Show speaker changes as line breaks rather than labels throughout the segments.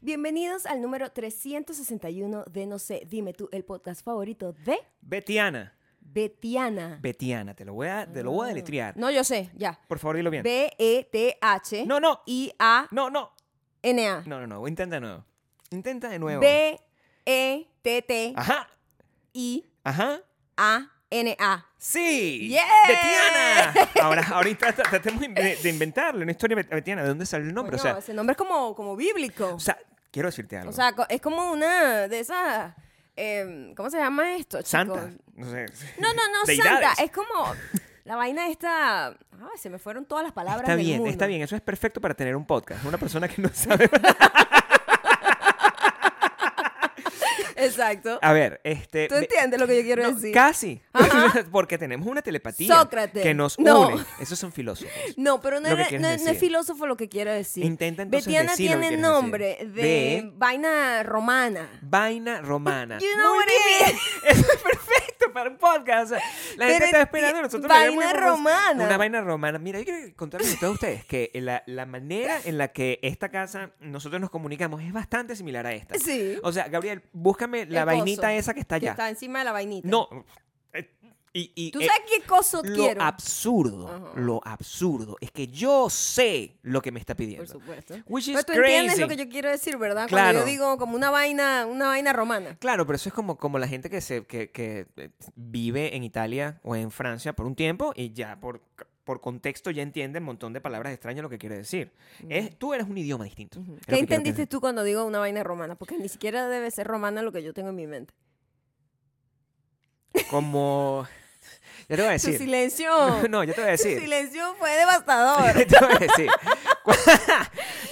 Bienvenidos al número 361 de No sé, dime tú, el podcast favorito de
Betiana.
Betiana.
Betiana, te lo voy a, te lo voy a deletrear.
No, yo sé, ya. E
Por favor, dilo bien.
B-E-T-H.
No, no.
I-A-N-A.
No, no. No, no, no. Intenta de nuevo. Intenta de nuevo.
E B-E-T-T-I-A-N-A.
Ajá. Ajá. Sí.
Yeah.
Betiana. Ahora, ahorita tra- tratemos in- de inventarle una historia bet- betiana. ¿De dónde sale el nombre?
Coño,
O sea,
ese nombre es como, como bíblico.
o sea, quiero decirte algo.
O sea, co- es como una de esas. em, ¿Cómo se llama esto? chicos?
Santa. No sé.
No, no, no,
Deidades.
Santa. Es como la vaina esta. Ah, se me fueron todas las palabras.
Está
del
bien,
mundo.
está bien. Eso es perfecto para tener un podcast. Una persona que no sabe.
Exacto.
A ver, este.
¿Tú
ve-
entiendes lo que yo quiero
No,
decir?
Casi. Porque tenemos una telepatía
Sócrates.
que nos
No.
une. Esos son filósofos.
No, pero no,
Lo que
era-
quieres
no- no es
decir.
filósofo lo que quiero decir.
Intenta entonces
Betiana
decir lo que
tiene
quieres
nombre
decir.
de
Ve. Ah,
vaina romana.
Vaina romana.
You know what I mean.
Eso es perfecto para un podcast. O sea, la
Pero
gente está
ti-
esperando. Nosotros
vaina
le damos información.
romana.
Una vaina romana. Mira, yo quiero contarles a todos ustedes que la, la manera en la que esta casa nosotros nos comunicamos es bastante similar a esta.
Sí.
O sea, Gabriel, búscame la
El
vainita
coso
esa que está allá.
está encima de la vainita.
No. eh, Y, y,
¿Tú
eh,
sabes qué coso
lo
quiero?
absurdo,
Ajá.
lo absurdo es que yo sé lo que me está pidiendo.
Por supuesto.
Which is
Pero tú entiendes
crazy.
lo que yo quiero decir, ¿verdad? Cuando
Claro.
yo digo como una vaina, una vaina romana.
Claro, pero eso es como, como la gente que, se, que, que, eh, vive en Italia o en Francia por un tiempo y ya por, por contexto ya entiende un montón de palabras extrañas lo que quiere decir. Es, tú eres un idioma distinto. es lo que
¿Qué
quiero
entendiste
decir.
tú cuando digo una vaina romana? Porque ni siquiera debe ser romana lo que yo tengo en mi mente.
Como... Ya te voy a
Su
decir.
silencio,
No, ya te voy a
su
decir.
silencio fue devastador.
Ya te voy a decir. Cu-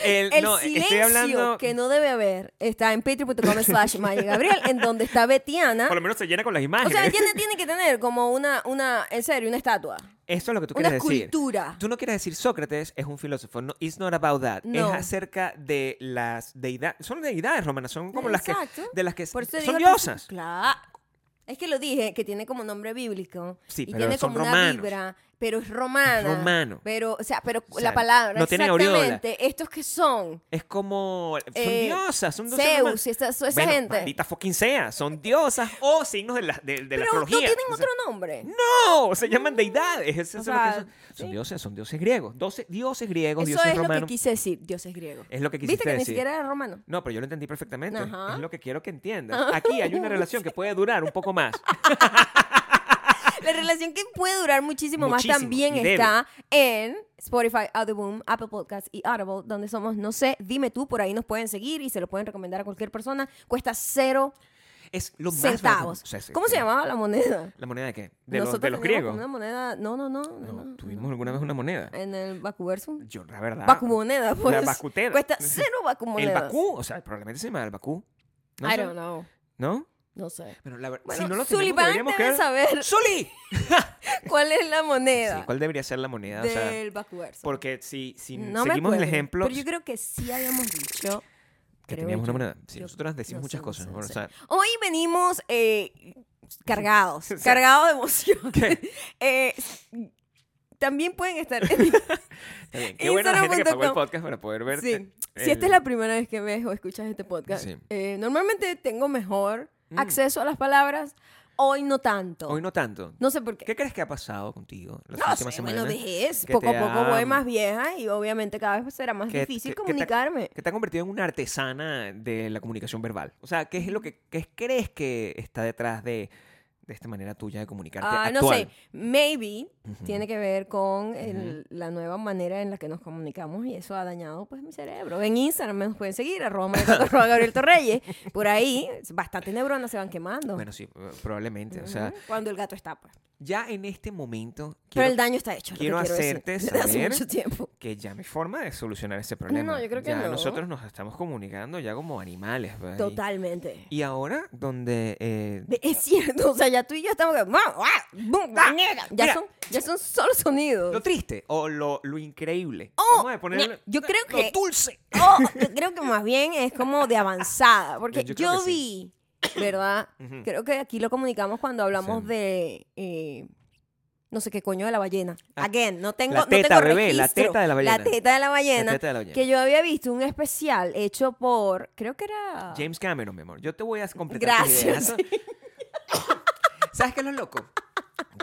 El,
El
no,
silencio
estoy hablando...
que no debe haber está en patreon.com slash Maya Gabriel, en donde está Betiana.
Por lo menos se llena con las
O
imágenes.
sea, Betiana tiene que tener como una, una, en serio, una estatua.
Eso es lo que tú
Una
quieres decir.
escultura.
Tú no quieres decir Sócrates es un filósofo. No, it's not about that.
No.
Es acerca de las deidades. Son deidades romanas, son como las que.
Exacto.
De las que
Por eso te
son
digo al principio-
diosas.
Claro. Es que lo dije, que tiene como nombre bíblico.
Sí,
y
pero
tiene
son
como una
romanos.
vibra, pero es romana.
Romano.
Pero, o sea, pero
O sea,
la palabra.
no tienen aureola.
exactamente. Estos que son.
Es como. Son
Eh,
diosas, son diosas.
Zeus,
romanas.
y esta- esa
Bueno,
gente.
maldita fucking sea. Son diosas o signos de la, de, de la
pero no
astrología.
tienen
O sea,
otro nombre.
no, se llaman deidades. Eso
O
es lo que
sea,
son. Son
sí.
dioses, son dioses griegos. Doce- dioses griegos,
Eso
dioses
es lo que
romanos.
quise decir. Dios es griego.
Es lo que
Viste
quisiste
que ni
decir.
siquiera era romano.
No, pero yo lo entendí perfectamente.
Ajá.
Es lo que quiero que entiendas. Aquí hay una relación que puede durar un poco más.
La relación que puede durar muchísimo, más
Muchísimo,
también
y debe.
está en Spotify, Audioboom, Apple Podcasts y Audible, donde somos, no sé, dime tú, por ahí nos pueden seguir y se lo pueden recomendar a cualquier persona. Cuesta cero
Es lo más barato.
centavos.
O sea, se-
¿Cómo se llamaba la moneda?
¿La moneda de qué? De los,
Nosotros
de los
teníamos
griegos.
Una moneda, no, no, no.
No,
no, no.
¿Tuvimos alguna vez una moneda?
En el Bacuversum.
Yo, la verdad.
Bacumoneda, pues.
La bacutera.
Cuesta cero
El
bacumonedas.
Bakú, o sea, probablemente se llama el Bakú. No
I
sé.
don't know.
¿No?
No sé.
Bueno, la verdad.
Bueno,
si no lo
Sullivan
tenemos, deberíamos
debe
crear-
saber.
¡Sully!
¿Cuál es la moneda
Sí, ¿Cuál debería ser la moneda? O sea,
del Bacuversum?
porque si, si
No me
seguimos el
acuerdo,
ejemplo.
Pero yo creo que sí habíamos dicho.
Que
creo
teníamos
yo.
una moneda. Sí,
Yo-
nosotros decimos
no
muchas
sé, no sé, no
cosas. bueno, o
sé.
sea,
Hoy venimos eh, cargados,
O sea,
cargados de emoción.
¿qué?
Eh, también pueden estar. en-
está bien. Qué bueno la gente que pagó el
Instagram.com.
podcast para poder ver.
Sí.
eh,
Si esta
el-
es la primera vez que ves o escuchas este podcast,
Sí.
eh, normalmente tengo mejor
Mm.
acceso a las palabras. Hoy no tanto.
Hoy no tanto.
No sé por qué.
¿Qué crees que ha pasado contigo las
No
últimas
sé,
semanas?
bueno, vejez.
que
Poco a
te
poco
ha-
voy más vieja y obviamente cada vez será más
que-
difícil
que- que te-
comunicarme.
que te ha convertido en una artesana de la comunicación verbal. O sea, ¿qué es lo que qué es- crees que está detrás de, de esta manera tuya de comunicarte
Ah, no
actual?
sé, maybe tiene que ver con el- la nueva manera en la que nos comunicamos y eso ha dañado pues mi cerebro. En Instagram me pueden seguir, arroba, Maricoto, arroba Gabriel Torreyes. Por ahí, bastantes neuronas se van quemando.
Bueno, sí, eh, probablemente. O sea,
Ujú, cuando el gato está, pues.
ya en este momento
Pero
quiero
el daño está hecho. es lo que
quiero
decir,
hacerte
desde hace
saber
mucho tiempo.
que ya no hay forma de solucionar ese problema.
yo creo que
ya
no.
nosotros nos estamos comunicando ya como animales. ¿verdad? Y-
Totalmente.
Y ahora, donde... eh,
Ve, Es cierto, o sea, ya tú y yo estamos... que- ¡Guau, guau, bum, guau! Ya
Ah, mira.
son, ya son solo sonidos.
lo triste o lo, lo increíble.
Oh,
Vamos a ponerle-
mira, yo creo
Lo
que-
dulce.
Oh, yo creo que más bien es como de avanzada, porque yo,
Yo creo que
vi, ¿verdad? Creo que aquí lo comunicamos cuando hablamos
Sí.
de eh, no sé qué coño de la ballena. Again, no tengo,
La teta,
no tengo
bebé, la
registro.
teta de la ballena.
La teta de la
La
ballena.
teta de la ballena.
Que yo había visto un especial hecho por, creo que era...
James Cameron, mi amor. Yo te voy a completar tus
Gracias.
ideas. ¿Sabes qué es lo loco?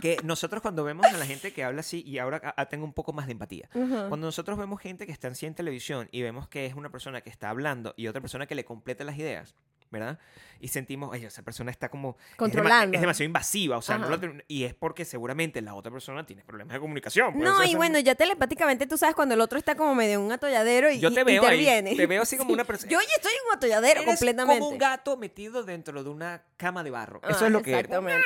Que nosotros cuando vemos a la gente que habla así, y ahora a- a- tengo un poco más de empatía,
Ujú.
cuando nosotros vemos gente que está así en televisión y vemos que es una persona que está hablando y otra persona que le completa las ideas, ¿verdad? Y sentimos, oye, esa persona está como... es dema- Es,
Controlando.
demasiado invasiva, o sea, no
Ajá.
lo ten- y es porque seguramente la otra persona tiene problemas de comunicación. pues, o
No,
sea,
y
son-
bueno, ya telepáticamente tú sabes cuando el otro está como medio en un atolladero y
Yo te
y-
veo ahí,
interviene.
te veo así como una persona-
Yo ya estoy en un atolladero
Eres
completamente.
como un gato metido dentro de una cama de barro.
Ah,
Eso es lo que eres.
exactamente.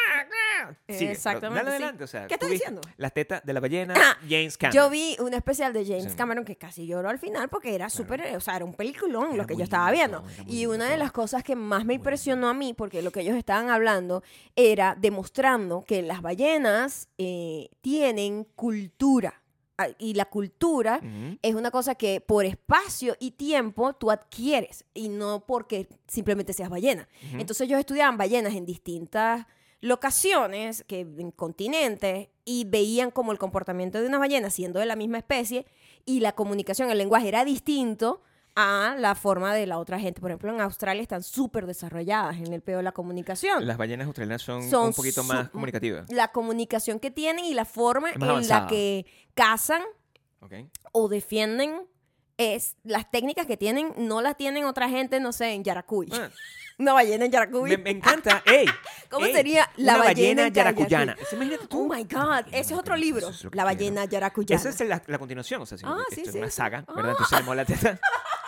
Sigue, pero
Exactamente,
dale
sí.
adelante, o sea,
¿Qué estás
tú viste
diciendo?
Las tetas de la ballena,
Ah,
James Cameron.
Yo vi un especial de James
Sí.
Cameron que casi lloró al final porque era súper, o sea, era un peliculón
Era
lo que
muy
yo estaba
lindo,
viendo.
era muy
Y
lindo
una de
todo.
las cosas que más me
Muy
impresionó a mí, porque lo que ellos estaban hablando era demostrando que las ballenas eh, tienen cultura. Ah, Y la cultura
Ujú.
es una cosa que por espacio y tiempo tú adquieres y no porque simplemente seas ballena.
Ujú.
Entonces ellos estudiaban ballenas en distintas locaciones, que, en continentes, y veían como el comportamiento de una ballena siendo de la misma especie y la comunicación, el lenguaje era distinto a la forma de la otra gente. Por ejemplo, en Australia están súper desarrolladas en el pedo de la comunicación.
Las ballenas australianas son,
Son
un poquito más
su-
comunicativas.
la comunicación que tienen y la forma
Es
en
más avanzada.
la que cazan
¿ok?
o defienden es las técnicas que tienen no las tienen otra gente no sé en Yaracuy
Ah,
una ballena en Yaracuy
me, me encanta. ¡Ey!
¿Cómo
ey,
sería la
una
ballena
ballena
yaracuyana?
yaracuyana? Eso, Imagínate
oh
tú.
my god ese es otro libro
Eso es lo que
la
quiero.
ballena yaracuyana
Esa es la, la continuación, o sea, si
Ah,
esto
sí, Ah.
es
sí,
una
sí.
saga, ¿verdad? Entonces tenemos la teta.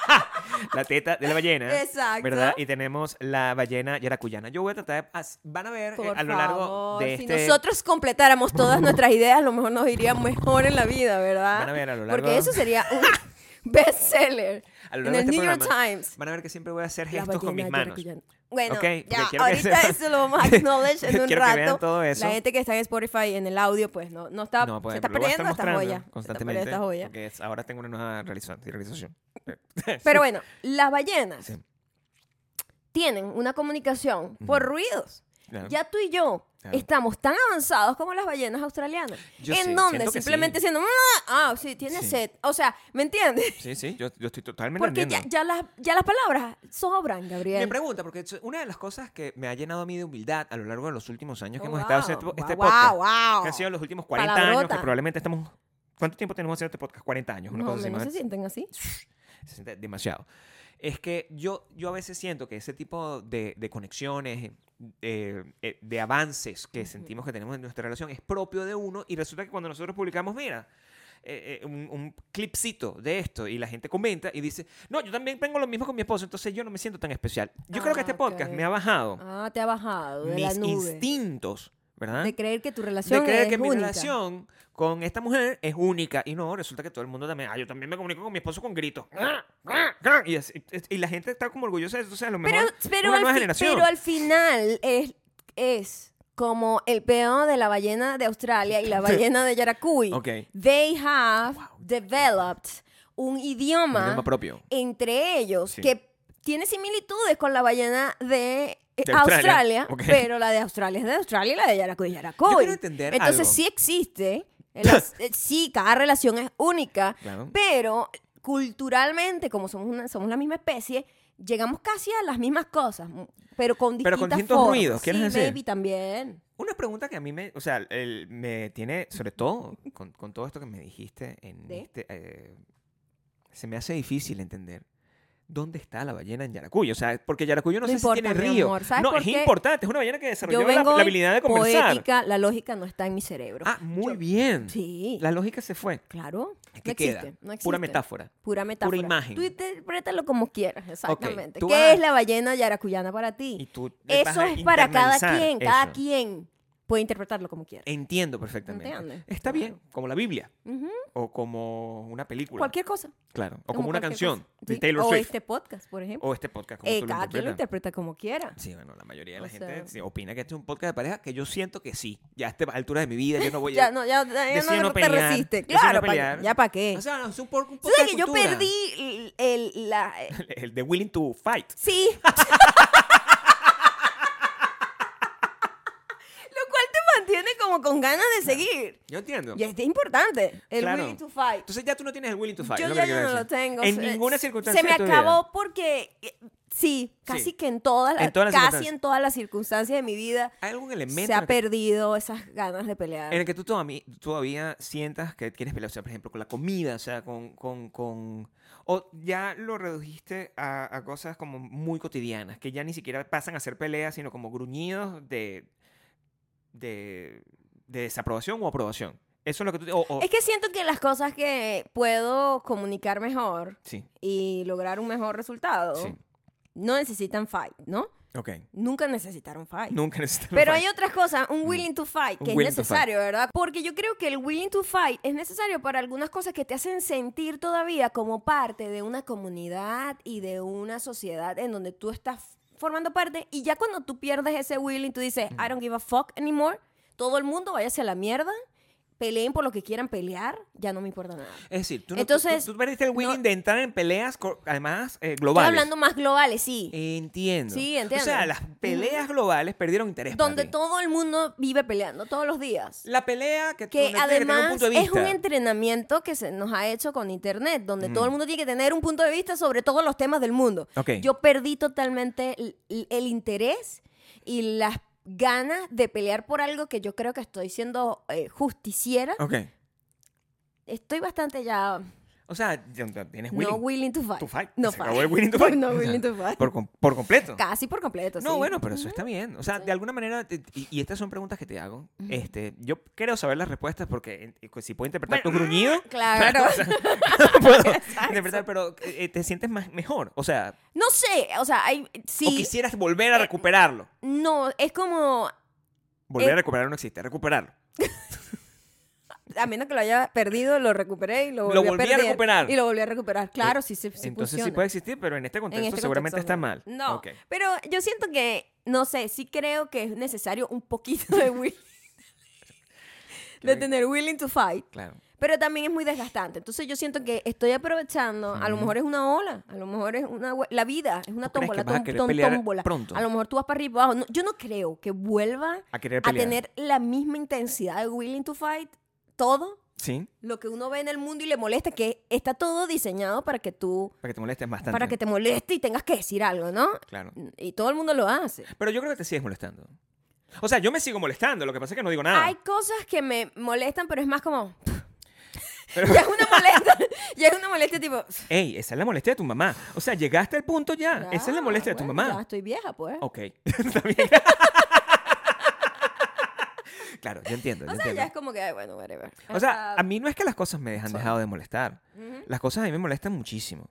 la teta de la ballena.
Exacto.
¿Verdad? Y tenemos la ballena yaracuyana. Yo voy a tratar de. as- Van a ver eh,
Por
a lo largo
favor,
de
si
este.
nosotros completáramos todas nuestras ideas, a lo mejor nos iría mejor en la vida, ¿verdad?
Van a ver a lo
Porque
largo-
eso sería un bestseller
a
en
lo largo
el
de este
New York
programa,
Times.
Van a ver que siempre voy a hacer
La
gestos con mis
ballena
manos.
yaracuyana. Bueno,
Ok, porque
ya,
quiero que
ahorita
sepan-
eso lo vamos a acknowledge en un
Quiero que
rato.
vean todo eso.
La gente que está en Spotify en el audio, pues no, no está,
No, pues,
se está
lo voy a
perdiendo esta
estar mostrando
joya. se está perdiendo
Constantemente.
esta joya.
Porque es- ahora tengo una nueva realiza- realización.
Pero bueno, las ballenas
Sí.
tienen una comunicación por ruidos.
Claro.
Ya tú y yo
Claro.
estamos tan avanzados como las ballenas australianas.
Ah. Yo
en
sé,
donde
siento que
simplemente
sí.
siendo, "Ah, ah, sí, tienes
Sí.
sed. O sea, ¿me entiendes?
Sí, sí, yo, yo estoy totalmente
Porque ya,
entendiendo.
ya, las, ya las palabras sobran,
Me
Gabriel.
pregunta, porque es una de las cosas que me ha llenado a mí de humildad a lo largo de los últimos años que
Oh,
hemos estado haciendo
wow,
este
wow,
podcast,
wow.
que han sido los últimos 40 años, que
Palabrota.
probablemente estamos... ¿Cuánto tiempo tenemos haciendo este podcast? 40 años, una
No, hombre,
cosa así,
no
¿no?
se sienten así.
se siente demasiado. Es que yo, yo a veces siento que ese tipo de, de conexiones, eh, eh, de avances que sentimos que tenemos en nuestra relación es propio de uno y resulta que cuando nosotros publicamos, mira, eh, eh, un, un clipcito de esto y la gente comenta y dice, no, yo también tengo lo mismo con mi esposo, entonces yo no me siento tan especial. Yo creo que
Ah,
este podcast
ok.
me ha bajado
Ah, te ha bajado de la
mis
nube.
instintos, ¿verdad?
De creer que tu
de
relación
creer
es
que mi
única.
relación con esta mujer es única. Y no, resulta que todo el mundo también. Ah, yo también me comunico con mi esposo con gritos. Ah, ah, ah. Y, así- y la gente está como orgullosa de eso. O sea, a lo
Pero,
mejor
pero
una
al
nueva
fi-
generación.
pero al final es, es como el peón de la ballena de Australia y la ballena de Yaracuy.
Ok.
They have developed un
Un
idioma,
idioma propio.
entre ellos
Sí.
que tiene similitudes con la ballena de, eh,
De Australia,
Australia,
ok.
pero la de Australia es de Australia y la de Yaracuy es Yaracuy.
Yo quiero entender
Entonces
algo.
sí existe, el as- eh, sí, cada relación es única,
Claro.
pero culturalmente, como somos, una, somos la misma especie, llegamos casi a las mismas cosas, mu- pero con distintas
Pero con distintos
formas.
ruidos, ¿quieres
sí,
decir?
maybe también.
Una pregunta que a mí me. O sea, el- me tiene. Sobre todo con, con todo esto que me dijiste. en
¿De?
este, eh, se me hace difícil entender. ¿Dónde está la ballena en Yaracuy? O sea, porque Yaracuy yo no,
No
sé
importa,
si tiene
mi
río.
amor, ¿sabes
no,
por
es
qué?
importante. Es una ballena que desarrolló
Yo
la,
vengo
la habilidad de conversar.
poética, la lógica no está en mi cerebro.
Ah, muy bien.
Sí,
La lógica se fue.
claro.
Es que
no
queda.
existe, no
Pura
existe.
metáfora.
Pura metáfora.
imagen.
Tú interprétalo como quieras, exactamente.
tú
¿Qué
vas a-
es la ballena yaracuyana para ti?
Y tú le vas
eso
a
es para cada
internalizar
quien. Cada
eso. Eh,
quien puede interpretarlo como quiera.
Entiendo perfectamente.
¿Entiendes?
Está
Claro.
bien, como la Biblia
Ujú.
o como una película.
Cualquier cosa.
Claro, o como una
cualquier
canción
cosa.
de
Sí,
Taylor
o
Swift
este podcast, por ejemplo.
o este podcast como
Eh,
tú lo
cada quien lo
interpretas.
interpreta como quiera.
Sí, bueno, la mayoría de la
O
gente
sea-
sí, opina que este es un podcast de pareja que yo siento que sí. Ya a esta altura de mi vida yo no voy a
Ya no, ya, ya
decido
no,
no
te
pelear,
resiste.
decido no
Claro, pa-
pelear.
ya para qué.
O sea, no, es un, por- un
¿Tú sabes
podcast de
que yo
cultura.
perdí el, el- la...
el de Willing to Fight.
Sí. Lo cual te mantiene como con ganas de seguir.
Yo entiendo.
Y es importante. El
Claro.
willing to fight.
Entonces ya tú no tienes el willing to fight.
Yo
es lo que
ya,
te
yo
quiero
no lo
decir.
tengo.
En
Se-
ninguna circunstancia.
Se me
de tu vida.
acabó porque, eh, sí, casi
Sí.
que en todas las,
En todas las
casi
circunstancias.
en todas las circunstancias de mi vida
¿Hay algún elemento
se
en
ha
el, que,
perdido esas ganas de pelear.
en el que tú todavía, todavía sientas que quieres pelear? O sea, por ejemplo, con la comida, o sea, con... con, con- o ya lo redujiste a, a cosas como muy cotidianas, que ya ni siquiera pasan a ser peleas, sino como gruñidos de, de, de desaprobación o aprobación. Eso es lo que tú... O, o-
Es que siento que las cosas que puedo comunicar mejor
Sí,
y lograr un mejor resultado
sí.
no necesitan fight, ¿no?
Ok.
Nunca necesitaron fight.
Nunca necesitas...
Pero hay otras cosas, un willing to fight,
Mm. Un
que es
willing to fight.
necesario, ¿verdad? Porque yo creo que el willing to fight es necesario para algunas cosas que te hacen sentir todavía como parte de una comunidad y de una sociedad en donde tú estás formando parte. Y ya cuando tú pierdes ese willing, tú dices,
Mm.
I don't give a fuck anymore. Todo el mundo vaya hacia la mierda, peleen por lo que quieran pelear, ya no me importa nada.
Es decir, tú, no- tú-
Entonces,
tú, tú perdiste el willing
no-
de entrar en peleas, co- además, eh,
Estoy
globales.
hablando más globales, sí.
Entiendo.
Sí,
O
entiendo.
sea, las peleas globales perdieron interés. para
donde
ti.
todo el mundo vive peleando todos los días.
La pelea que, tú-
que
donde tiene tener
además
un punto de
es un
vista.
entrenamiento que se nos ha hecho con internet, donde todo el mundo tiene que tener un punto de vista sobre todos los temas del mundo.
Mm. Ok.
Yo perdí totalmente el, el interés y las ganas de pelear por algo que yo creo que estoy siendo eh, justiciera.
Ok.
Estoy bastante ya
O sea, ya- ya tienes willing
no willing to fight.
to fight.
No
Se
fight.
acabó el willing to fight.
no
O sea,
willing to fight.
Por, com- por completo.
Casi por completo.
No,
sí.
bueno, pero eso está bien. O sea, de alguna manera, te- y, y estas son preguntas que te hago. este, yo quiero saber las respuestas porque en- eh, pues, si puedo interpretar tu gruñido,
Claro.
o sea, no puedo interpretar, pero eh, te sientes más mejor. O sea,
No sé, o sea, hay,
o
sí, Eh,
quisieras volver a recuperarlo.
no, es como
Volver
eh,
a recuperarlo no existe, recuperarlo.
A menos que lo haya perdido, lo recuperé y lo
Lo
volví,
volví a
perder,
recuperar. Eh,
Y lo volví a recuperar. Claro, sí, sí, sí
Entonces sí
funciona.
puede existir, pero en este contexto
En este
seguramente
contexto,
está
no.
mal.
No,
Ok.
pero yo siento que, no sé, sí creo que es necesario un poquito de will. de
Creo que-
tener willing to fight.
Claro.
Pero también es muy desgastante. Entonces yo siento que estoy aprovechando. A lo mejor es una ola. A lo mejor es una... hue- La vida es una
¿Tú crees que
tómbola.
vas a
tom-
querer
tom-
pelear
tómbola.
pronto?
A lo mejor tú vas para arriba y para abajo. No, yo no creo que vuelva
A querer
a
pelear.
tener la misma intensidad de willing to fight todo
Sí.
lo que uno ve en el mundo y le molesta, que está todo diseñado para que tú,
Para que te molestes bastante.
para que te moleste y tengas que decir algo, ¿no?
Claro.
Y todo el mundo lo hace.
Pero yo creo que te sigues molestando. O sea, yo me sigo molestando, lo que pasa es que no digo nada.
Hay cosas que me molestan, pero es más como...
Pero-
ya es una molestia, ya es una molestia tipo...
Ey, esa es la molestia de tu mamá. O sea, llegaste al punto ya. esa es la
"Ah,
molestia de tu
bueno,
mamá.
Ya estoy vieja, pues.
Ok. Está bien. claro, yo entiendo. yo
o sea,
entiendo.
ya es como que, ah, "Ay, bueno, whatever.
O sea, a mí no es que las cosas me dejan
sí.
dejado de molestar.
Ujú.
Las cosas a mí me molestan muchísimo.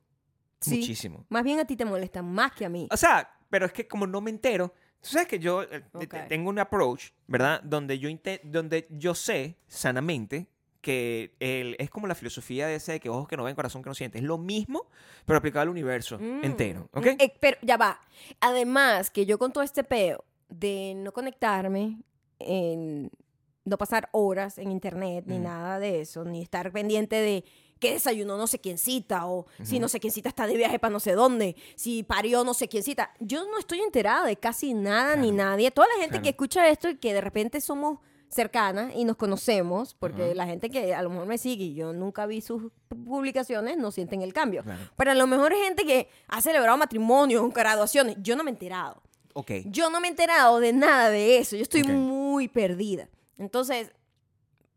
Sí.
Muchísimo.
Más bien a ti te molestan más que a mí.
O sea, pero es que como no me entero, tú sabes que yo eh, te-
Ok.
te- tengo un approach, ¿verdad? Donde yo, inte- donde yo sé sanamente que el- es como la filosofía de esa de que ojos que no ven, corazón que no siente. Es lo mismo, pero aplicado al universo
Mm.
entero, ¿ok?
Mm, eh, pero ya va. Además, que yo con todo este peo de no conectarme, en no pasar horas en internet, ni
Mm.
nada de eso, ni estar pendiente de qué desayunó no sé quién cita, o si no sé quién cita está de viaje para no sé dónde, si parió no sé quién cita. Yo no estoy enterada de casi nada ni
Claro.
nadie. Toda la gente
Claro.
que escucha esto y que de repente somos cercanas y nos conocemos, porque
Ajá.
la gente que a lo mejor me sigue y yo nunca vi sus publicaciones no sienten el cambio.
Claro.
Pero a lo mejor hay gente que ha celebrado matrimonios, graduaciones. Yo no me he enterado.
Ok.
Yo no me he enterado de nada de eso. Yo estoy
Ok.
muy perdida. Entonces,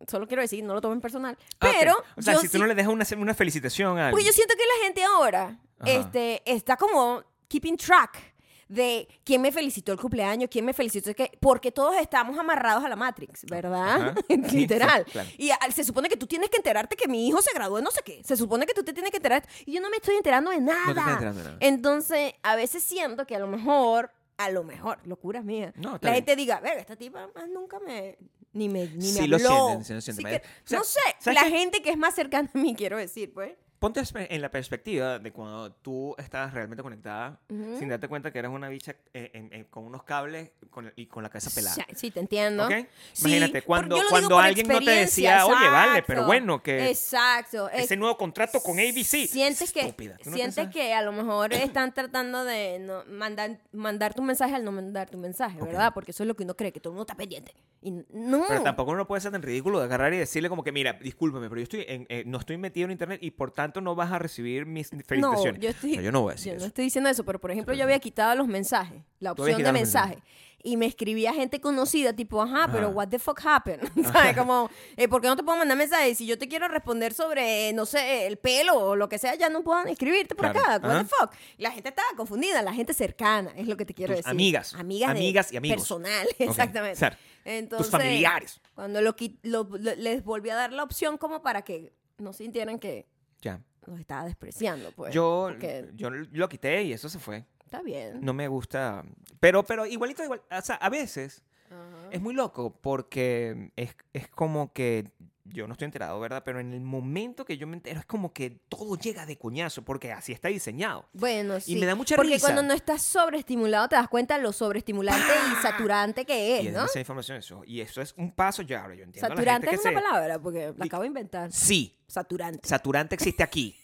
solo quiero decir, no lo tomen personal.
Ah, ok.
Pero
O sea,
yo
si
sí-
tú no le dejas una, una felicitación a
porque yo
alguien.
siento que la gente ahora
Ajá.
este, está como keeping track de quién me felicitó el cumpleaños, quién me felicitó, es que- porque todos estamos amarrados a la Matrix, ¿verdad?
Ah, Ajá. Sí,
Literal.
sí, claro.
Y ah, se supone que tú tienes que enterarte que mi hijo se graduó de no sé qué. Se supone que tú te tienes que enterar. Y yo no me estoy enterando de nada.
estás enterando de nada.
Entonces, a veces siento que a lo mejor, a lo mejor, locuras mías,
No, está
la
bien.
gente diga, ver, esta tipa más nunca me... Ni me, ni me
Sí lo
habló".
sienten, sí lo sienten.
Sí que-
O sea,
no sé,
¿sabes
la
qué?
gente que es más cercana a mí, quiero decir, pues.
ponte en la perspectiva de cuando tú estabas realmente conectada
Ujú.
sin darte cuenta que eres una bicha eh, en- en- con unos cables con- y con la cabeza pelada.
Sí, sí, te entiendo.
¿Ok?
Sí,
Imagínate,
porque
cuando,
yo lo digo
cuando
por
alguien no te decía,
experiencia,
oye, vale, pero
exacto.
bueno, que
Exacto. es-
ese nuevo contrato con ABC.
eh, Sientes que,
Estúpida, ¿tú no
sientes
piensas?
que a lo mejor están tratando de no- mandar, mandar tu mensaje al no mandar tu mensaje,
Ok.
¿verdad? Porque eso es lo que uno cree, que todo el mundo está pendiente. Y n- no.
Pero tampoco uno puede ser tan ridículo de agarrar y decirle como que, mira, discúlpeme, pero yo estoy en- eh, no estoy metido en internet y por tanto no vas a recibir mis felicitaciones.
No, yo, estoy-
No, yo no voy a decir
yo no
eso.
estoy diciendo eso, pero por ejemplo, yo había quitado los mensajes, la
Tú habías
opción de
quitado los mensajes.
mensajes. Y me escribía gente conocida, tipo, ajá, pero
Ajá.
what the fuck happened? ¿Sabes? Como, eh, ¿por qué no te puedo mandar mensajes? Si yo te quiero responder sobre, eh, no sé, el pelo o lo que sea, ya no puedo escribirte por
Claro.
acá. What
Ajá.
the fuck? La gente estaba confundida, la gente cercana, es lo que te quiero
Tus
decir.
amigas,
Amigas, de-
amigas y amigos.
Personal,
Ok,
exactamente.
claro.
Entonces,
Tus familiares.
Cuando lo, qui- lo- lo- les volví a dar la opción como para que no sintieran que
Ya.
los estaba despreciando, pues.
Yo,
porque-
yo lo quité y eso se fue.
Está bien.
No me gusta. Pero, pero igualito, igual. O sea, a veces
Ajá.
es muy loco porque es, es como que. Yo no estoy enterado, ¿verdad? Pero en el momento que yo me entero, es como que todo llega de cuñazo, porque así está diseñado.
Bueno, sí.
me da mucha
Porque
risa.
cuando no estás sobreestimulado te das cuenta lo sobreestimulante y saturante que
¡Ah! y
es,
es
¿no?
demasiada información eso. Y eso es un paso ya. Ahora yo entiendo. a la
Saturante
gente
es
que
una
se-
palabra, porque la
Y-
acabo de inventar.
Sí,
Saturante.
saturante existe aquí.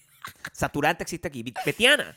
saturante existe aquí. Vit- Betiana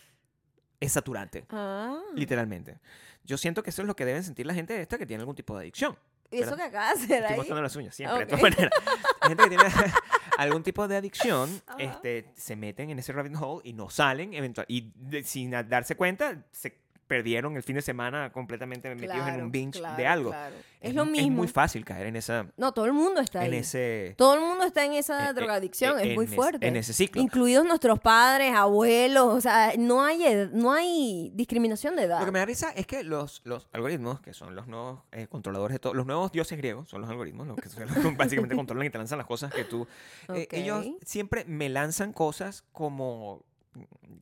es saturante,
Ah.
literalmente. Yo siento que eso es lo que deben sentir la gente esta que tiene algún tipo de adicción.
¿Y eso
espera.
que acabas de hacer
Estoy
ahí?
mostrando las uñas siempre,
Ok.
de todas maneras. La gente que tiene algún tipo de adicción,
Ajá.
este, se meten en ese rabbit hole y no salen eventual y de- sin a- darse cuenta se perdieron el fin de semana completamente metidos en
Claro,
un binge de
claro,
algo.
claro. Es, lo
mu-
mismo.
Es muy fácil caer en esa
no, todo el mundo está
en
ahí.
ese
Todo el mundo está en esa
eh, eh,
drogadicción,
eh,
es muy
en ese-
fuerte.
en ese ciclo.
Incluidos nuestros padres, abuelos, o sea, no hay, ed- no hay discriminación de edad.
Lo que me da risa es que los, los algoritmos, que son los nuevos eh, controladores de todo, los nuevos dioses griegos, son los algoritmos, los que son los que básicamente controlan y te lanzan las cosas que tú... eh, Ellos
Ok.
siempre me lanzan cosas como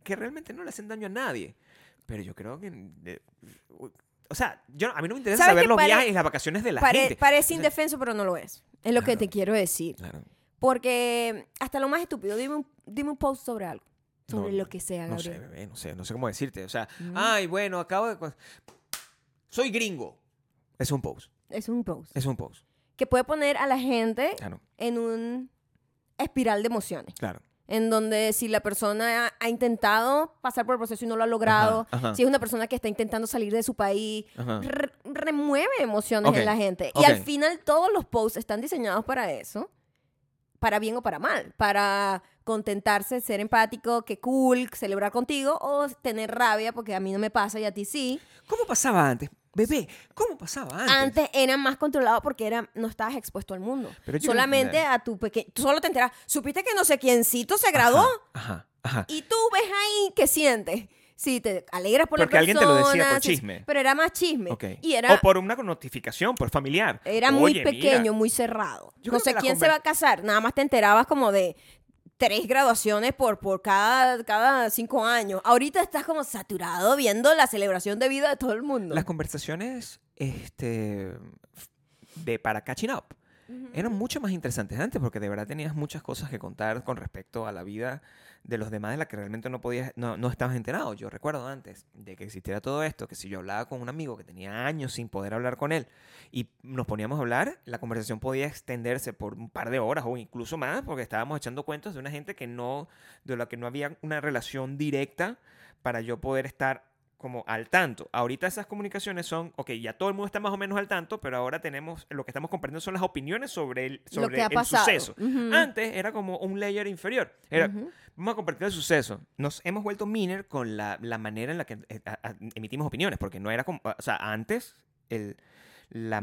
que realmente no le hacen daño a nadie. Pero yo creo que... eh, o sea, yo, a mí no me interesa
¿Sabes
saber
qué?
los
Pare-
viajes y las vacaciones de la
Pare-
gente.
parece
O sea,
indefenso, pero no lo es. Es lo que
Claro.
te quiero decir.
Claro.
Porque hasta lo más estúpido, dime un, dime un post sobre algo. Sobre
No,
lo que sea,
No sé,
Gabriel.
bebé, no sé, no sé cómo decirte. O sea,
Mm.
ay, bueno, acabo de... con- Soy gringo. Es un post,
Es un post.
es un post.
Que puede poner a la gente
Claro,
en un espiral de emociones.
claro.
En donde si la persona ha, ha intentado pasar por el proceso y no lo ha logrado,
Ajá, ajá.
si es una persona que está intentando salir de su país,
Ajá.
re- remueve emociones
Ok,
en la gente.
ok.
Y al final todos los posts están diseñados para eso, para bien o para mal, para contentarse, ser empático, que cool, celebrar contigo o tener rabia porque a mí no me pasa y a ti sí.
¿Cómo pasaba antes? Bebé, ¿cómo pasaba antes?
Antes, era más controlado porque era, no estabas expuesto al mundo.
Pero yo creo que-
Solamente a tu pequeño... Tú solo te enteras, supiste que no sé quiéncito se graduó
Ajá, ajá.
y tú ves ahí que sientes. Sí, te alegras por
Porque
la
alguien
persona.
te lo decía por
sí, sí,
chisme.
Pero era más chisme.
Ok.
Y era...
O por una notificación, por familiar.
Era
Oye,
muy
mira,
pequeño, muy cerrado.
Yo creo
no
que
sé
la
quién
conver-
se va a casar. Nada más te enterabas como de tres graduaciones por, por cada, cada cinco años. Ahorita estás como saturado viendo la celebración de vida de todo el mundo.
Las conversaciones este, de para catching up eran mucho más interesantes antes porque de verdad tenías muchas cosas que contar con respecto a la vida de los demás de la que realmente no podías, no, no estabas enterado. Yo recuerdo antes de que existiera todo esto, que si yo hablaba con un amigo que tenía años sin poder hablar con él y nos poníamos a hablar, la conversación podía extenderse por un par de horas o incluso más porque estábamos echando cuentos de una gente que no, de la que no había una relación directa para yo poder estar como al tanto. Ahorita esas comunicaciones son, ok, ya todo el mundo está más o menos al tanto, pero ahora tenemos, lo que estamos compartiendo son las opiniones sobre el,
Lo
sobre
que ha
el
pasado.
suceso.
Ujú.
Antes era como un layer inferior. Era,
Ujú.
Vamos a compartir el suceso. Nos hemos vuelto miner con la, la manera en la que eh, a- a- emitimos opiniones, porque no era como, o sea, antes el, la,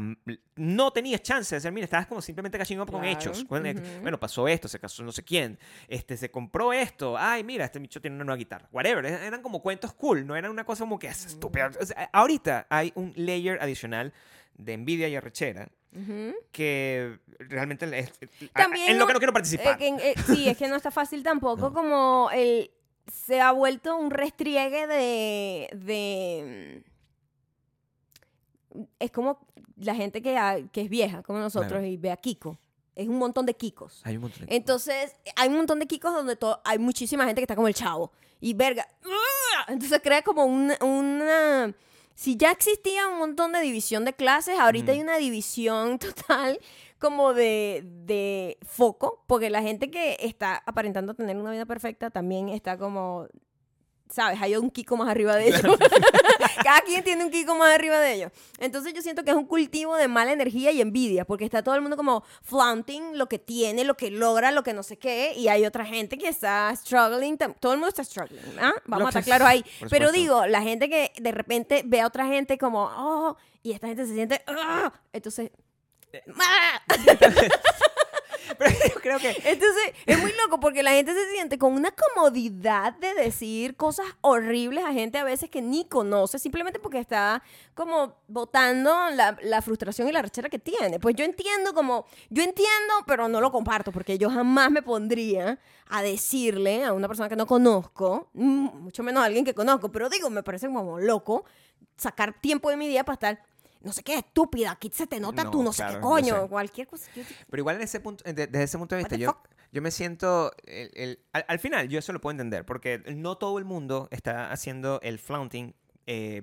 no tenías chance de ser miner, estabas como simplemente catching up con
Claro,
hechos. Con- eh,
ujú.
Bueno, pasó esto, se casó no sé quién, este, se compró esto, ay, mira, este bicho tiene una nueva guitarra, whatever. Era- Eran como cuentos cool, no era una cosa como que es estúpida. O sea, ahorita hay un layer adicional de envidia y arrechera
Ujú.
que realmente es, es-
También
en lo que
no-
no quiero participar.
Eh, que en- eh, sí, es que no está fácil tampoco,
No.
como el se ha vuelto un restriegue de, de mm, es como la gente que, ha- que es vieja, como nosotros,
Claro.
y ve a Kiko. es un montón de Kikos.
Hay un montón de-
Entonces, hay un montón de Kikos donde todo, hay muchísima gente que está como el chavo. Y verga. ¡ah! Entonces crea como una. una- si ya existía un montón de división de clases, ahorita hay una división total como de, de foco, porque la gente que está aparentando tener una vida perfecta también está como, ¿sabes? Hay un Kiko más arriba de ellos. Cada quien tiene un Kiko más arriba de ellos. Entonces yo siento que es un cultivo de mala energía y envidia, porque está todo el mundo como flaunting lo que tiene, lo que logra, lo que no sé qué, y hay otra gente que está struggling, tam- todo el mundo está struggling, ¿ah? Vamos
Lo
a estar
que-
claro ahí.
por
Pero
supuesto.
digo, la gente que de repente ve a otra gente como, oh, y esta gente se siente, "Ah", entonces...
Eh,
"Ah".
Pero yo creo que
Entonces, es muy loco porque la gente se siente con una comodidad de decir cosas horribles a gente a veces que ni conoce, simplemente porque está como votando la, la frustración y la rechera que tiene. Pues yo entiendo como, yo entiendo, pero no lo comparto porque yo jamás me pondría a decirle a una persona que no conozco, mm, mucho menos a alguien que conozco, pero digo, me parece como loco sacar tiempo de mi día para estar... No sé qué, estúpida, aquí se te nota
No,
tú, no sé qué
claro, yo
coño,
sé.
cualquier cosa. que-
Pero igual en ese punto, de- desde ese punto de
What
vista,
the
yo,
fuck?
yo me siento, el- el- al, al final yo eso lo puedo entender, porque no todo el mundo está haciendo el flaunting eh,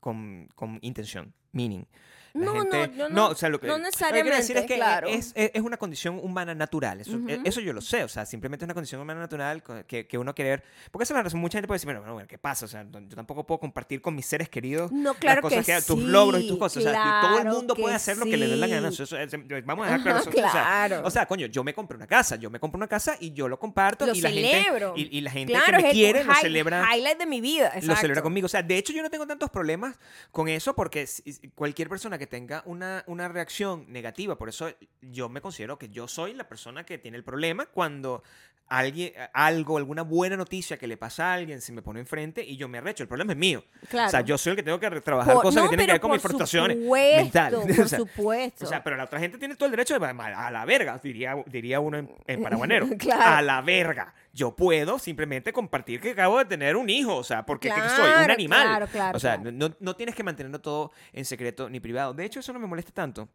con, con intención, meaning. La
No, no,
gente-
yo no-
o sea, lo que,
no
lo que quiero decir
necesariamente,
es que
claro.
es, es- es una condición humana natural, eso, e,
Ujú.
eso yo lo sé, o sea, simplemente es una condición humana natural co- que, que uno querer, porque esa es la razón, mucha gente puede decir, bueno, bueno, bueno, ¿qué pasa? O sea, no- yo tampoco puedo compartir con mis seres queridos
No, claro
las cosas
que
tus
sí,
logros y tus cosas, o sea, todo el
claro
mundo puede
que
hacer lo que le dé la gana,
sí.
eso- eso- eh, vamos a dejar claro,
Ajá,
eso, o
Ah,
sea,
claro.
o sea, coño, yo me compré una casa, yo me compré una casa y yo lo comparto
Lo
y la
celebro.
gente y, y la gente
Claro,
que me
es el
quiere lo
hi-
celebra
Highlight de mi vida.
lo celebra
exacto.
conmigo. O sea, de hecho yo no tengo tantos problemas con eso porque si- si- cualquier persona que tenga una, una reacción negativa, por eso yo me considero que yo soy la persona que tiene el problema cuando alguien algo, alguna buena noticia que le pasa a alguien se me pone enfrente y yo me arrecho. El problema es mío.
Claro.
O sea, yo soy el que tengo que re- trabajar
Por-
cosas
no,
que tienen que
pero
ver con mis
por
frustraciones
supuesto,
mentales.
Por
O sea,
supuesto.
o sea, pero la otra gente tiene todo el derecho de a la verga, diría, diría uno en, en paraguanero.
Claro.
A la verga. Yo puedo simplemente compartir que acabo de tener un hijo, o sea, porque que soy un
Claro,
animal.
claro, claro,
o sea,
claro.
no, no tienes que mantenerlo todo en secreto ni privado. De hecho, eso no me molesta tanto.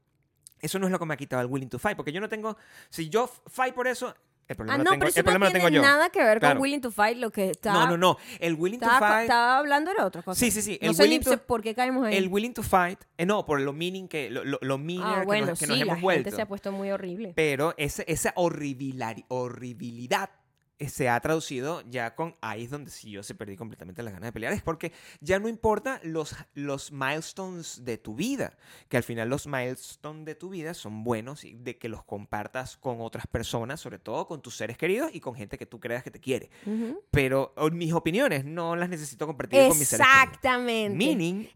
Eso no es lo que me ha quitado el willing to fight, porque yo no tengo. Si yo f- fight por eso, el problema
ah,
lo
no,
tengo,
pero
el
eso no
problema lo
tiene
tengo yo.
nada que ver
Claro.
con Willing to Fight, lo que está...
No, no, no. El willing to
Estaba,
fight.
estaba hablando de otra cosa.
Sí, sí, sí,
No
el
sé ni
willing to-
sé por qué caemos ahí.
El willing to fight. eh, no, por lo meaning que. Lo, lo, lo meaner
ah,
que
bueno,
nos, que
sí,
nos
la
hemos vuelto.
gente se ha puesto muy horrible.
Pero ese- esa horribilari- horribilidad eh, se ha traducido ya con ahí es donde sí yo se perdí completamente las ganas de pelear. Es porque ya no importa los, los milestones de tu vida, que al final los milestones de tu vida son buenos y de que los compartas con otras personas, sobre todo con tus seres queridos y con gente que tú creas que te quiere.
Ujú.
Pero oh, mis opiniones no las necesito compartir con mis seres queridos.
Exactamente.
Meaning,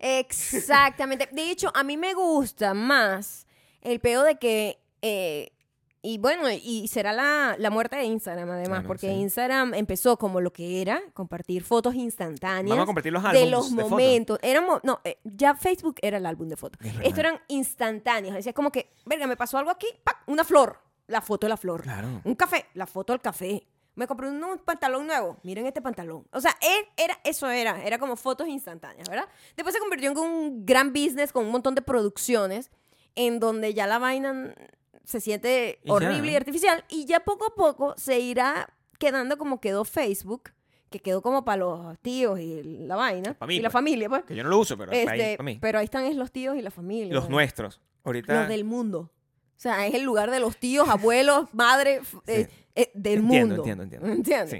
Exactamente. De hecho, a mí me gusta más el pedo de que. eh, y bueno, y será la, la muerte de Instagram, además,
Claro,
porque
sí.
Instagram empezó como lo que era, compartir fotos instantáneas
vamos a compartir los álbumes
de los
de fotos.
momentos. Era mo- no, eh, ya Facebook era el álbum de fotos.
Es verdad.
Esto eran instantáneos. Es como que, verga, me pasó algo aquí, ¡pac! una flor, la foto de la flor.
Claro.
Un café, la foto del café. Me compré un, un pantalón nuevo. Miren este pantalón. O sea, él era, eso era. Era como fotos instantáneas, ¿verdad? Después se convirtió en un gran business con un montón de producciones en donde ya la vaina mm, se siente
Y ya. ¿eh?
horrible y artificial. Y ya poco a poco se irá quedando como quedó Facebook, que quedó como para los tíos y la vaina.
Pa' mí,
y la
pues.
familia, pues.
Que yo no lo uso, pero para
Este,
ahí, para mí.
Pero ahí están es los tíos y la familia.
Los nuestros. Ahorita.
Los del mundo. O sea, es el lugar de los tíos, abuelos, madre, f- eh, eh, del
Entiendo,
mundo.
entiendo, entiendo.
¿Entiendes?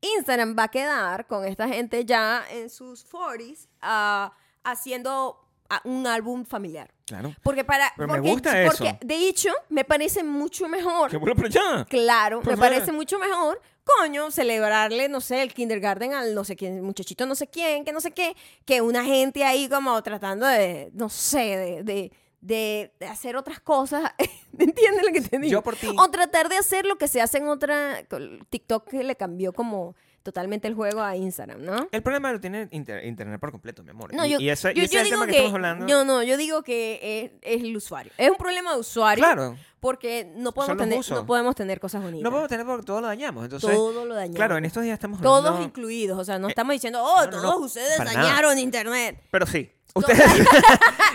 Sí.
Instagram va a quedar con esta gente ya en sus 40s ah, haciendo ah, un álbum familiar.
Claro.
Porque para...
Pero me
porque,
gusta
porque,
eso.
de hecho, me parece mucho mejor.
Que vuelvo para allá.
Claro,
Pues
me
mira.
parece mucho mejor, coño, celebrarle, no sé, el kindergarten al no sé quién, muchachito no sé quién, que no sé qué, que una gente ahí como tratando de, no sé, de, de, de- de hacer otras cosas. ¿Entiendes lo que te digo?
Yo por ti.
O tratar de hacer lo que se hace en otra. con- TikTok que le cambió como totalmente el juego a Instagram, ¿no?
El problema lo tiene inter- Internet por completo, mi amor.
No,
y,
yo,
y ese, y
yo-
ese
yo
es el
digo
tema que,
que,
estamos hablando.
yo no, yo digo que e, es, es el usuario. Es un problema de usuario
claro.
porque no podemos,
los
tener,
usos.
no podemos tener cosas bonitas.
No podemos tener porque todo lo dañamos. Entonces,
todo lo dañamos.
claro, en estos días estamos hablando.
Todos incluidos, o sea, no estamos diciendo, oh,
Eh, no, no,
todos
no,
ustedes
para nada.
dañaron internet.
Pero sí. Ustedes.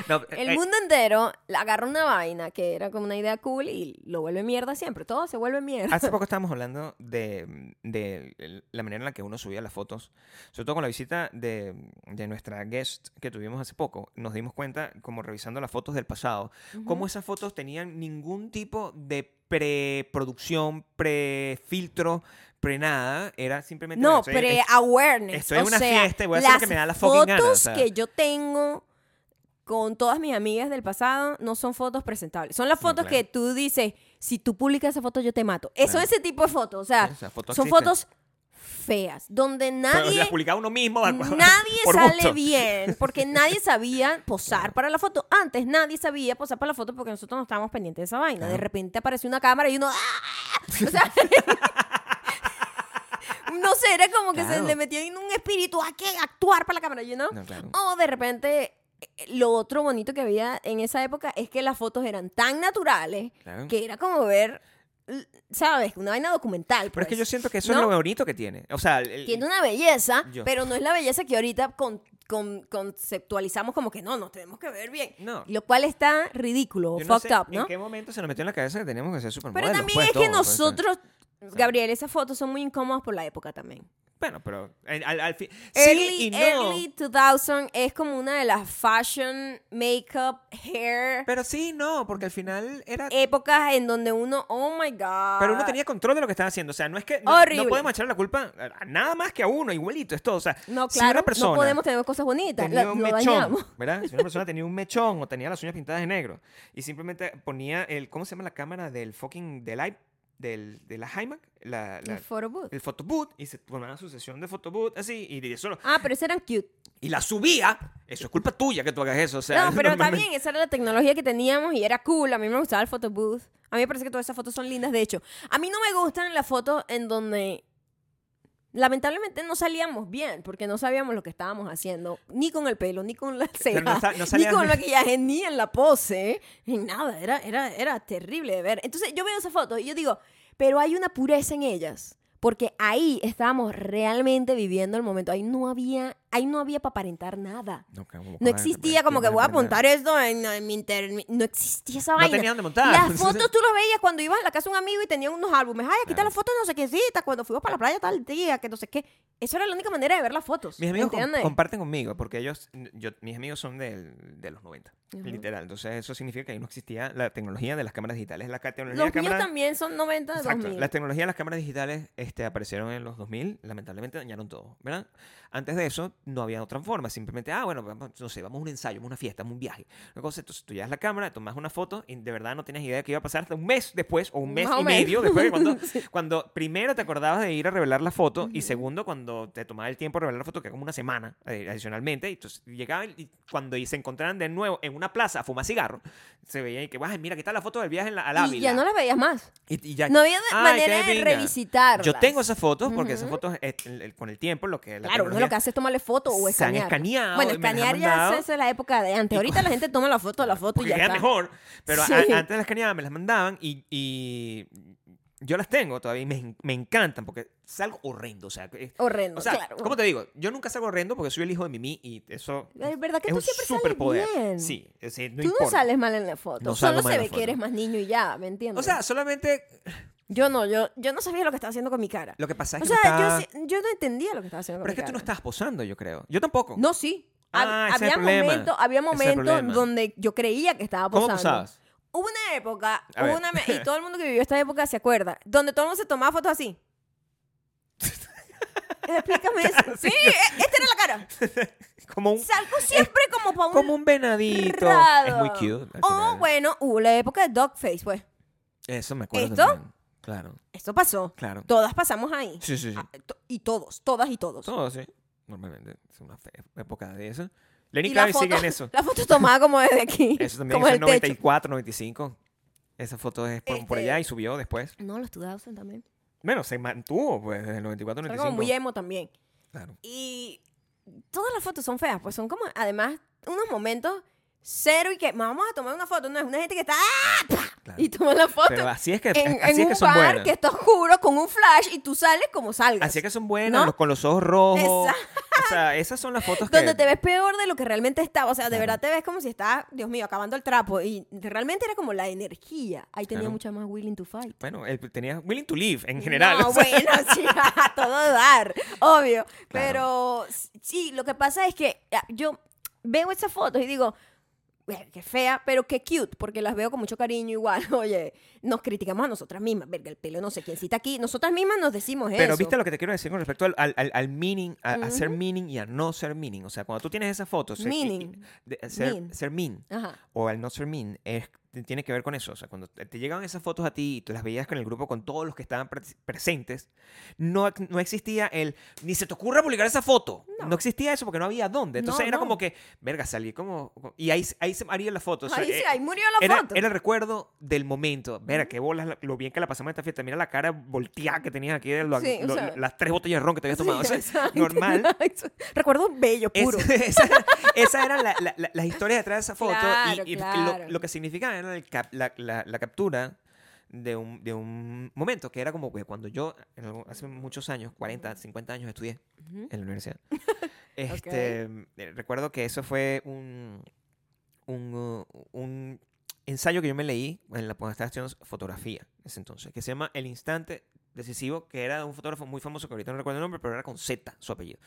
No,
El
eh,
mundo entero agarra una vaina que era como una idea cool y lo vuelve mierda siempre. Todo se vuelve mierda.
Hace poco estábamos hablando de, de la manera en la que uno subía las fotos, sobre todo con la visita de, de nuestra guest que tuvimos hace poco. Nos dimos cuenta, como revisando las fotos del pasado, Ah, cómo esas fotos tenían ningún tipo de preproducción, prefiltro, pre nada. Era simplemente.
No,
estoy- es-
pre-awareness.
estoy en
O
una
sea,
fiesta y voy a hacer lo
las
que me da la fucking
fotos
gana, o sea.
que yo tengo con todas mis amigas del pasado no son fotos presentables. Son las
No,
fotos
claro.
que tú dices, si tú publicas esa foto yo te mato. Eso
Claro.
ese tipo de fotos. O sea,
Sí, esas fotos
ah, son
existen.
fotos feas, donde
pero
nadie...
las publicaba uno mismo.
Nadie
por
sale
gusto.
bien porque nadie sabía posar para la foto. Antes nadie sabía posar para la foto porque nosotros no estábamos pendientes de esa vaina. De
Ajá.
repente apareció una cámara y uno. ¡ah! O sea, no sé, era como que se
Claro.
le metió en un espíritu hay que actuar para la cámara, you know?
No, claro.
O de repente, eh, lo otro bonito que había en esa época es que las fotos eran tan naturales
Claro.
que era como ver, l- ¿sabes? Una vaina documental.
Pero es que
pues.
yo siento que eso
No.
es lo bonito que tiene. O sea, el-
Tiene una belleza,
Yo.
pero no es la belleza que ahorita con- con- conceptualizamos como que no, nos tenemos que ver bien.
No.
Lo cual está ridículo,
Yo no
fucked
sé
up,
¿En
¿no?
qué momento se nos metió en la cabeza que teníamos que ser supermodelos?
Pero también
pues,
es que
todo, pues,
nosotros, Gabriel, esas fotos son muy incómodas por la época también.
Bueno, pero eh, al, al fin... sí y
Early,
no.
early 2000 es como una de las fashion, makeup, hair,
Pero sí y no, porque al final era...
épocas en donde uno, oh my god.
pero uno tenía control de lo que estaba haciendo. O sea, no es que... No,
Horrible.
no podemos echarle la culpa a- a nada más que a uno, igualito, es todo. O sea,
No,
si una
claro,
persona...
no podemos tener cosas bonitas,
tenía
lo,
un
lo
mechón,
dañamos.
¿verdad? Si una persona tenía un mechón o tenía las uñas pintadas de negro y simplemente ponía el, ¿cómo se llama la cámara del fucking, del iP- del, de la iMac? La, la-
El photo booth.
el photoboot y se tomaba su sesión de photoboot así y eso lo-
Ah, pero esas eran cute.
y la subía, eso es culpa tuya que tú hagas eso. O sea,
No, pero
normalmente-
también esa era la tecnología que teníamos y era cool. A mí me gustaba el photo booth. A mí me parece que todas esas fotos son lindas. De hecho, a mí no me gustan las fotos en donde lamentablemente no salíamos bien porque no sabíamos lo que estábamos haciendo, ni con el pelo, ni con la ceja,
no sa- no
ni
salías-
con el maquillaje, ni en la pose, ni nada. Era, era, era terrible de ver. Entonces yo veo esas fotos y yo digo, pero hay una pureza en ellas. Porque ahí estábamos realmente viviendo el momento. Ahí no había, ahí no había para aparentar nada.
No, que vamos a
No
poner-
existía como que
poner-
voy a
poner-
apuntar esto en, en mi inter... No existía esa vaina.
tenía dónde montar.
Las fotos tú las veías cuando ibas a la casa de un amigo y tenían unos álbumes. Ay, aquí está
Claro.
la foto de no sé qué cita, cuando fuimos para la playa tal día, que no sé qué. Esa era la única manera de ver las fotos.
Mis amigos com-
¿entiendes?
comparten conmigo porque ellos, yo- mis amigos son del- de los 90,
Ujú.
literal. Entonces eso significa que ahí no existía la tecnología de las cámaras digitales. La ca- tecnología
Los
de
míos
cámara-
también son 90 de
Exacto.
2000.
La tecnología de las cámaras digitales este, aparecieron en los 2000, lamentablemente dañaron todo, ¿verdad? Antes de eso no había otra forma, simplemente, ah, bueno, vamos, no sé, vamos a un ensayo, vamos a una fiesta, vamos a un viaje. Una cosa, entonces tú llevas la cámara, tomas una foto y de verdad no tenías idea de qué iba a pasar hasta un mes después o un mes
Más o
y
menos.
medio después de cuando, cuando primero te acordabas de ir a revelar la foto y segundo cuando te tomaba el tiempo de revelar la foto, que era como una semana eh, adicionalmente, y entonces llegaban y cuando y se encontraran de nuevo en una plaza a fumar cigarro, se veía y que, "Ay, mira, aquí está la foto del viaje en la, al
Y
Ávila.
ya no las veías más.
Y- y ya-
No había
Ay,
manera
qué
de
pinga.
revisitarlas.
Yo tengo esas fotos porque esas
Ujú.
fotos eh, el- el- con el tiempo lo que la
Claro, uno
tecnología-
lo que hace es tomarle fotos o
se han
escanear.
escaneado
Bueno,
y me las han
escanear ya
mandado.
eso es la época de antes. Ahorita la gente toma la foto de la foto y
porque
ya
queda
está.
mejor, pero a-
Sí.
a- antes las escaneaban, me las mandaban y, y yo las tengo todavía y me, en- me encantan porque salgo horrendo, o sea, eh,
Horrendo,
o sea,
claro.
¿cómo te digo? Yo nunca salgo horrendo porque soy el hijo de Mimi y eso
Es verdad que
es
tú
un
siempre sales
superpoder.
bien.
Sí, es decir, no
Tú no
importa.
sales mal en la foto.
No salgo
Solo
mal
se
en la
ve
foto.
que eres más niño y ya, ¿me entiendes?
O sea, solamente
yo no, yo, yo no sabía lo que estaba haciendo con mi cara.
lo que pasa es
o
que
sea,
no estaba-
yo, sí- yo no entendía lo que estaba haciendo con
pero es
mi
que tú no
cara.
estabas posando, yo creo. Yo tampoco.
No, sí. Ha-
Ah, ese es
había
el problema.
momentos, había
Ese es el
momentos
problema.
donde yo creía que estaba
¿Cómo
posando.
posabas?
Hubo una época,
A
hubo
ver.
una me- y todo el mundo que vivió esta época se acuerda, donde todo el mundo se tomaba fotos así. Explícame eso. Sí, e- esta era la cara.
Como un
Salgo siempre como para un
como un venadito.
raro. Oh,
Es muy cute. al
O
final.
bueno, hubo la época de Dogface, pues.
Eso me acuerdo.
¿Esto?
también. Claro,
Esto pasó.
claro.
Todas pasamos ahí.
Sí, sí, sí.
Ah, to- y todos, todas y todos.
Todo, sí. Normalmente es una fe- época de eso. Lenny
y la
Kravitz
foto,
sigue en eso.
la foto tomada como desde aquí.
Eso también
como
fue en
el techo.
94, 95. Esa foto es por, por
Este-
allá y subió después.
No, los Tudausen también.
Bueno, se mantuvo pues desde el 94,
Era
95.
como muy e- emo también.
Claro.
Y todas las fotos son feas, pues son como, además, unos momentos Cero y que vamos a tomar una foto. No, es una gente que está ¡ah! ¡Pah!
Claro.
y toma la foto
Pero así es que,
en, en
así es
un
que son
bar
buenas.
que está oscuro con un flash y tú sales como salgas.
Así es que son buenas,
¿No?
los- con los ojos rojos. O sea, esas son las fotos
Donde
que...
te ves peor de lo que realmente estaba. O sea, de
Claro.
verdad te ves como si estabas, Dios mío, acabando el trapo. Y realmente era como la energía. Ahí tenía
Claro.
mucha más willing to fight.
Bueno, el- tenías Willing to Live en general.
No,
o sea,
bueno, sí, a todo dar, obvio.
Claro.
Pero sí, lo que pasa es que ah, yo veo esas fotos y digo, "Verga, qué fea, pero qué cute, porque las veo con mucho cariño igual. Oye, nos criticamos a nosotras mismas, verga, el pelo no sé quién cita aquí. Nosotras mismas nos decimos
Pero
eso.
viste lo que te quiero decir con respecto al, al, al- al meaning, a, a ser meaning y a no ser meaning. O sea, cuando tú tienes esas fotos, ser- y- y-
Meaning.
de- ser,
Mean.
ser mean
Ajá.
o al no ser mean es- tiene que ver con eso. O sea, cuando te te llegaban esas fotos a ti y tú las veías con el grupo con todos los que estaban pre- presentes, no, no existía el ni se te ocurra publicar esa foto. No,
No.
existía eso porque no había dónde. Entonces
No,
era
no.
como que, verga, salí como. Y ahí, ahí se haría la foto. O sea,
ahí, sí,
eh,
ahí murió la
era,
foto.
era el recuerdo del momento. Mira, qué bolas, la- lo bien que la pasamos en esta fiesta. Mira la cara volteada que tenías aquí, de lo-
Sí, o
lo-
sea.
las tres botellas de ron que te habías
Sí,
tomado. O sea,
exacto.
normal.
Recuerdo bello,
Es-
puro.
esa, esa era la, la- la- las historias detrás de esa foto.
Claro,
y y lo-
claro.
lo, que significaba era el cap- la, la- la captura de un, de un momento que era como que cuando yo, en algún- hace muchos años, 40, 50 años, estudié
Ujú.
en la universidad. Este, eh, Recuerdo que eso fue un, un, uh, un ensayo que yo me leí en la, cuando estaba estudiando fotografía en ese entonces, que se llama El Instante Decisivo, que era de un fotógrafo muy famoso, que ahorita no recuerdo el nombre, pero era con Z su apellido.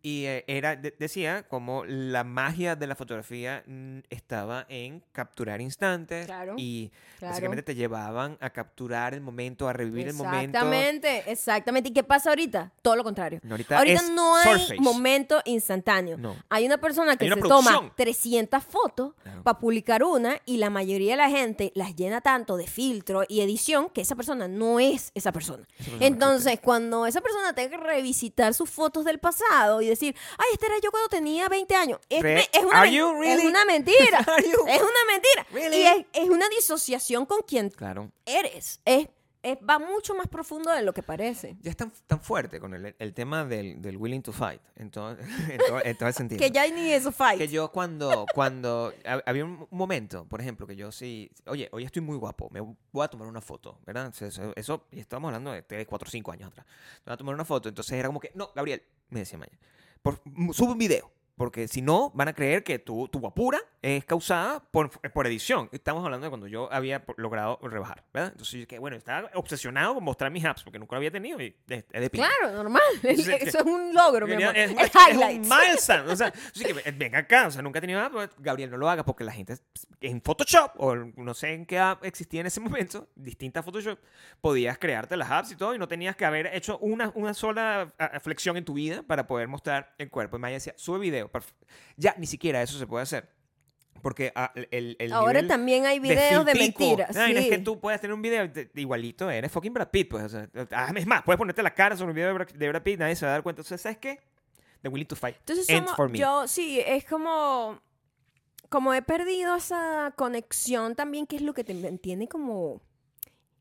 Y eh, era, de- decía como la magia de la fotografía mm, estaba en capturar instantes
Claro,
y
Claro.
básicamente te llevaban a capturar el momento, a revivir el momento.
Exactamente, exactamente. ¿Y qué pasa ahorita? Todo lo contrario.
No, Ahorita,
Ahorita
es
no hay
surface.
momento instantáneo.
No.
Hay una persona que
Hay una
se
producción.
toma 300 fotos
Claro.
para publicar una y la mayoría de la gente las llena tanto de filtro y edición que esa persona no es esa persona.
Esa persona no
Entonces, cuando esa persona tenga que revisitar sus fotos del pasado y decir, ay, esta era yo cuando tenía 20 años, es,
Re-
me- es una,
Are
men-
you
es
really?
una mentira.
Are you-
Es una mentira.
Really?
Y es, es una disociación con quien
Claro.
eres. Es, es- va mucho más profundo de lo que parece.
Ya es tan, tan fuerte con el, el tema del, del willing to fight. En todo, en todo, en todo el sentido.
Que ya ni eso fight.
Que yo cuando, cuando ha- había un momento, por ejemplo, que yo sí, oye, hoy estoy muy guapo, me voy a tomar una foto, ¿verdad? Eso- Eso, eso- y estábamos hablando de 3, 4, 5 años atrás. Me voy a tomar una foto, entonces era como que, no, Gabriel, me decía Maya, por, m- sube un video, porque si no, van a creer que tu, tu guapura es causada por, por edición. Estamos hablando de cuando yo había por- logrado rebajar, ¿verdad? Entonces yo que, bueno, estaba obsesionado con mostrar mis apps, porque nunca lo había tenido y es, es de pinga.
Claro, normal.
Sí, sí.
Eso es un logro, mi
Quería-
amor.
Es,
Es,
una- es
highlights.
un milestone. O sea, así que eh, ven acá. O sea, nunca he tenido nada. pero, Gabriel, no lo haga porque la gente pues, en Photoshop o en- no sé en qué app existía en ese momento, distinta a Photoshop, podías crearte las apps y todo y no tenías que haber hecho una, una sola a- a flexión en tu vida para poder mostrar el cuerpo. Y Maya decía, sube video. perf- Ya ni siquiera eso se puede hacer. Porque ah, el, el- el
Ahora
nivel
también hay videos de,
filtrico.
mentiras.
No, y no es
sí.
que tú puedas tener un video y te- igualito, eres fucking Brad Pitt. Pues, o sea, ah, es más, puedes ponerte la cara sobre un video de Brad, de Brad Pitt, nadie se va a dar cuenta. Entonces, ¿sabes qué? The Willing to Fight.
Entonces
ends
somos-
for me.
yo sí, es como como he perdido esa conexión también que es lo que te mantiene como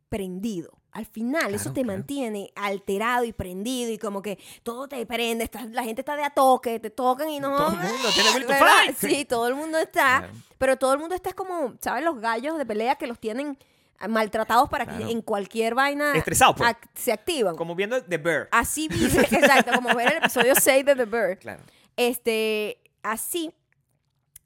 prendido. Al final eso
Claro,
te
claro.
mantiene alterado y prendido y como que todo te prende, estás- la gente está de a toque, te tocan y no
Todo el mundo tiene Will to
¿verdad?
Fight.
Sí, ah, todo el mundo está,
Claro.
pero todo el mundo está es como, ¿sabes? Los gallos de pelea que los tienen ah, maltratados para
Claro.
que en cualquier vaina
Estresado, pues.
ac- se activan.
Como viendo The Bear.
Así vive, exacto, como ver el episodio 6 de The Bird.
Claro.
Este, así,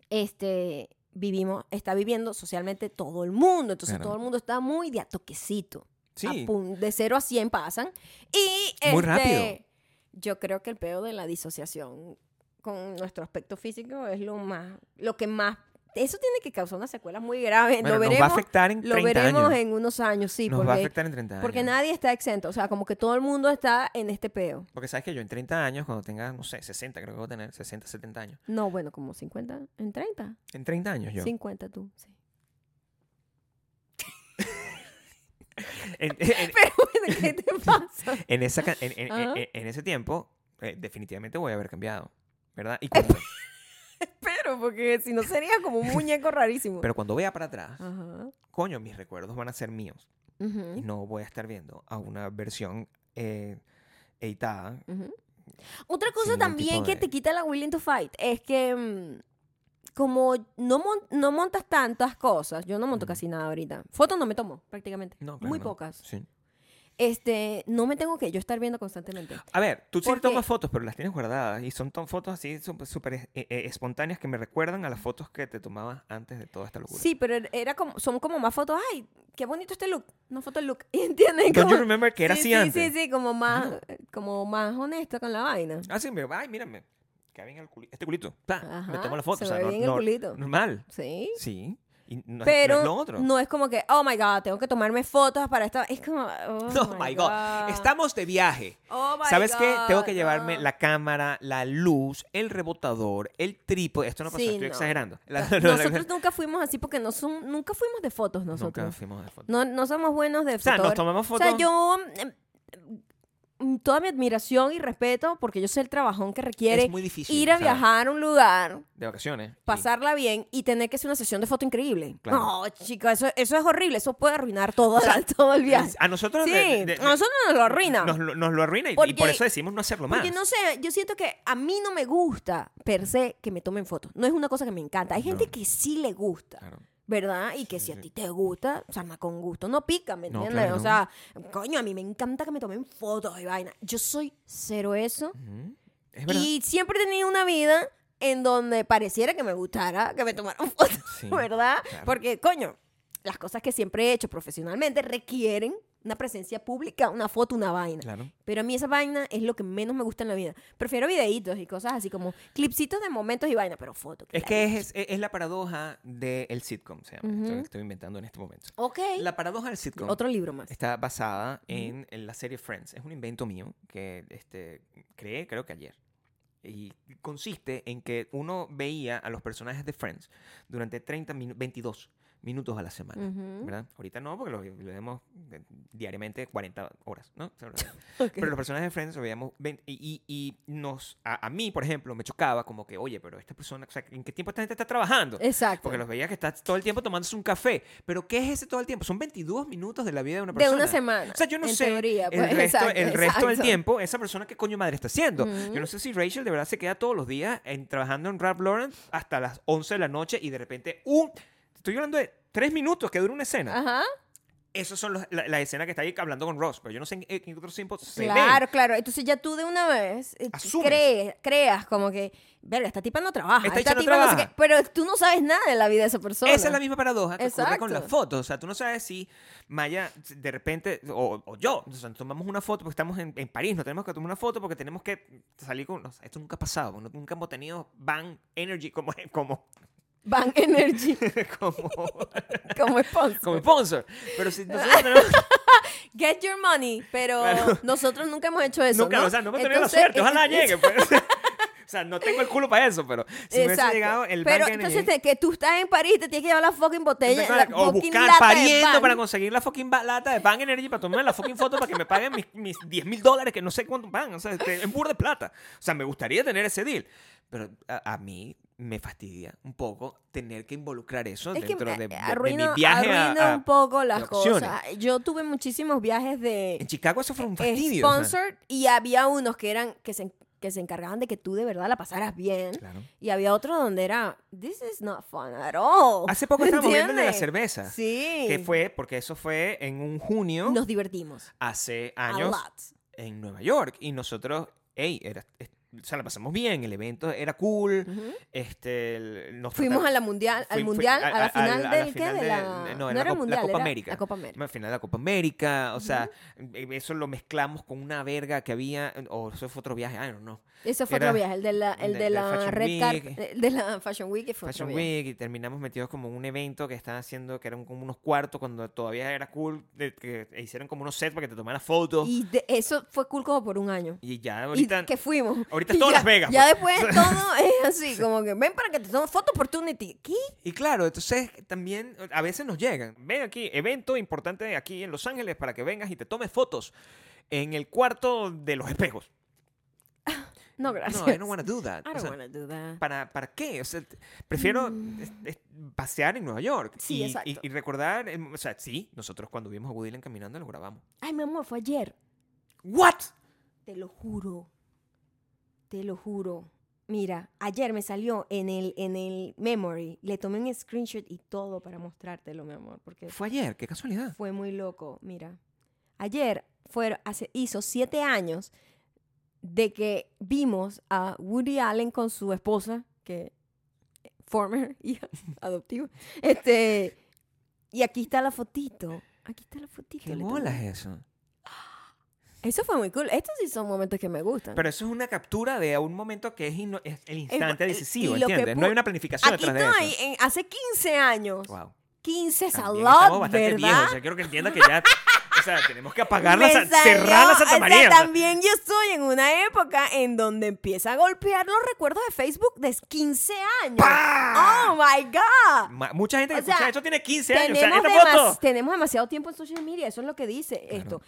este, vivimos, está viviendo socialmente todo el mundo. Entonces
Claro.
todo el mundo está muy de a toquecito.
Sí.
A pun- de 0 a 100 pasan. Y este,
Muy rápido.
Yo creo que el peor de la disociación con nuestro aspecto físico es lo más, lo que más. Eso tiene que causar una secuela muy grave.
Bueno,
lo
nos va a
veremos,
afectar en
lo
30
veremos
años.
en unos años, sí.
Nos
porque,
va a afectar en 30 años.
porque nadie está exento. O sea, como que todo el mundo está en este peo.
Porque sabes que yo en 30 años, cuando tenga, no sé, 60, creo que voy a tener 60, 70 años.
No, bueno, como 50, en 30.
En 30 años yo.
50 tú, sí.
En- en-
Pero bueno, ¿qué te pasa?
en esa ca- en- en-
Ajá.
en- en ese tiempo, eh, definitivamente voy a haber cambiado. ¿Verdad? Y cuando-
Pero porque si no sería como un muñeco rarísimo.
pero cuando vea para atrás,
Ajá.
coño, mis recuerdos van a ser míos.
Ah. Ujú,
y no voy a estar viendo a una versión eh, editada.
ujú. Otra cosa
Sin ningún
también
tipo
que
de-
te quita la willing to fight es que mm, como no, mon- no montas tantas cosas, yo no monto casi nada ahorita. Fotos no me tomo, prácticamente.
No, claro,
Muy
no.
pocas.
Sí.
Este, no me tengo que yo estar viendo constantemente.
A ver, tú sí
Porque-
tomas fotos, pero las tienes guardadas. Y son to- fotos así sup- súper es- eh, eh, espontáneas que me recuerdan a las fotos que te tomabas antes de toda esta locura.
Sí, pero er- era como, son como más fotos. Ay, qué bonito este look. No foto el look. ¿Entienden?
Don't you
Como-
remember que era
sí,
así
sí,
antes?
Sí, sí, como más, como más honesto con la vaina.
Ah, sí, me ay, mírame. Cae bien el culi- este culito. Pa, me
Ajá,
tomo la foto.
se
o sea,
ve
no-
bien el
no-
culito.
Normal.
Sí.
Sí. Y no es- no es
Pero
lo
no
otro.
es, como que, oh my god, tengo que tomarme fotos para esta. Es como, oh,
No, my God. Ah. Estamos de viaje.
Oh my
¿Sabes qué? Tengo que
God,
llevarme
no.
la cámara, la luz, el rebotador, el trípode. Esto no pasó,
Sí,
estoy
no.
exagerando. La- la- la-
Nosotros nunca fuimos así porque no son, nunca fuimos de fotos
Nunca
nosotros.
fuimos de foto.
No, no somos buenos de
O sea,
fotos.
nos tomamos
O
fotos.
sea, yo. eh, mm, Toda mi admiración y respeto porque yo sé el trabajón que requiere
es muy difícil.
ir a
¿sabes?
viajar a un lugar,
De vacaciones. y-
pasarla bien y tener que hacer una sesión de foto increíble.
Claro.
No, chica, eso, eso es horrible. Eso puede arruinar todo, la- todo el viaje.
A nosotros
Sí,
de- de- de-
a nosotros nos lo arruina.
Nos, lo- nos lo arruina y, y por
Porque-
eso decimos no hacerlo más.
Porque no sé, yo siento que a mí no me gusta per se que me tomen fotos. No es una cosa que me encanta. Hay gente
No.
que sí le gusta,
Claro.
¿verdad? Y que
Sí,
si
sí.
a ti te gusta, o sea, más con gusto. No pica, ¿me
No,
entiendes?
claro,
o
no.
sea, coño, a mí me encanta que me tomen fotos y vaina. Yo soy cero eso.
Ujú. Es verdad.
Y siempre he tenido una vida en donde pareciera que me gustara que me tomaran fotos,
Sí,
¿verdad?
claro.
Porque, coño, las cosas que siempre he hecho profesionalmente requieren una presencia pública, una foto, una vaina.
Claro.
Pero a mí esa vaina es lo que menos me gusta en la vida. Prefiero videitos y cosas así como clipsitos de momentos y vaina, pero fotos.
Es que es, es- es la paradoja del sitcom, se llama. Esto
Ujú.
que estoy inventando en este momento.
Ok.
La este paradoja del sitcom.
Otro libro más.
Está basada en, en la serie Friends. Es un invento mío que este, creé, creo que ayer. Y consiste en que uno veía a los personajes de Friends durante 30 minu- 22 minutos a la semana.
Ujú.
¿Verdad? Ahorita no, porque lo, lo vemos eh, diariamente 40 horas, ¿no?
Ok.
Pero los personajes de Friends lo veíamos 20 y, y- y nos, a, a mí, por ejemplo, me chocaba como que, oye, pero esta persona, o sea, ¿en qué tiempo esta gente está trabajando?
Exacto.
Porque los veía que está todo el tiempo tomándose un café. ¿Pero qué es ese todo el tiempo? Son 22 minutos de la vida de una
De
persona.
una semana.
O sea, yo no
en
sé.
Teoría,
el
pues,
resto,
exacto,
el resto del
exacto.
tiempo, esa persona, ¿qué coño madre está haciendo?
Ujú.
Yo no sé si Rachel de verdad se queda todos los días en- trabajando en Rap Lauren hasta las 11 de la noche y de repente un. Estoy hablando de tres minutos que dura una escena.
Ajá.
Esas son los- la, la escena que está ahí hablando con Ross, pero yo no sé en, en qué otro tiempo se ve.
Claro, claro. Entonces ya tú de una vez eh,
Asumes.
crees, creas como que, verga, esta tipa no trabaja.
Esta
esta
bicha no
tipa no sé
trabaja.
qué. Pero tú no sabes nada de la vida de esa persona.
Esa es la misma paradoja que ocurre con las
Exacto.
fotos. O sea, tú no sabes si Maya de repente, o, o yo, o sea, tomamos una foto porque estamos en, en París, no tenemos que tomar una foto porque tenemos que salir con... o sea, esto nunca ha pasado, no- nunca hemos tenido Van Energy como, como,
Van Energy
como,
como sponsor.
como sponsor. Pero si nosotros tenemos...
Get your money. Pero
Claro.
nosotros nunca hemos hecho eso.
nunca,
¿no?
o sea, no hemos tenido la
Entonces,
suerte, ojalá
eh,
llegue. pues. O sea, no tengo el culo para eso, pero si me hubiese
Exacto.
llegado el
Pero
Van
entonces
Energy...
de que tú estás en París te tienes que llevar la fucking botella,
Tengo
la
la- o
fucking
buscar
lata de
pariendo
pan.
para conseguir la fucking ba- lata de Bang Energy para tomar la fucking foto para que me paguen mis, mis 10 mil dólares, que no sé cuánto pagan. O sea, este, es burda de plata. O sea, me gustaría tener ese deal. Pero a, a mí me fastidia un poco tener que involucrar eso
es que
dentro de- de,
eh,
de
arruina,
mi viaje a-
arruina
a-
un poco las
de opciones.
cosas. Yo tuve muchísimos viajes
En
de
Chicago eso fue un
eh,
fastidio. o sea.
sponsored y había unos que eran que se, que se encargaban de que tú de verdad la pasaras bien
Claro.
y había otro donde era this is not fun at all.
Hace poco estábamos viendo el de la
¿Entiendes?
cerveza.
Sí.
Que fue, porque eso fue en un junio
Nos divertimos.
hace
A
años.
lot.
en Nueva York y nosotros, hey, era, es- o sea, la pasamos bien, el evento era cool,
Ujú.
este, el- nos
Fuimos
trataron-
a la mundial, al
fui- fui-
mundial, a, la final
a
del qué
final
de
de-
la
no, era la
el
Cop- la
mundial,
Copa
era
América.
La Copa América.
al final de la Copa América, o sea, eh, eso lo mezclamos con una verga que había, o eso fue otro viaje, I don't know,
Ese fue
Era
otro viaje, el de la, el
de-
de,
del
la
Fashion
Red
Week.
Carpet, el de la Fashion Week que fue
Fashion
otro viaje.
Week, y terminamos metidos como en un evento que estaban haciendo, que eran como unos cuartos cuando todavía era cool, de- que hicieron como unos sets para que te tomaras fotos,
Y
y,
de- eso fue cool como por un año.
ya
y
ahorita...
que fuimos.
ahorita
Y
es todo
ya-
Las Vegas,
Ya
pues.
después todo es así, como que ven para que te tomen foto opportunity. ¿Qué?
Y claro, entonces también eh, a veces nos llegan. Ven aquí, evento importante aquí en Los Ángeles para que vengas y te tomes fotos en el cuarto de los espejos.
No, gracias.
No, I don't wanna do that.
I don't
O sea,
wanna do that.
¿para, ¿Para qué? O sea, t- prefiero es- es pasear en Nueva York.
Sí,
y,
exacto.
Y, y recordar, eh, o sea, sí, nosotros cuando vimos a Woody Allen caminando lo grabamos.
Ay, mi amor, fue ayer.
¿What?
Te lo juro. Te lo juro. Mira, ayer me salió en el, en el memory, le tomé un screenshot y todo para mostrártelo, mi amor, porque
Fue ayer, qué casualidad.
fue muy loco. Mira, ayer fue, hace, hizo siete años de que vimos a Woody Allen con su esposa, que eh, former hija adoptiva, este, y aquí está la fotito. Aquí está la fotito.
¿Qué
le
bola
tomé.
es eso?
Eso fue muy cool. Estos sí son momentos que me gustan.
Pero eso es una captura de un momento que es, ino- es el instante
el-
decisivo,
y lo que
¿entiendes?
pu-
No hay una planificación
Aquí
detrás de
estoy,
eso.
en- hace 15 años.
Wow.
15 es a
También
lot,
estamos bastante
¿verdad?
viejos. O sea, quiero que entienda que ya... O sea, tenemos que apagar la...
Me
Sa-
salió-
cerrar la
o sea,
Santa María. o sea.
también yo estoy en una época en donde empieza a golpear los recuerdos de Facebook de 15 años.
¡Pah!
¡Oh, my God!
Ma- Mucha gente
O
que escucha
sea,
esto tiene 15 años. O sea,
Tenemos,
esta
demas-
foto...
tenemos demasiado tiempo en social media, eso es lo que dice esto.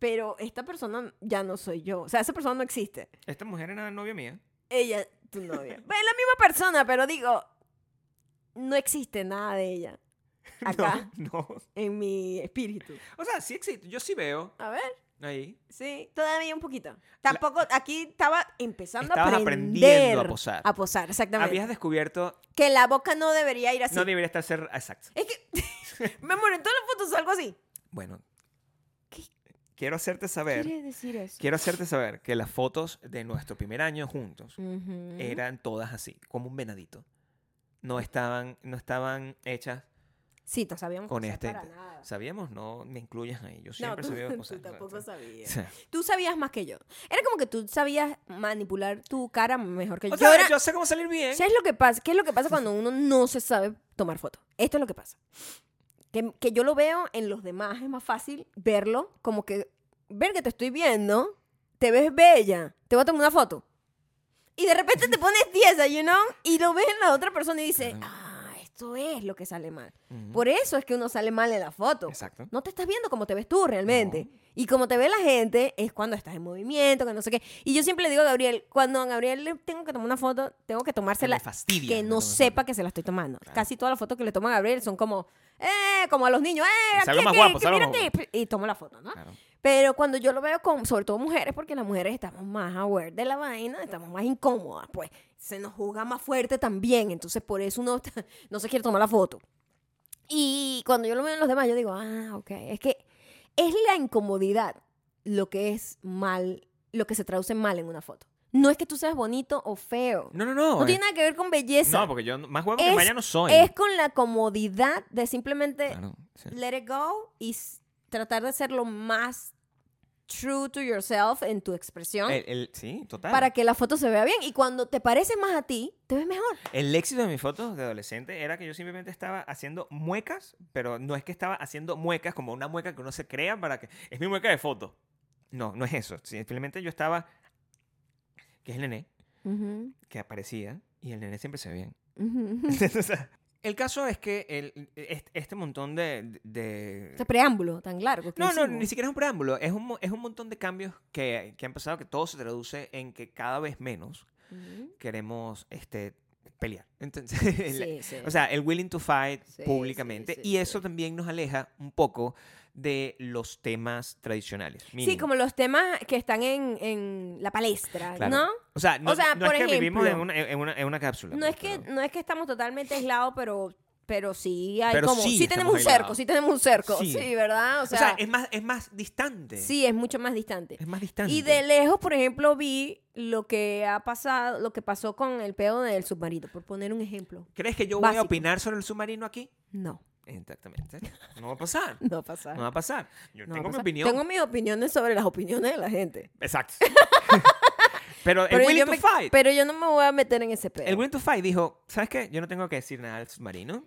Pero esta persona ya no soy yo. O sea, esa persona no existe.
Esta mujer era novia mía.
Ella, tu novia. es la misma persona, pero digo, no existe nada de ella acá
No, no.
en mi espíritu.
O sea, sí existe. Yo sí veo
A ver.
ahí.
Sí, todavía un poquito. Tampoco, aquí estaba empezando a
Estabas
aprender.
aprendiendo a posar.
A posar, exactamente.
Habías descubierto...
Que la boca no debería ir así.
No debería estar ser... Exacto.
Es que, me muero, en todas las fotos salgo así.
Bueno.
¿Qué
Quiero hacerte saber...
quiere decir eso?
Quiero hacerte saber que las fotos de nuestro primer año juntos
Ujú.
eran todas así, como un venadito. No estaban, no estaban hechas
Sí, no sabíamos
con
posar
este.
para nada.
¿Sabíamos? No me incluyas ahí. Yo
No,
siempre
tú,
sabía
tú
cosas. no,
tampoco
no.
sabías.
O sea,
Tú sabías más que yo. Era como que tú sabías manipular tu cara mejor que
o
yo.
sea,
Era-
yo sé cómo salir bien.
¿Sabes lo que pasa? ¿Qué es lo que pasa cuando uno no se sabe tomar fotos? Esto es lo que pasa. Que, que yo lo veo en los demás, es más fácil verlo, como que, ver que te estoy viendo, te ves bella, te voy a tomar una foto. Y de repente te pones tiesa, you know, y lo ves en la otra persona y dices,
Claro.
ah, esto es lo que sale mal.
Ujú.
Por eso es que uno sale mal en la foto.
Exacto.
No te estás viendo como te ves tú realmente. Y como te ve la gente es cuando estás en movimiento, que no sé qué. Y yo siempre le digo a Gabriel, cuando a Gabriel le tengo que tomar una foto, tengo que
Que me
tomársela
fastidia.
que
me
no
tomen
sepa
fotos.
que se la estoy tomando.
Claro.
Casi todas las fotos que le toman a Gabriel son como, eh, como a los niños, eh,
Salgo
aquí,
más
aquí,
guapo,
aquí,
salgo más
mírate. Y tomo la foto, ¿no?
Claro.
Pero cuando yo lo veo con, sobre todo mujeres, porque las mujeres estamos más aware de la vaina, estamos más incómodas, pues se nos juzga más fuerte también, entonces por eso uno está- no se quiere tomar la foto. Y cuando yo lo veo en los demás, yo digo, ah, ok, es que es la incomodidad lo que es mal, lo que se traduce mal en una foto. No es que tú seas bonito o feo. No,
No, no, no.
tiene
eh,
nada que ver con belleza.
no, porque yo no- más huevo que
Es- este
mañana no soy.
es con la comodidad de simplemente
Claro, sí.
let it go y s- tratar de ser lo más true to yourself en tu expresión
El- el- sí, total.
para que la foto se vea bien. Y cuando te pareces más a ti, te ves mejor.
El éxito de mis fotos de adolescente era que yo simplemente estaba haciendo muecas, pero no es que estaba haciendo muecas como una mueca que uno se crea para que... Es mi mueca de foto. No, no es eso. Simplemente yo estaba... Que es el nené, que aparecía y el nené siempre se ve bien. O sea, el caso es que el- est- este montón de... de-
Este preámbulo tan largo. que
No, no,
hicimos.
ni siquiera es un preámbulo. Es un, mo- es un montón de cambios que, que han pasado que todo se traduce en que cada vez menos
Ujú.
queremos este, pelear. Entonces, la-
Sí, sí.
o sea, el willing to fight
Sí, sí,
públicamente.
sí,
y
sí.
eso también nos aleja un poco de los temas tradicionales.
Sí,
mínimo.
como los temas que están en, en la palestra,
Claro.
¿no?
O sea, no,
O sea,
no es
por
que vivimos en
ejemplo,
una, en una- en una cápsula.
No
pues,
es que,
pero-
no es que estamos totalmente aislados, pero, pero sí hay
Pero
como...
sí
Sí, tenemos
estamos
un cerco,
aislados.
sí tenemos un cerco.
Sí.
Sí, ¿verdad? O
O sea,
sea,
es, más, es más distante.
sí, es mucho más distante.
Es más distante.
Y de lejos, por ejemplo, vi lo que ha pasado, lo que pasó con el pedo del submarino, por poner un ejemplo.
¿Crees que yo voy a
Básico.
opinar sobre el submarino aquí?
No,
Exactamente. No va a pasar.
no pasa.
No va a pasar. Yo
no va a
tengo mi
pasar.
opinión.
Tengo mis opiniones sobre las opiniones de la gente.
Exacto. pero el
Pero
willing
yo,
to
me-
fight.
pero yo no me voy a meter en ese pedo.
Eh, El willing to fight dijo, ¿sabes qué? Yo no tengo que decir nada al submarino.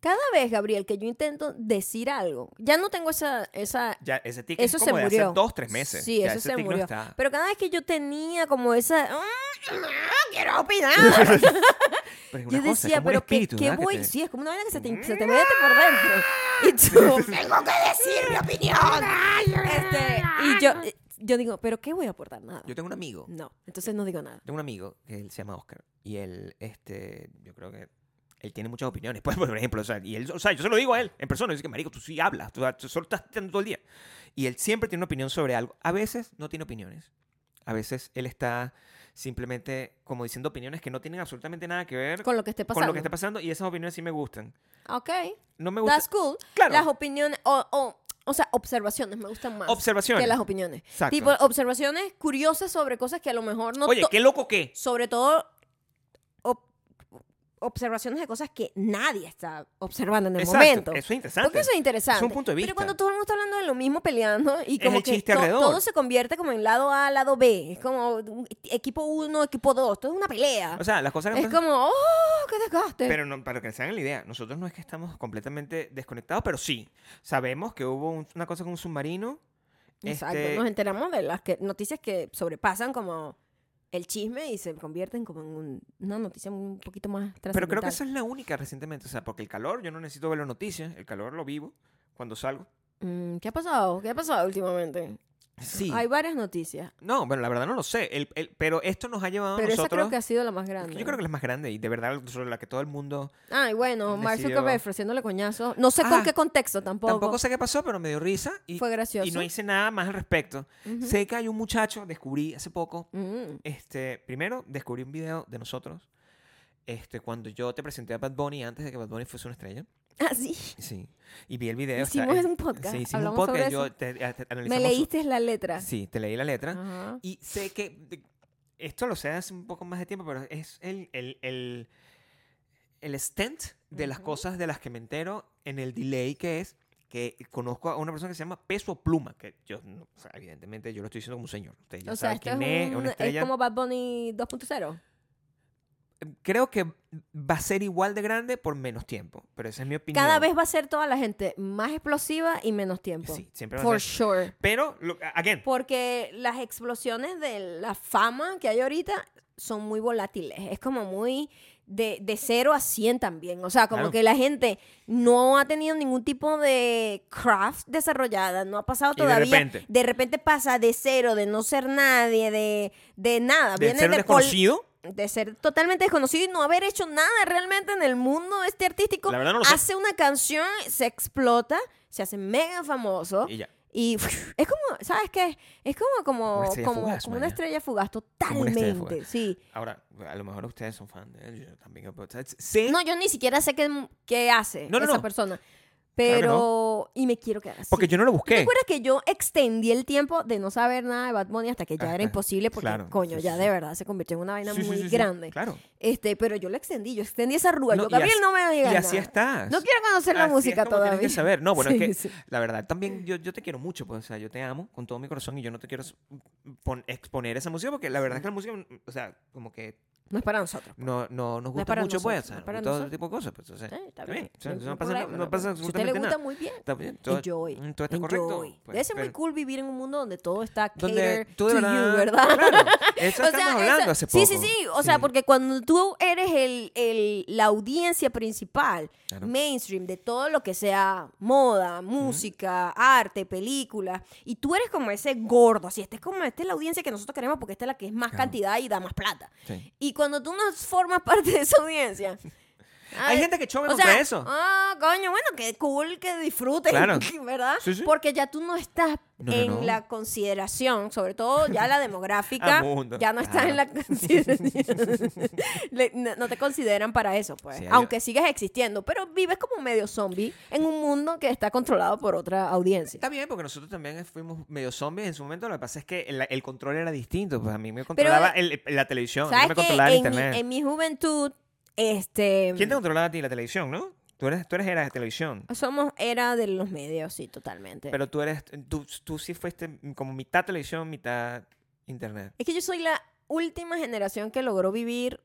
Cada vez, Gabriel, que yo intento decir algo, ya no tengo esa... esa
Ya ese ticket
eso
es como
se
de
murió.
hace dos, tres meses.
Sí,
Ya
eso
ese
se
tic no
murió.
está.
Pero cada vez que yo tenía como esa... "Mm, no quiero opinar.
Pero es
Yo
una cosa,
decía,
como
pero
un
¿qué,
espíritu,
qué
¿verdad? Que
voy?
te-
Sí, es como una vaina que se te, se te mete por dentro. Y tú, tengo que decir mi opinión. Este, y yo, yo digo, ¿pero qué voy a aportar? Nada.
Yo tengo un amigo.
No, entonces no digo nada.
Tengo un amigo que él se llama Oscar. Y él, este, yo creo que él tiene muchas opiniones. Pues, por ejemplo, o sea, y él, o sea, yo se lo digo a él en persona. Dice que, marico, tú sí hablas. Tú, tú solo estás tirando todo el día. Y él siempre tiene una opinión sobre algo. A veces no tiene opiniones. A veces él está simplemente como diciendo opiniones que no tienen absolutamente nada que ver
Con lo que esté pasando.
con lo que está pasando y esas opiniones sí me gustan.
Ok.
No me gustan
That's cool.
Claro.
Las opiniones, o, o, o sea, observaciones me gustan más
observaciones.
que las opiniones.
Exacto.
Tipo, observaciones curiosas sobre cosas que a lo mejor no...
Oye,
to-
qué loco que.
Sobre todo ob- observaciones de cosas que nadie está observando en el
Exacto,
momento.
Eso es interesante.
Porque eso es interesante.
Es un punto de vista.
Pero cuando todo el mundo está hablando de lo mismo peleando y
Es
como
el
que
chiste
to-
alrededor.
todo se convierte como en lado A, lado B. Es como un equipo 1, equipo 2. Todo es una pelea.
O sea, las cosas que
es
pasan-
como, ¡oh, qué desgaste!
Pero no, para que se hagan la idea, nosotros no es que estamos completamente desconectados, pero sí, sabemos que hubo un- una cosa con un submarino.
Exacto.
este,
Nos enteramos de las que- noticias que sobrepasan como el chisme y se convierten como en un- una noticia un poquito más
pero creo que
trascendental.
esa es la única recientemente, o sea, porque el calor, yo no necesito ver las noticias, el calor lo vivo cuando salgo.
Mm, ¿Qué ha pasado? ¿Qué ha pasado últimamente?
Sí.
Hay varias noticias,
No, bueno, la verdad no lo sé, el- el- pero esto nos ha llevado
pero
a nosotros...
esa creo que ha sido la más grande.
Yo creo que es la más grande y de verdad sobre la que todo el mundo...
Ay, bueno, Mark
Decidió-
Zuckerberg ofreciéndole coñazo. No sé
Ah,
con qué contexto tampoco.
Tampoco sé qué pasó, pero me dio risa y,
Fue gracioso.
y no hice nada más al respecto.
Ujú.
Sé que hay un muchacho, descubrí hace poco,
Mm.
Este, primero descubrí un video de nosotros. Este, cuando yo te presenté a Bad Bunny antes de que Bad Bunny fuese una estrella.
Ah, sí.
Sí. Y vi el video.
Hicimos
es-
un podcast,
Sí, hicimos
hablamos
un podcast.
sobre
Yo
eso.
te, a- te-
Me
analizamos su-
leíste la letra. Ah.
Sí, te leí la letra.
Ajá.
Y sé que. de- Esto lo sé hace un poco más de tiempo, pero es el, el, el, el extent de las
Ujú.
cosas de las que me entero en el delay que es que conozco a una persona que se llama Peso Pluma, que yo, no- o sea, evidentemente, yo lo estoy diciendo como un señor. Ustedes ya
O sea,
saben
esto
quién es,
es,
es
un-
una
es
estrella.
como Bad Bunny 2.0.
creo que va a ser igual de grande por menos tiempo. Pero esa es mi opinión.
Cada vez va a ser toda la gente más explosiva y menos tiempo.
Sí, siempre va a
For
ser.
sure.
Pero, lo- again,
Porque las explosiones de la fama que hay ahorita son muy volátiles. Es como muy de, de 0 a 100 también. O sea, como
Claro.
que la gente no ha tenido ningún tipo de craft desarrollada, no ha pasado
Y de
todavía.
repente.
de repente pasa de cero, de no ser nadie, de, de nada.
de
Viene
ser un
de col-
desconocido,
de ser totalmente desconocido y no haber hecho nada realmente en el mundo este artístico.
La verdad no lo sé.
hace una canción, se explota, se hace mega famoso
y ya.
y es como, ¿sabes qué? Es como como
Una
como,
estrella fugaz,
como una
maña.
estrella fugaz
una estrella
totalmente,
fugaz.
sí.
Ahora, a lo mejor ustedes son fan de él. Yo también. pero, o sea, Sé,
No, yo ni siquiera sé qué, qué hace
Eh. No, no,
esa
no.
persona.
que
Pero y me quiero quedar así.
porque yo no lo busqué.
¿Te acuerdas que yo extendí el tiempo de no saber nada de Bad Bunny hasta que ya
Hasta-
era imposible porque
Ah, claro,
coño,
sí,
ya
sí,
de
sí.
verdad se convirtió en una vaina
Sí, sí,
muy
sí, sí,
grande.
Claro.
Este, pero yo lo extendí, yo extendí esa rúa.
No,
yo,
y
Gabriel,
así-
no me
Y
digas
así
nada.
estás.
No quiero conocer la
Así es
música
como
todavía.
Tienes que saber. No, bueno,
Sí,
es que
sí.
la verdad también yo, yo te quiero mucho, pues, o sea, yo te amo con todo mi corazón y yo no te quiero pon- exponer esa música porque la verdad es que la música, o sea, como que
No es para nosotros.
no, no nos
No es
gusta
para
mucho, pues,
nosotros,
o sea,
no es
nos
para
gusta todo
nosotros.
tipo de cosas, pues, o sea,
Sí, está
está bien,
bien.
o sea,
ningún
no pasa-
problema,
no pasa
Si a usted le
absolutamente
gusta
nada.
muy bien.
Está bien, todo-
Enjoy.
mm, todo está correcto,
Enjoy.
pues,
Debe ser muy
pero-
cool vivir en un mundo donde todo está
Donde
catered
tú de
to
verdad,
you, ¿verdad?
Claro, eso
O sea,
estamos
esa-
hablando hace poco.
Sí, sí, sí. O sea, porque cuando tú eres el, el- la audiencia principal,
Claro.
mainstream, de todo lo que sea moda, música, arte, películas, y tú eres como ese gordo, así, este es como, esta es la audiencia que nosotros queremos porque esta es la que es más
Claro.
cantidad y da más plata.
Sí.
Y cuando tú no formas parte de esa audiencia...
Hay
ay,
gente que
o
choca contra
sea,
eso.
Ah, coño, bueno, qué cool que disfruten,
Claro.
¿verdad?
Sí, sí.
Porque ya tú no estás
No, no,
en
no.
la consideración, sobre todo ya la demográfica,
Ah, mundo.
ya no estás
Ah.
en la consideración. Le- no, no te consideran para eso, pues.
Sí, hay-
Aunque sigas existiendo, pero vives como medio zombie en un mundo que está controlado por otra audiencia.
Está bien, porque nosotros también fuimos medio zombies en su momento. Lo que pasa es que el, el control era distinto. Pues a mí me controlaba el- el- la televisión, a mí no me
¿Sabes qué?
controlaba el
En mi,
internet.
en mi juventud, este...
¿Quién te controlaba a ti? La televisión, ¿no? Tú eres, tú eres era de televisión.
Somos era de los medios, sí, totalmente.
Pero tú eres, tú, tú sí fuiste como mitad televisión, mitad internet.
Es que yo soy la última generación que logró vivir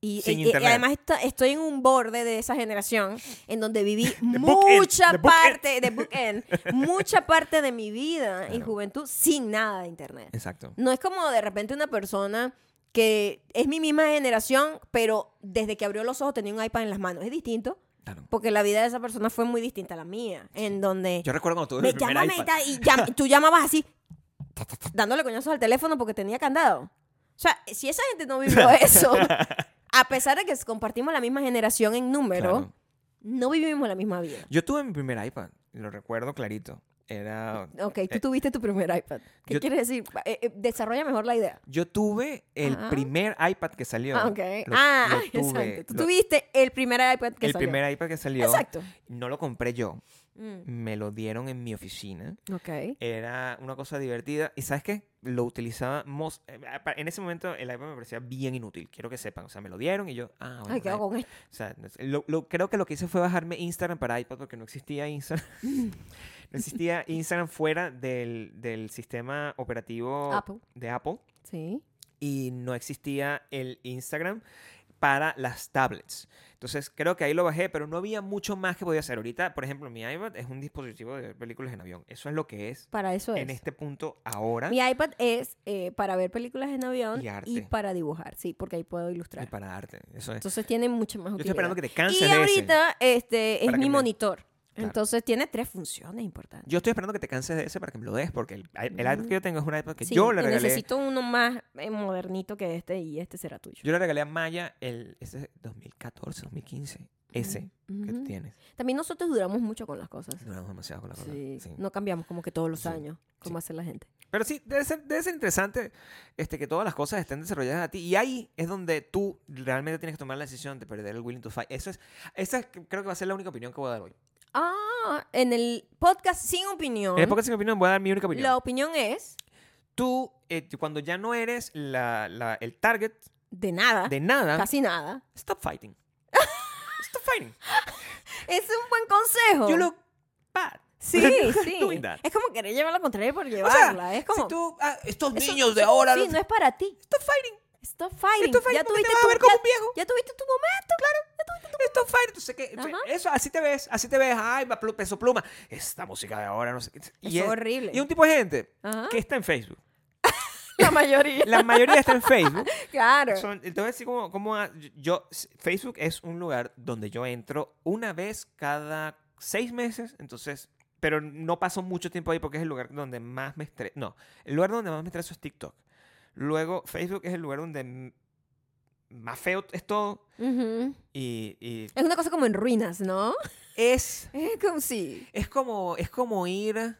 y,
Sin
y- y
internet.
además esto- estoy en un borde de esa generación en donde viví
book end,
mucha
the book end.
parte de bookend, mucha parte de mi vida y juventud sin nada de internet.
Exacto.
No es como de repente una persona que es mi misma generación, pero desde que abrió los ojos tenía un iPad en las manos. Es distinto,
Claro.
porque la vida de esa persona fue muy distinta a la mía, en donde
Yo recuerdo cuando tuve
me
mi primer
llámame y
iPad.
tal, y llam- tú llamabas así, dándole coñazos al teléfono porque tenía candado. O sea, si esa gente no vivió eso, a pesar de que compartimos la misma generación en número,
Claro.
no vivimos la misma vida.
Yo tuve mi primer iPad, lo recuerdo clarito. Era...
Ok, tú tuviste tu primer iPad. ¿Qué
Eh, yo-
quieres decir? Eh, eh, desarrolla mejor la idea.
Yo tuve el
Ajá.
primer iPad que salió.
Ah, ok.
Lo-
ah,
lo tuve,
exacto. Tú
lo-
tuviste el primer iPad que
el
salió.
primer iPad que salió.
Exacto.
No lo compré yo.
Mm,
Me lo dieron en mi oficina.
Ok.
Era una cosa divertida. ¿Y sabes qué? Lo utilizaba... mos- eh, pa- En ese momento el iPad me parecía bien inútil. Quiero que sepan. O sea, me lo dieron y yo... Ah, bueno,
Ay, ¿qué
un
hago con esto?
O sea, no sé, lo- lo- creo que lo que hice fue bajarme Instagram para iPad porque no existía Instagram.
Mm.
no existía Instagram fuera del, del sistema operativo
Apple.
de Apple
Sí.
y no existía el Instagram para las tablets. Entonces creo que ahí lo bajé, pero no había mucho más que podía hacer. Ahorita, por ejemplo, mi iPad es un dispositivo de ver películas en avión. Eso es lo que es
Para eso
en
es.
este punto ahora
Mi iPad es eh, para ver películas en avión
Y
y,
arte.
para dibujar, sí, porque ahí puedo
y
ilustrar.
para arte. Eso es.
Entonces tiene mucha más
Yo
utilidad.
estoy esperando que te canses de
y
ese.
ahorita este, es
Para
mi
que me-
monitor.
Claro.
Entonces tiene tres funciones importantes.
Yo estoy esperando que te canses de ese para que me lo des, porque el, el iPad
Mm.
que yo tengo es un iPad que
Sí,
yo le
y
regalé.
necesito uno más eh, modernito que este y este será tuyo.
Yo le regalé a Maya el ese 2014, 2015. Ese que tú
Mm, Ujú.
tienes.
También nosotros duramos mucho con las cosas.
Duramos demasiado con la cosa.
Sí,
sí.
No cambiamos como que todos los
Sí,
años, como hace la gente.
Pero sí, debe ser, debe ser interesante este, que todas las cosas estén desarrolladas a ti. Y ahí es donde tú realmente tienes que tomar la decisión de perder el willing to fight. Eso es, esa es- creo que va a ser la única opinión que voy a dar hoy.
Ah, en el podcast sin opinión,
En el podcast sin opinión voy a dar mi única opinión.
la opinión es
Tú, eh, cuando ya no eres la- la- el target
de nada,
de nada,
casi nada.
stop fighting. stop fighting.
Es un buen consejo.
You look bad.
Oh. Sí,
Doing
sí.
that.
Es como querer llevar la contraria por
O sea,
llevarla. es como.
si tú, ah, estos
eso-
niños de
eso-
ahora...
Sí,
los-
no es para ti.
Stop fighting.
Stop fighting.
Stop fighting
ya
porque te
tuviste
vas
tu,
a ver como
ya-
un viejo.
ya tuviste tu momento, claro.
Stop fighting. Entonces, que-
Ajá.
Eso, así te ves, así te ves. Ay, va plu- peso pluma. Esta música de ahora, no sé qué. Y
es horrible.
Y un tipo de gente
Ajá.
que está en Facebook.
La mayoría.
La mayoría está en Facebook.
Claro.
Son- entonces, sí, como, como a- yo, Facebook es un lugar donde yo entro una vez cada seis meses. Entonces, pero no paso mucho tiempo ahí porque es el lugar donde más me estreso. No, el lugar donde más me estreso es TikTok. Luego, Facebook es el lugar donde m- más feo es todo.
Ujú.
Y, y
Es una cosa como en ruinas, ¿no?
es
Es como sí.
Es como, es como ir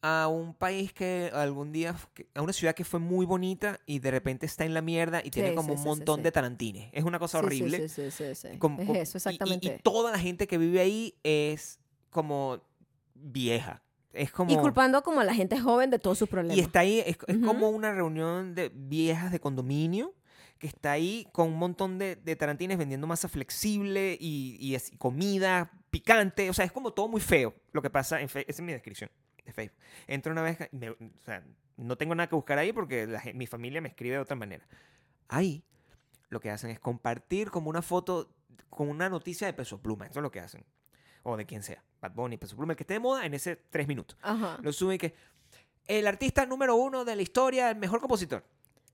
a un país que algún día, f- que- a una ciudad que fue muy bonita y de repente está en la mierda y tiene
Sí,
como
sí,
un
sí, sí,
montón
sí.
de tarantines. Es una
Sí,
cosa
sí,
horrible.
Sí, sí, sí, sí.
Como-
es
como-
eso,
y- y-
exactamente.
Y,
Y,
toda la gente que vive ahí es como vieja. Es como...
culpando como a la gente joven de todos sus problemas.
y está ahí, es, es
Ujú.
como una reunión de viejas de condominio que está ahí con un montón de, de tarantines vendiendo masa flexible y, y así, comida picante. O sea, es como todo muy feo lo que pasa en Facebook. Esa es mi descripción de Facebook. Entro una vez, me- o sea, no tengo nada que buscar ahí porque la gen- mi familia me escribe de otra manera. Ahí lo que hacen es compartir como una foto con una noticia de Peso Pluma. Eso es lo que hacen. O de quien sea. Bad Bunny, Peso Pluma, el que esté de moda en ese tres minutos
Ajá.
lo suben que el artista número uno de la historia, el mejor compositor.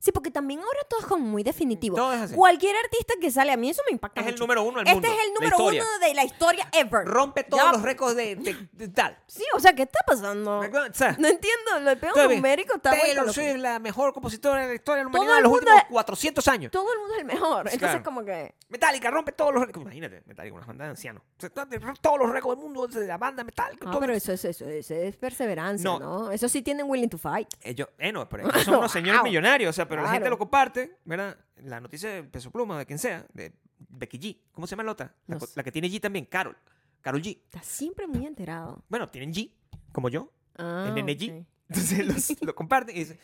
Sí, porque también ahora todo es como muy definitivo.
Todo es así.
Cualquier artista que sale, a mí eso me impacta
Es el
mucho.
número uno del
este
mundo.
es el
la
número
historia.
uno de la historia ever.
Rompe todos
Ya.
los récords de, de- de tal.
Sí, o sea, ¿qué está pasando?
O sea,
No entiendo, lo- el peor
todavía,
numérico está vuelto
Taylor
loco.
Swift, la mejor compositora de la historia de la
Todo
humanidad de
el
los
mundo
últimos
es-
400 años.
Todo el mundo es el mejor.
Sí,
Entonces,
claro.
como que.
Metallica rompe todos los récords. Imagínate, Metallica, una banda de ancianos. O sea, todos los récords del mundo de la banda Metallica.
Ah,
todo-
pero eso es eso, eso es perseverancia,
No.
no. Eso sí tienen willing to fight.
Ellos, eh, no, pero ellos son unos señores
Wow.
millonarios, o sea, pero la gente
Claro.
lo comparte, ¿verdad? La noticia de Peso Pluma, de quien sea, de Becky G. ¿Cómo se llama la otra? La,
No
co-
sé.
la que tiene G también, Carol. Carol G.
Estás siempre muy enterado.
Bueno, tienen G, como yo.
Ah,
el NG.
ok.
Entonces los- lo comparten y dicen,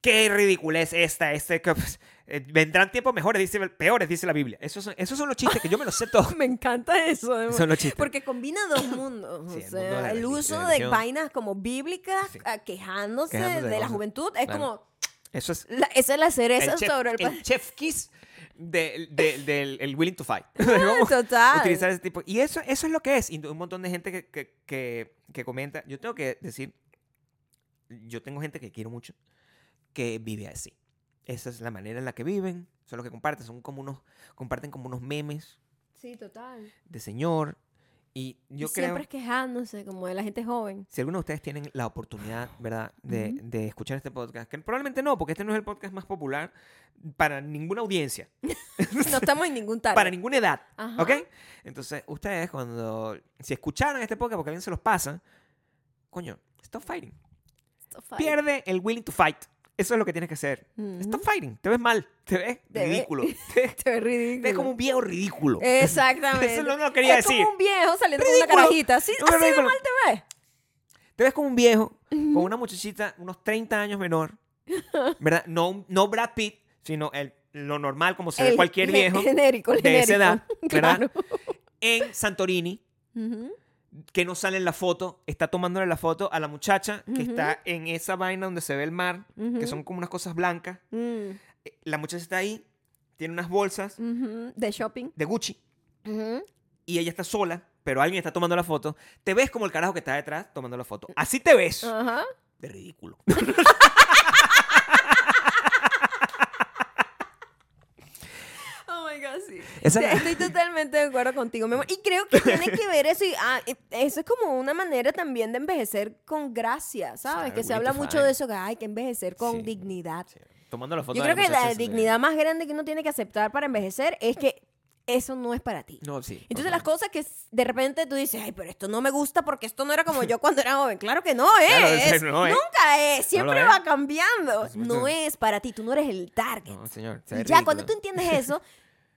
qué ridiculez esta, este, que, pues, eh, vendrán tiempos mejores, dice, peores, dice la Biblia. Esos son, esos son los chistes que yo me los sé todos.
Me encanta eso. además.
son los chistes.
Porque combina dos mundos. o
Sí, el
sea,
mundo de la
el
religi-
uso de
religión.
vainas como bíblicas,
Sí.
ah, quejándose,
Quejándose de
de la
cosas.
juventud. Es
Claro.
como.
Eso es
la- esa es la
el
cereza
chef,
sobre el,
el
pastel.
chef kiss de- de- del el willing to fight.
total.
Utilizar ese tipo. Y eso, eso es lo que es. Y un montón de gente que, que, que- que comenta. Yo tengo que decir, yo tengo gente que quiero mucho que vive así. Esa es la manera en la que viven. Son los que comparten. Son como unos, comparten como unos memes
Sí, total.
de señor. Y yo
Y
creo,
Siempre es quejándose, como de la gente joven.
si alguno de ustedes tienen la oportunidad, ¿verdad?, de,
Ujú.
de escuchar este podcast, que probablemente no, porque este no es el podcast más popular para ninguna audiencia,
No estamos en ningún target.
para ninguna edad.
Ajá.
¿Ok? Entonces, ustedes cuando, si escucharon este podcast, porque alguien se los pasa, coño, stop fighting.
Stop fight.
Pierde el willing to fight. Eso es lo que tienes que hacer.
Ujú.
Stop fighting. Te ves mal. Te ves
Te ve-
ridículo. Te ves-
Te ves
te
ridículo.
ves como un viejo ridículo.
Exactamente.
Eso no lo quería
es
decir.
como un viejo saliendo con
Ridículo.
una carajita. Sí,
Un
así de
ridículo.
mal te ves.
Te ves como un viejo, con una muchachita, unos 30 años menor. ¿Verdad? No, no Brad Pitt, sino el, lo normal, como se ve
El
cualquier
gen-
viejo
genérico, el
de esa edad.
genérico.
¿Verdad?
Claro.
En Santorini,
Ujú.
que no sale en la foto, está tomándole la foto a la muchacha que
Ujú.
está en esa vaina donde se ve el mar, que
Ujú.
son como unas cosas blancas.
Mm,
Eh, La muchacha está ahí, tiene unas bolsas
ujú. De shopping.
de Gucci
Ujú.
y ella está sola, pero alguien está tomando la foto. Te ves como el carajo que está detrás tomando la foto. Así te ves.
Ajá.
De ridículo.
Oh my God, sí.
Esa-
Sí, Estoy totalmente de acuerdo contigo, mi amor. Y creo que tiene que ver eso. Y, ah, y eso es como una manera también de envejecer con gracia, ¿sabes?
Claro,
que se
bonito,
habla mucho
fine.
de eso, que hay que envejecer con
Sí,
dignidad.
Sí, Tomando la foto
Yo
de
creo que la
muchacha se ve.
dignidad más grande que uno tiene que aceptar para envejecer es que eso no es para ti.
No, sí.
Entonces
total.
las cosas que s- de repente tú dices, ay, pero esto no me gusta porque esto no era como yo cuando era joven. Claro que no ¿eh? es.
Claro, o sea, no es.
Nunca es. Siempre
es.
va cambiando.
Por supuesto.
No es para ti. Tú no eres el target.
No, señor. se
Y
ve
ya cuando tú
ridículo.
entiendes eso,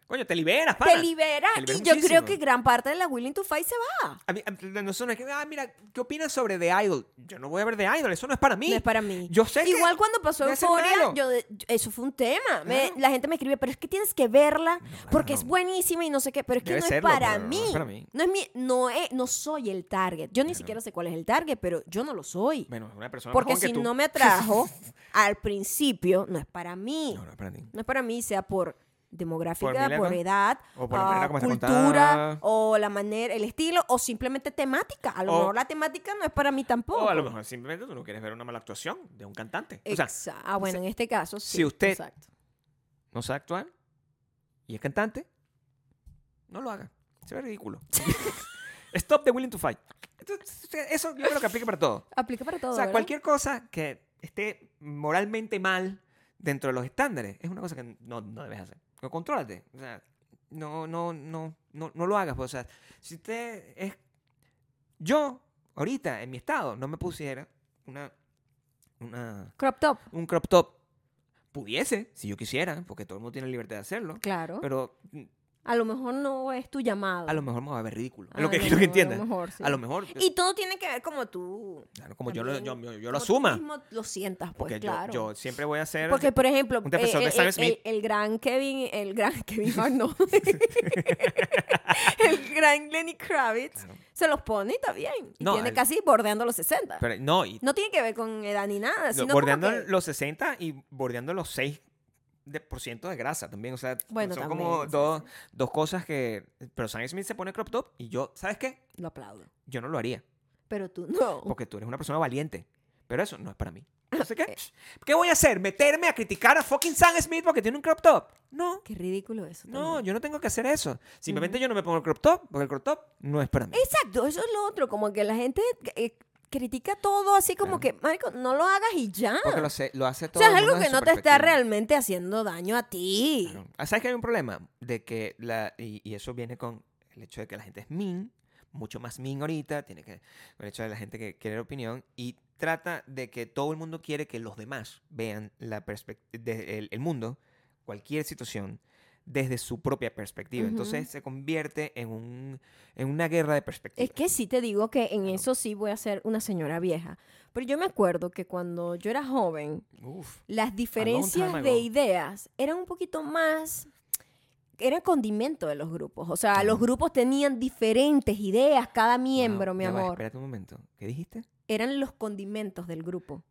Coño, te liberas, pana.
te liberas.
Te liberas
y yo creo
muchísimo.
que gran parte de la Willing to Fight se va.
A mí, a- no son- es que, ah, mira, ¿qué opinas sobre The Idol? Yo no voy a ver The Idol, eso no es para mí.
No es para mí.
Yo sé que
Igual cuando pasó
debe ser
Euforia,
malo.
eso fue un tema. Me-
Claro.
la gente me escribe, pero es que tienes que verla porque
no.
es buenísima y no sé qué. Pero es que
Debe
no es,
serlo,
para
pero no
mí.
es para mí.
No es mi, no es, no soy el target. Yo ni siquiera sé cuál es el target, pero yo no lo soy.
Bueno, es una persona
porque
mejor que
si
tú.
no me atrajo al principio, no es para mí.
No, no es para ti.
No es para mí, sea por demográfica,
manera
por,
con-
edad,
o por la
ah,
manera como está
cultura,
contada.
o la manera, el estilo, o simplemente temática. A lo
O-
mejor la temática no es para mí tampoco.
O a lo mejor simplemente tú no quieres ver una mala actuación de un cantante. O sea,
Exa- ah, bueno, en este caso sí.
si usted-
exacto.
no sabe actuar y es cantante, no lo haga. Se ve ridículo. Stop the willing to fight. Entonces, Eso yo creo que aplica para todo.
Aplica para todo.
O sea,
¿verdad?
cualquier cosa que esté moralmente mal dentro de los estándares es una cosa que no, no debes hacer. No, contrólate. O sea, no, no, no, no, no lo hagas. pues, o sea, si usted es. Yo, ahorita, en mi estado, no me pusiera una. una
Crop top.
un crop top. Pudiese, si yo quisiera, porque todo el mundo tiene libertad de hacerlo.
Claro.
Pero mm,
a lo mejor no es tu llamado.
a lo mejor me va a ver ridículo. Es
Ah,
lo que
no,
quiero
no,
que entiendas.
A lo mejor, sí.
A lo mejor.
Y todo tiene que ver como tú.
claro, como yo lo, yo,
también,
yo- yo lo
como tú
asuma.
mismo lo sientas, pues
Porque yo-
claro.
yo, siempre voy a hacer.
Porque, por ejemplo,
un defensor
eh,
de
eh,
Sam
eh,
Smith.
El, el gran Kevin, el gran Kevin Hart, no. el gran Lenny Kravitz
Claro.
se los pone y está bien. Y
No,
tiene
al-
casi bordeando los 60.
Pero no, y
no tiene que ver con edad ni nada, sino como
bordeando
que-
los 60 y bordeando los 6% de, por ciento de grasa también. O sea,
Bueno,
son
también,
como
sí,
dos, dos cosas que. Pero Sam Smith se pone crop top y yo, ¿sabes qué?
Lo aplaudo.
Yo no lo haría.
Pero tú no.
Porque tú eres una persona valiente. Pero eso no es para mí.
Ah,
Entonces,
eh.
¿qué? ¿Qué voy a hacer? ¿Meterme a criticar a fucking Sam Smith porque tiene un crop top? No.
Qué ridículo eso.
No,
también.
yo no tengo que hacer eso. Simplemente yo no me pongo el crop top porque el crop top no es para mí.
Exacto, eso es lo otro. Como que la gente eh, critica todo así como que, Marico, no lo hagas y ya.
Porque lo, sé- lo hace
o
todo.
sea, es
el mundo
algo que
desde
no
su
te está
perspectiva.
realmente haciendo daño a ti.
Claro. Ah, ¿Sabes que hay un problema? De que la, y, y eso viene con el hecho de que la gente es mean, mucho más mean ahorita, tiene que con el hecho de la gente que quiere opinión y trata de que todo el mundo quiere que los demás vean la perspec- de- el, el mundo, cualquier situación, desde su propia perspectiva.
Ujú.
Entonces se convierte en, un, en una guerra de perspectivas.
Es que sí te digo que en eso sí voy a ser una señora vieja. Pero yo me acuerdo que cuando yo era joven,
Uf.
las diferencias
ago.
de ideas eran un poquito más. Era condimento de los grupos. O sea, los
Ujú.
grupos tenían diferentes ideas, cada miembro,
Wow,
mi
ya va,
amor.
espérate un momento. ¿Qué dijiste?
Eran los condimentos del grupo.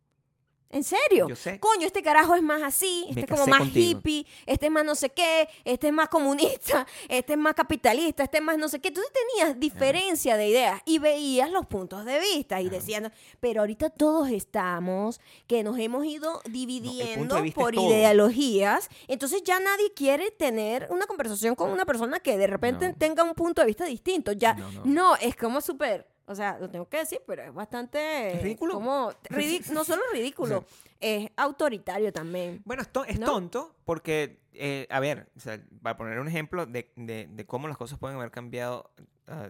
¿En serio?
Yo sé.
Coño, este carajo es más así, este
Me
es como
casé
más
contigo.
hippie, este es más no sé qué, este es más comunista, este es más capitalista, este es más no sé qué. Entonces tenías diferencia de ideas y veías los puntos de vista y
Claro.
decían, pero ahorita todos estamos, que nos hemos ido
de
dividiendo
vista es
por
todo.
ideologías, entonces ya nadie quiere tener una conversación con una persona que de repente
No.
tenga un punto de vista distinto. Ya,
No, no.
no, es como súper... O sea, lo tengo que decir, pero es bastante...
Es ridículo.
Como, ridi- no solo ridículo, es autoritario también.
Bueno, es, to- es
¿No?
tonto porque, eh, a ver, o sea, para poner un ejemplo de, de- de cómo las cosas pueden haber cambiado ah,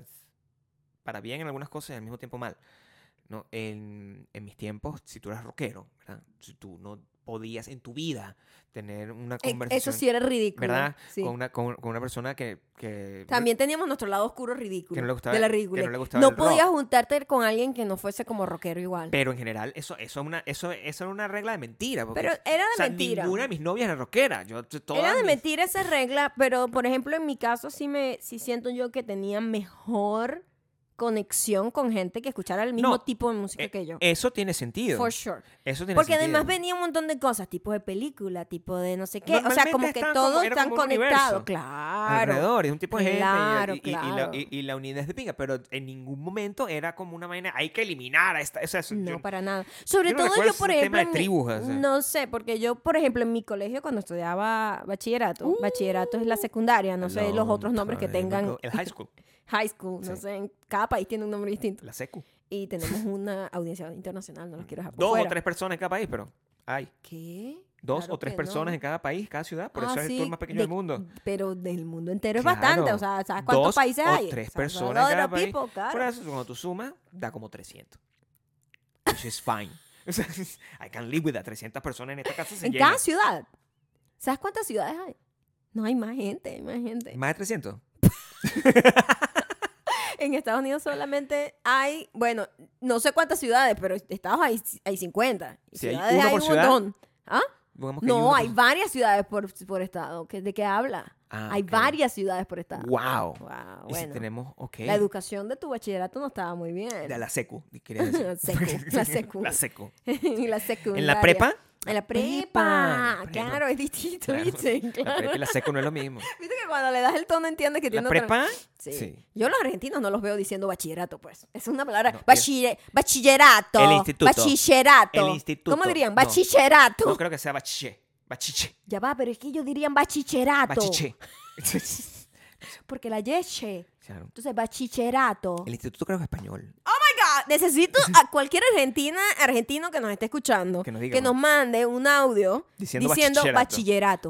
para bien en algunas cosas y al mismo tiempo mal. ¿no? En, en mis tiempos, si tú eras rockero, ¿verdad? Si tú no podías en tu vida tener una
Eh,
conversación.
Eso sí era ridículo.
¿Verdad?
Sí.
Con, una, con, con una persona que, que-
También teníamos nuestro lado oscuro ridículo.
Que no le gustaba-
de la
que no le
ridícula.
gustaba el rock.
podías juntarte con alguien que no fuese como rockero igual.
Pero en general, eso, eso, es una, eso, eso era una regla de mentira. porque,
Pero era de
o sea,
mentira.
Ninguna de mis novias era rockera. Yo, t- todas
Era de
mis-
mentira esa regla, pero por ejemplo en mi caso sí me sí siento yo que tenía mejor conexión con gente que escuchara el mismo
No,
tipo de música
eh,
que yo.
Eso tiene sentido.
For sure.
Eso tiene
Porque
sentido.
además venía un montón de cosas, tipo de película, tipo de no sé qué. O sea, como
Normalmente
que
estaban como-
todos
era
están
como un universo
conectados. Claro.
alrededor, es un tipo de
Claro,
gente y- y, y- y
claro.
la, y- y la unidad es de pinga, pero en ningún momento era como una vaina, hay que eliminar a esta, o sea, eso-
No,
yo-
para nada. Sobre
yo no
todo
recuerdo
yo, por
ese
ejemplo.
tema de
en mi-
tribus, o sea.
No sé, porque yo, por ejemplo, en mi colegio, cuando estudiaba bachillerato,
Uh.
bachillerato es la secundaria, no sé los
Long
otros nombres que
time
tengan.
ago. El high school,
High school, no
Sí.
sé, en cada país tiene un nombre distinto.
la secu.
Y tenemos una audiencia internacional, no los quiero dejar por
Dos
fuera.
o tres personas en cada país, pero hay
¿Qué?
dos
Claro
o tres
que no.
personas en cada país, cada ciudad, por
Ah,
eso es
sí,
el tour más pequeño
de-
del mundo.
Pero del mundo entero
Claro.
es bastante, o sea, ¿sabes cuántos
Dos
países
o
hay?
tres
O sea,
personas
son
en cada
otro
país.
tipo, claro.
Por eso, cuando tú sumas, da como 300. Which is fine. O sea, I can live with that. 300 personas en esta casa se
en
llena.
cada ciudad. ¿Sabes cuántas ciudades hay? No hay más gente, hay más gente.
¿Más de 300?
En Estados Unidos solamente hay, bueno, no sé cuántas ciudades, pero en Estados hay, hay 50. Y
Sí, hay
ciudades
uno
hay
por
un
ciudad.
montón. ¿Ah?
Digamos que
No,
uno pues,
hay
por-
varias ciudades por, por estado. ¿Qué- ¿De qué habla?
Ah,
hay
ok.
varias ciudades por estado.
Wow.
Wow,
Y si
bueno.
tenemos, ok.
La educación de tu bachillerato no estaba muy bien.
de la secu, quería decir.
La secu, la secu.
La secu.
en la secundaria.
¿En la prepa?
En la
prepa,
prepa.
la prepa.
Claro, es distinto,
Claro.
¿viste?
La
Claro.
prepa y la secu no es lo mismo.
Viste que cuando le das el tono entiendes que tiene
¿La
otra-
prepa?
Sí.
Sí.
Yo los argentinos no los veo diciendo bachillerato, pues. Es una palabra.
No,
bachille- bachillerato.
El instituto.
Bachillerato.
El instituto.
¿Cómo dirían?
No.
Bachillerato.
No creo que sea bachiche. Bachiche.
Ya va, pero es que ellos dirían bachillerato.
Bachiche.
Porque la yeche.
Claro.
Entonces, bachillerato.
El instituto creo que es español.
Oiga, necesito a cualquier argentina, argentino que nos esté escuchando,
Que nos diga, ¿no?
mande un audio
Diciendo
diciendo,
bachillerato.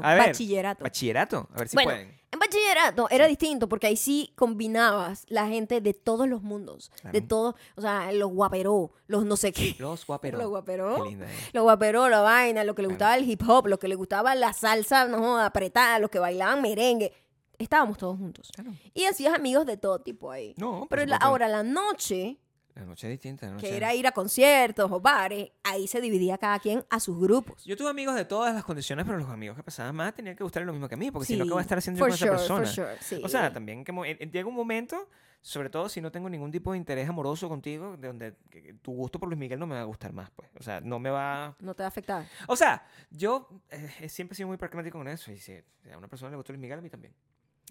bachillerato.
A ver,
bachillerato.
Bachillerato. A ver si
bueno,
pueden.
en bachillerato era distinto porque ahí sí combinabas la gente de todos los mundos,
Claro.
de todos, o sea, los guaperó, los no sé qué.
Los guaperos.
Los guaperos.
Qué linda, eh.
Los guaperó, la vaina, lo que le
Claro.
gustaba el hip hop, lo que le gustaba la salsa, no joda, apretada, los que bailaban merengue. Estábamos todos juntos.
Claro.
Y hacías amigos de todo tipo ahí.
No, por
Pero la-
supuesto.
ahora la noche,
La noche es distinta. la
que
noche-
era ir a conciertos o bares, ahí se dividía cada quien a sus grupos.
Yo tuve amigos de todas las condiciones, pero los amigos que pasaban más tenían que gustar lo mismo que a mí, porque si no,
Sí,
¿qué voy a estar haciendo yo
for
con
sure,
esa
for
persona?
sure, sí.
O sea, también que mo- eh, llega un momento, sobre todo si no tengo ningún tipo de interés amoroso contigo, de donde que- que tu gusto por Luis Miguel no me va a gustar más, pues. O sea, no me va...
No te va a afectar.
O sea, yo eh, he siempre he sido muy pragmático con eso, y si a una persona le gusta Luis Miguel, a mí también.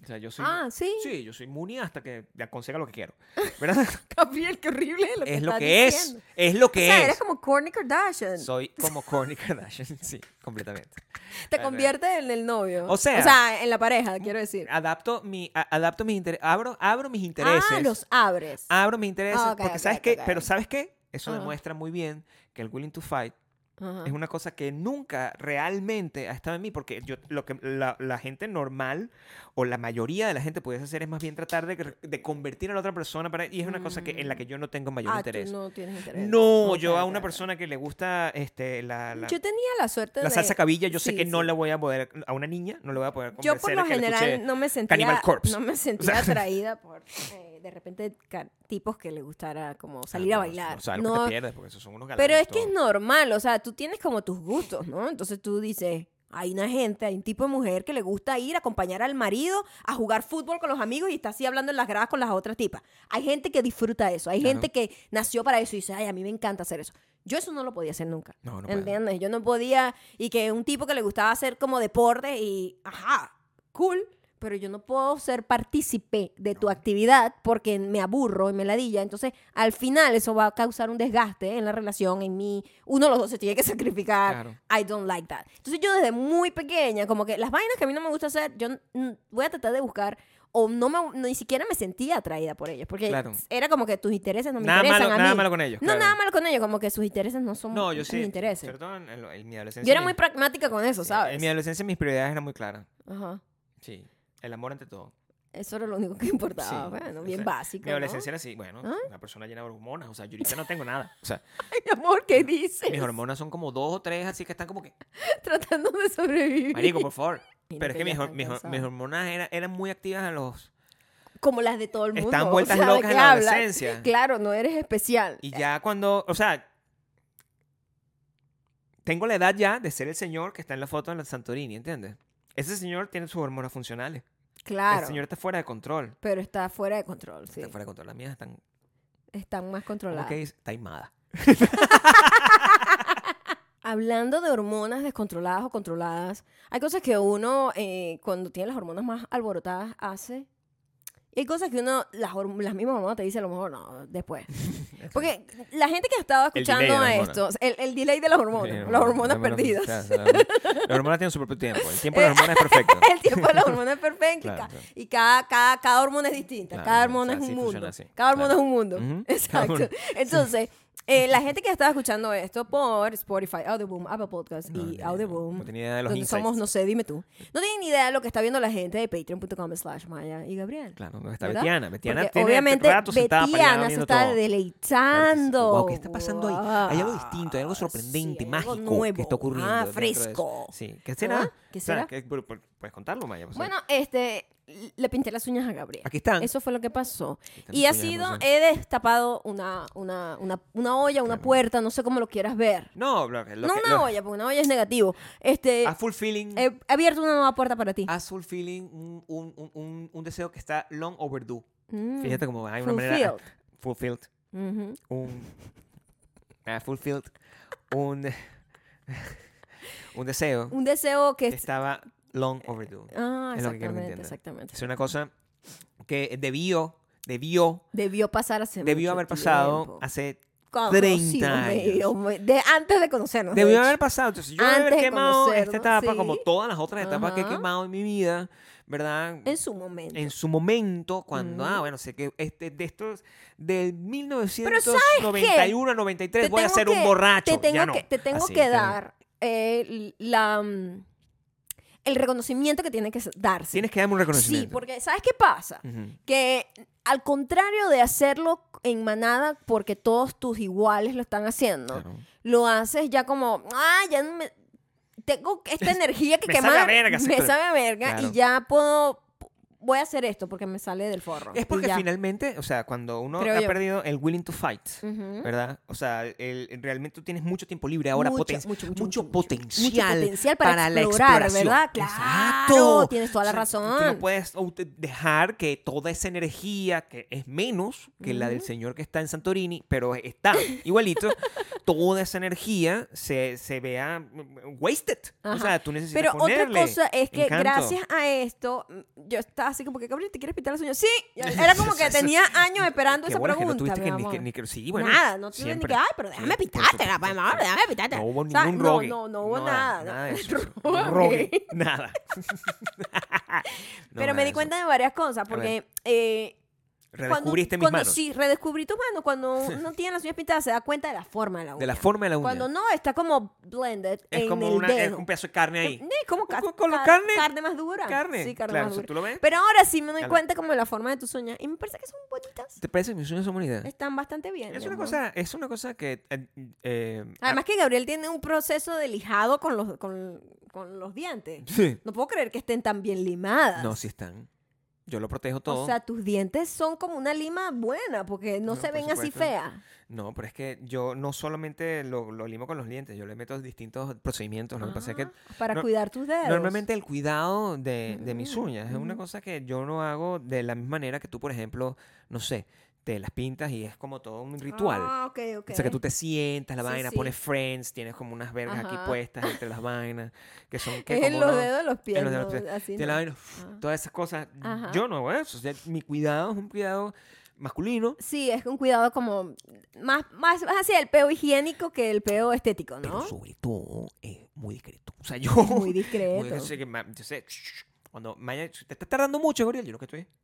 O sea, yo soy...
ah, sí.
Sí, yo soy Muni hasta que le aconseja lo que quiero. ¿Verdad?
Gabriel, qué horrible lo que
es lo
estás
que es.
diciendo.
Es lo
O
que
sea,
es.
eres como Kourtney Kardashian.
Soy como Kourtney Kardashian, sí, completamente.
te conviertes en el novio.
O sea-
en la pareja, quiero decir.
adapto mi a- adapto mis intereses abro abro mis intereses
Ah, los abres.
abro mis intereses
Ah, ok,
porque
ok,
sabes
ok,
qué
ok.
pero sabes qué eso
Ajá. Ah.
demuestra muy bien que el willing to fight
Ajá.
es una cosa que nunca realmente ha estado en mí porque yo lo que la, la gente normal o la mayoría de la gente pudiese hacer es más bien tratar de, de convertir a la otra persona para y es una cosa que en la que yo no tengo mayor
ah,
interés
tú
no,
no tienes interés. Ok,
yo a
ok,
una
ok.
persona que le gusta este la, la-
Yo tenía la suerte
la
de...
salsa cabilla, yo sé
Sí,
que no
sí.
la voy a poder, a una niña, no le voy a poder
Yo por
convencer
lo
a que le escuche-
general no me sentía,
Cannibal Corpse.
no me sentía atraída por eh, de repente ca- tipos que les gustara como salir a
Claro,
bailar.
O sea, algo que
No,
te pierdes, porque esos son unos galanes.
pero es que
todos.
es normal, o sea, tú tienes como tus gustos, ¿no? Entonces tú dices, hay una gente, hay un tipo de mujer que le gusta ir a acompañar al marido a jugar fútbol con los amigos y está así hablando en las gradas con las otras tipas. Hay gente que disfruta eso, hay
Claro.
gente que nació para eso y dice, ay, a mí me encanta hacer eso. Yo eso no lo podía hacer nunca.
No, no puedo.
¿Entiendes? Yo no podía. Y que un tipo que le gustaba hacer como deporte y. Ajá, cool. Pero yo no puedo ser partícipe de tu actividad porque me aburro y me ladilla. Entonces, al final, eso va a causar un desgaste en la relación, en mí. Uno de los dos se tiene que sacrificar.
Claro.
I don't like that. Entonces, yo desde muy pequeña, como que las vainas que a mí no me gusta hacer, yo mm, voy a tratar de buscar. O no me- ni siquiera me sentía atraída por ellas. Porque
Claro.
era como que tus intereses no me
Nada
interesan
malo-
a mí.
nada malo con ellos,
No,
claro.
nada malo con ellos. Como que sus intereses no son
No, yo
mis
sí.
intereses.
Sobre todo en, en lo- en mi adolescencia.
Yo era
mi-
muy pragmática con eso,
En
¿sabes?
mi adolescencia mis prioridades eran muy claras.
Ajá.
Sí. El amor ante todo.
Eso era lo único que importaba.
Sí,
Bueno,
o
bien
sea,
básico.
Mi
¿no?
adolescencia era así, bueno,
¿Ah?
una persona llena de hormonas, o sea, yo ahorita no tengo nada. O sea,
Ay, mi amor, ¿qué dices?
mis hormonas son como dos o tres, así que están como que,
Tratando de sobrevivir.
marico, por favor.
Imagino
Pero es
que
que
ya
mis, hor-
están
mis hor- mis
cansadas.
hormonas era- eran muy activas a los...
Como las de todo el mundo.
Estaban
o
vueltas
sea, ¿de
locas
qué
en la
hablas?
adolescencia.
Claro, no eres especial.
Y ya cuando, o sea, tengo la edad ya de ser el señor que está en la foto en la Santorini, ¿entiendes? Ese señor tiene sus hormonas funcionales.
Claro.
El señor está fuera de control.
Pero está fuera de control, sí.
Está fuera de control. Las mías están,
Están más
como
controladas.
que dice, taimadas.
Hablando de hormonas descontroladas o controladas, hay cosas que uno, eh, cuando tiene las hormonas más alborotadas, hace. Y hay cosas que uno, las, horm- las mismas hormonas te dicen, a lo mejor no, después. Porque la gente que ha estado
El delay de
escuchando
las
esto, el, el delay de las hormonas,
Sí,
las hormonas perdidas.
claro, Las hormonas- las hormonas tienen su propio tiempo. El tiempo de las hormonas es perfecto.
el tiempo de las hormonas es perfecto. y
Claro,
ca-
claro.
Y cada, cada, cada hormona es distinta.
Claro,
cada
o
hormona
sea,
es un
sí funciona
mundo.
así,
Cada hormona
claro.
es un mundo.
Ujú, cada
Exacto.
uno.
Entonces, eh, la gente que estaba escuchando esto por Spotify, Audioboom, Apple Podcast
No, ni
y
idea, No
Audioboom,
tenía idea de los
donde
insights.
somos, no sé, dime tú. No tienen ni idea de lo que está viendo la gente de patreon.com slash Maya y Gabriel.
Claro, ¿dónde está
¿Verdad?
Betiana? Betiana
Porque
tiene
obviamente
rato sentada para allá
Betiana se
viendo
está
todo.
deleitando.
Wow, ¿qué está pasando ahí? Hay algo distinto, hay algo
Ah, Sí,
sorprendente,
hay algo
mágico
nuevo.
que está ocurriendo.
Ah,
dentro de eso.
fresco.
Sí, ¿qué será?
¿Ah? ¿Qué
O sea,
será?
que- pu- pu- puedes contarlo, Maya. pues,
Bueno, este, le pinté las uñas a Gabriel.
aquí están.
Eso fue lo que pasó.
están
Y
las
ha
uñas,
sido, eh,
entonces.
he destapado una, una, una, una olla, una
Tremendo.
puerta, no sé cómo lo quieras ver.
No, lo que- lo
no
que-
una
lo- Ah,
olla, porque una olla es negativo. Este,
A full feeling.
he abierto una nueva puerta para ti.
A full feeling, un, un, un- un, un deseo que está long overdue.
Mm,
Fíjate cómo hay una manera.
fulfilled.
Fulfilled.
Ujú.
Un. ah, fulfilled. Un. un deseo
Un deseo que...
que
es-
estaba long overdue.
Ah,
es lo que quiero
exactamente,
que entiendan.
exactamente.
Es una cosa que debió, debió,
Debió pasar hace
debió
mucho
haber pasado
tiempo.
hace
Como
30
si, hombre,
años.
hombre, de- antes de conocernos. de
Debió
hecho.
haber pasado. Entonces, yo debí haber
Antes de
quemado esta
conocernos,
etapa como
sí.
todas las otras etapas que he
Ajá.
quemado en mi vida, ¿verdad?
En su momento.
En su momento, cuando,
Ujú.
ah, bueno, sé que este, de estos, del
¿sabes qué?
1991 a 93,
Te
voy a
tengo
ser un
que-
borracho.
Te tengo
ya no.
que, te tengo
Así,
que
está bien.
dar eh, la, mm, el reconocimiento que tiene que s- darse.
Tienes que darme un
sí,
reconocimiento. Mm.
porque ¿sabes qué pasa?
Ujú.
Que al contrario de hacerlo en manada porque todos tus iguales lo están haciendo,
Claro.
lo haces ya como, ah, ya no me- tengo esta energía que
Me sabe
quemar.
a verga, sí,
me
claro.
sabe a verga
Claro.
y ya puedo, voy a hacer esto porque me sale del forro.
Es
y
porque
ya.
finalmente, o sea, cuando uno
Creo
ha
yo.
perdido el willing to fight,
Ujú.
¿verdad? O sea, el- el- realmente tú tienes mucho tiempo libre ahora,
Mucho,
poten-
mucho, mucho, mucho, mucho.
potencial,
potencial para
la
explorar,
exploración.
¿verdad? Claro,
Exacto.
tienes toda la
Tú
razón.
no puedes aut- dejar que toda esa energía, que es menos que la del señor que está en Santorini, pero está igualito, toda esa energía se, se vea mm, wasted. O
Ajá.
sea, tú necesitas
Pero otra
ponerle
cosa es que
encanto.
gracias a esto, mm, yo estaba así como que, Gabriel, ¿te quieres pintar los uños? Sí, Ya- era como que tenía años esperando
Qué
esa
bolas
pregunta.
Que no tuviste
mi
que ni,
amor.
que- ni que- sí, bueno,
nada, no tuve ni
siempre.
que, ay, pero déjame
Sí, por
pitarte,
supuesto,
la
por
amor, déjame pitarte.
No hubo
¿Sabes?
ningún
No,
rogue.
No, no hubo nada.
Nada de eso.
Rogue.
Un rogue. Nada. No,
Pero
nada
me
de
di
eso.
cuenta de varias cosas, porque... eh, cuando-
Redescubriste mis
cuando,
manos.
Sí, redescubrí tus manos. Cuando uno tiene las uñas pintadas, se da cuenta de la forma de la uña.
De la forma de la uña.
Cuando no, está como blended
es
en
como
el
una, es
dedo.
un pedazo de carne ahí.
Sí, como ca-
Con- con la
ca-
carne.
Carne más dura.
Carne.
Sí, carne
claro,
más
o sea,
dura.
tú lo ves.
Pero ahora sí me doy
Claro.
cuenta como de la forma de tus uñas. Y me parece que son bonitas.
¿Te parece que mis uñas son bonitas?
Están bastante bien.
Es
mi
una
amor.
cosa, es una cosa que eh, eh,
Además que Gabriel tiene un proceso de lijado con los, con, con los dientes.
ah, Sí.
No puedo creer que estén tan bien limadas.
No, sí están. Yo lo protejo todo.
o sea, tus dientes son como una lima buena porque no,
No,
se
por
ven así
supuesto.
feas.
no, pero es que yo no solamente lo, lo limo con los dientes, yo le meto distintos procedimientos. Lo que pasa es que
Ah, para
no-
cuidar tus dedos.
Normalmente el cuidado de, de mis
Ujú,
uñas es una
ujú.
cosa que yo no hago de la misma manera que tú, por ejemplo, no sé, te las pintas y es como todo un ritual.
Ah, ok, ok.
O sea, que tú te sientas, la
Sí,
vaina,
sí.
pones friends, tienes como unas vergas aquí
Ajá.
puestas entre las vainas, que son que
Es en
como
los
unos-
dedos de los pies.
en los dedos de los
¿no?
pies.
Así
de
no.
la vaina,
Ah.
todas esas cosas.
Ajá.
Yo no hago eso. O sea, mi cuidado es un cuidado masculino,
Sí, es un cuidado como más, más, más hacia el peo higiénico que el peo estético, ¿no?
pero sobre todo es muy discreto. O sea, yo...
Es muy discreto.
muy- yo sé que ma- yo sé, cuando Maya, te estás tardando mucho, Gabriel, yo lo que estoy...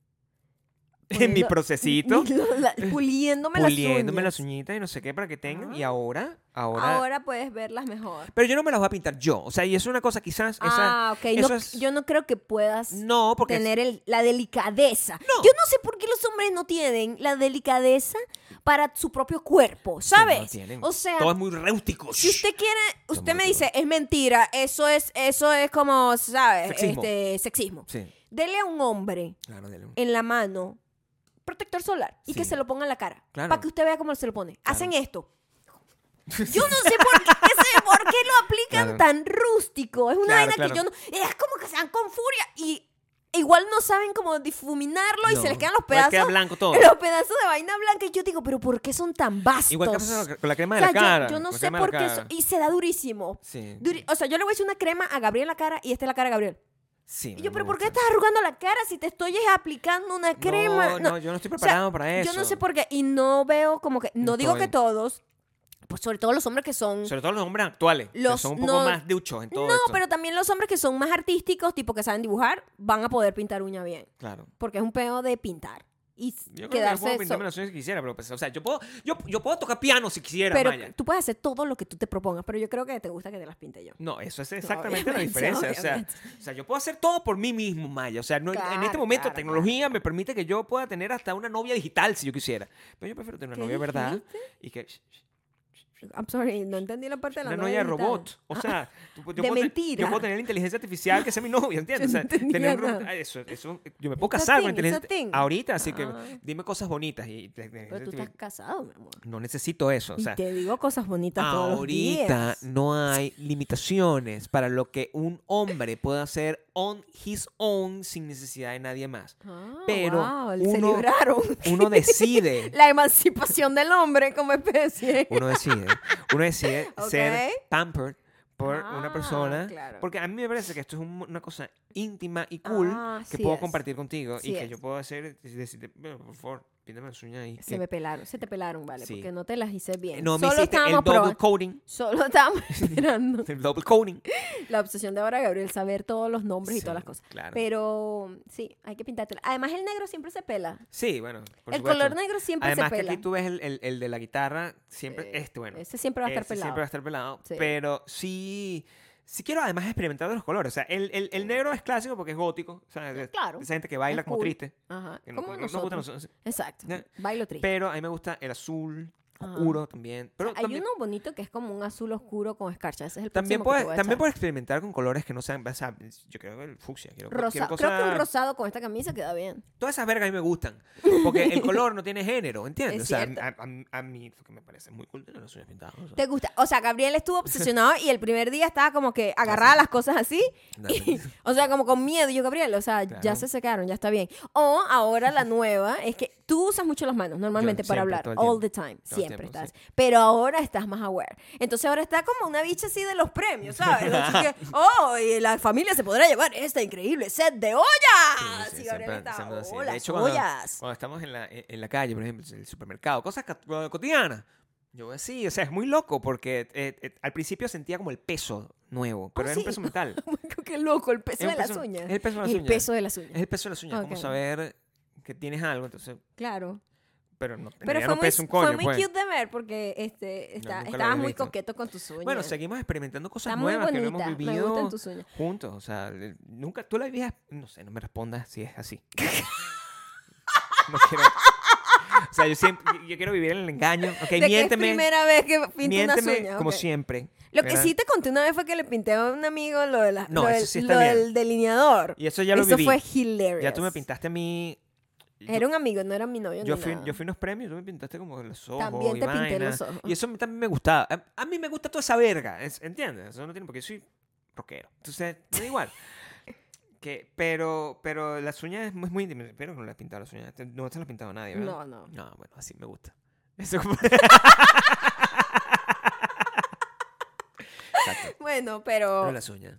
En mi
Poniendo-
procesito.
Puliéndome, las uñas.
puliéndome las uñitas y no sé qué para que tengan. Y ahora, Ahora,
Ahora puedes verlas mejor.
Pero yo no me las voy a pintar yo. O sea, y eso es una cosa quizás... esa-
ah, ok.
eso
no-
es-
Yo no creo que puedas
No, porque...
tener el- la delicadeza.
No.
Yo no sé por qué los hombres no tienen la delicadeza para su propio cuerpo,
Sí, no
¿sabes?
tienen.
O sea,
Todo es muy rústico.
si usted quiere, usted me
muy
dice, es mentira, eso es, eso es como, ¿sabes?
Sexismo.
Este, sexismo.
Sí,
Dele a un hombre
claro, dale.
en la mano protector solar y que
Sí.
se lo ponga en la cara
Claro.
para que usted vea cómo se lo pone. Hacen esto. Yo no sé por qué, sé por qué lo aplican
Claro.
tan rústico. Es una
Claro,
vaina
claro.
que yo no. Es como que se dan con furia y igual no saben cómo difuminarlo y
No,
se les quedan los
no, les
pedazos.
queda blanco todo.
Los pedazos de vaina blanca. Y yo digo, ¿pero por qué son tan vastos?
Igual que pasa con la- con la crema
O
de
sea,
la
yo-
cara.
yo, no
con la
sé
crema de
por
la
qué.
cara.
eso- y se da durísimo.
Sí.
Duri- o sea, yo le voy a echar una crema a Gabriel en la cara y esta es la cara de Gabriel.
Sí,
Y
no
yo,
me
¿pero por qué
gusta.
estás arrugando la cara si te estoy aplicando una crema?
No, no, yo no estoy
sea,
preparado para eso.
Yo no sé por qué. Y no veo como que. No
No
digo que
estoy.
todos. Pues sobre todo los hombres que son.
Sobre todo los hombres actuales. que
Los-
son un poco
no-
más duchos en todo
no,
esto.
pero también los hombres que son más artísticos, tipo que saben dibujar, van a poder pintar uña bien.
Claro.
Porque es un peo de pintar. Y
Yo creo que yo
quedarse.
puedo
so-
pintarme las uñas si quisiera, pero pues, o sea, yo puedo, yo, yo puedo tocar piano si quisiera,
pero
Maya.
tú puedes hacer todo lo que tú te propongas, pero yo creo que te gusta que te las pinte yo.
No, eso es exactamente la
obviamente,
diferencia. O sea,
obviamente.
o sea, yo puedo hacer todo por mí mismo, Maya. O sea, no- en este
Claro,
momento
claro,
la tecnología me permite que yo pueda tener hasta una novia digital si yo quisiera. Pero yo prefiero tener una
¿Qué
novia verdad y que
I'm sorry, no entendí la parte de la
una novia
digital. Ah,
robot. O sea, tú- yo,
de
puedo, te-
mentira.
yo puedo tener la inteligencia artificial que sea mi novia, ¿entiendes?
Yo no
o sea,
entendía
tener un-
nada.
ah, eso, eso, yo me puedo
It's a
casar con
thing, it's a
inteligencia
thing.
ahorita, así que
Ah.
dime cosas bonitas y te- te-
Pero tú
te-
estás casado, mi amor.
no necesito eso. O
Y
sea,
te digo cosas bonitas todos los
Ahorita
días.
no hay limitaciones para lo que un hombre puede hacer on his own sin necesidad de nadie más.
Ah,
Pero
wow, se
uno-
libraron.
Uno decide,
la emancipación del hombre como especie.
uno decide, uno decide ser
Ok.
pampered por una
Ah,
persona.
claro.
Porque a mí me parece que esto es un- una cosa íntima y cool
Ah,
que
sí
puedo
es.
compartir contigo
Sí
y que
es.
yo puedo hacer y decirte, bueno, por favor, píntame las uñas ahí.
Se me pelaron, se te pelaron, vale,
Sí.
porque no te las hice bien.
No me
Solo
hiciste el
estábamos
double
probando.
coding.
Solo estábamos esperando.
El double coding.
La obsesión de ahora, Gabriel, saber todos los nombres y
Sí,
todas las cosas.
claro.
Pero sí, hay que pintártela. Además, el negro siempre se pela.
Sí, bueno. por
el
supuesto.
color negro siempre
Además
se
que
pela.
aquí tú ves el, el- el de la guitarra, siempre,
Eh,
este, bueno,
Ese siempre va a estar
este
pelado.
siempre va a estar pelado,
Sí.
pero sí, sí quiero además experimentar los colores, o sea, el, el- el negro es clásico porque es gótico, o sea, es-
Claro.
esa gente que baila
Es
como
cool.
triste,
Ajá.
que no-
Como
no- no
nosotros.
gusta a nosotros,
Exacto.
Ya.
Bailo triste.
pero a mí me gusta el azul
Ajá.
oscuro también, pero
Hay
también,
uno bonito que es como un azul oscuro con escarcha. Ese es el
también,
próximo que te
puedes,
voy a
también
echar.
puedes experimentar con colores que no sean, o sea, yo creo que el fucsia, quiero,
Rosa-
quiero
Creo que un
cosas-
rosado con esta camisa queda bien.
todas esas vergas a mí me gustan. Porque el color no tiene género, ¿entiendes?
Es
o sea,
cierto.
a, a- a mí lo que me parece muy cool tener las uñas pintadas. o sea.
¿Te gusta? O sea, Gabriel estuvo obsesionado y el primer día estaba como que agarraba las cosas así.
No,
y- o sea, como con miedo. Y yo, Gabriel, o sea, ya
Claro.
se secaron, ya está bien. O ahora la nueva es que tú usas mucho las manos normalmente
Yo
para
siempre,
hablar.
todo el
All
tiempo.
the time.
Todo
siempre
el tiempo,
estás. Pero ahora estás más aware. Entonces ahora está como una bicha así de los premios, ¿sabes? Así que, oh, y la familia se podrá llevar esta increíble set de ollas.
Sí, sí,
y Gabriel
siempre-
está,
siempre así.
"Oh, las
de hecho, cuando,
ollas.
cuando estamos en la, en en la calle, por ejemplo, en el supermercado, cosas ca- co- cotidianas, yo así, o sea, es muy loco porque eh, eh, al principio sentía como el peso nuevo, pero
Ah,
era
sí.
un peso mental.
Qué loco, el peso
Es un
de las
peso-
uñas.
es el peso de las
El
uñas.
peso de las
Es
uñas.
el peso de las uñas,
Ok.
como saber que tienes algo, entonces,
Claro.
pero no,
Pero
ya
fue,
no
muy,
pesa un coño,
fue muy
pues.
cute de ver porque este, está-
nunca lo
estabas
había
muy
visto.
coqueto con tus uñas.
Bueno, seguimos experimentando cosas
Está muy
nuevas que no
bonita.
hemos
Me gustan
vivido
tus uñas.
juntos, o sea, el- nunca, tú la vivías, no sé, no me respondas si es así. no quiero... O sea, yo siempre, yo quiero vivir en el engaño, ok,
De que es
miénteme.
primera vez que pinto unas
Miénteme
uñas.
como
ok.
siempre.
Lo que
¿verdad?
sí te conté una vez fue que le pinté a un amigo lo, de la-
No,
lo
eso
del-
sí está
lo
bien.
del delineador.
Y eso ya lo
eso
viví.
fue hilarious.
ya tú me pintaste a mí. Yo-
Era un amigo, no era mi novio.
yo
ni
fui,
nada.
yo fui a unos premios, tú me pintaste como los ojos.
También
y
te pinté
vainas.
los ojos.
Y eso me- también me gustaba. A, a mí me gusta toda esa verga, es- ¿entiendes? Eso no tiene porque yo soy rockero. Entonces, me da igual. que, pero, pero las uñas es muy, muy íntimo. Espero que no las has pintado las uñas. Te- No te las has pintado a nadie, ¿verdad?
No, no.
No, bueno, así me gusta. Eso como- Exacto.
Bueno, pero.
Pero las uñas.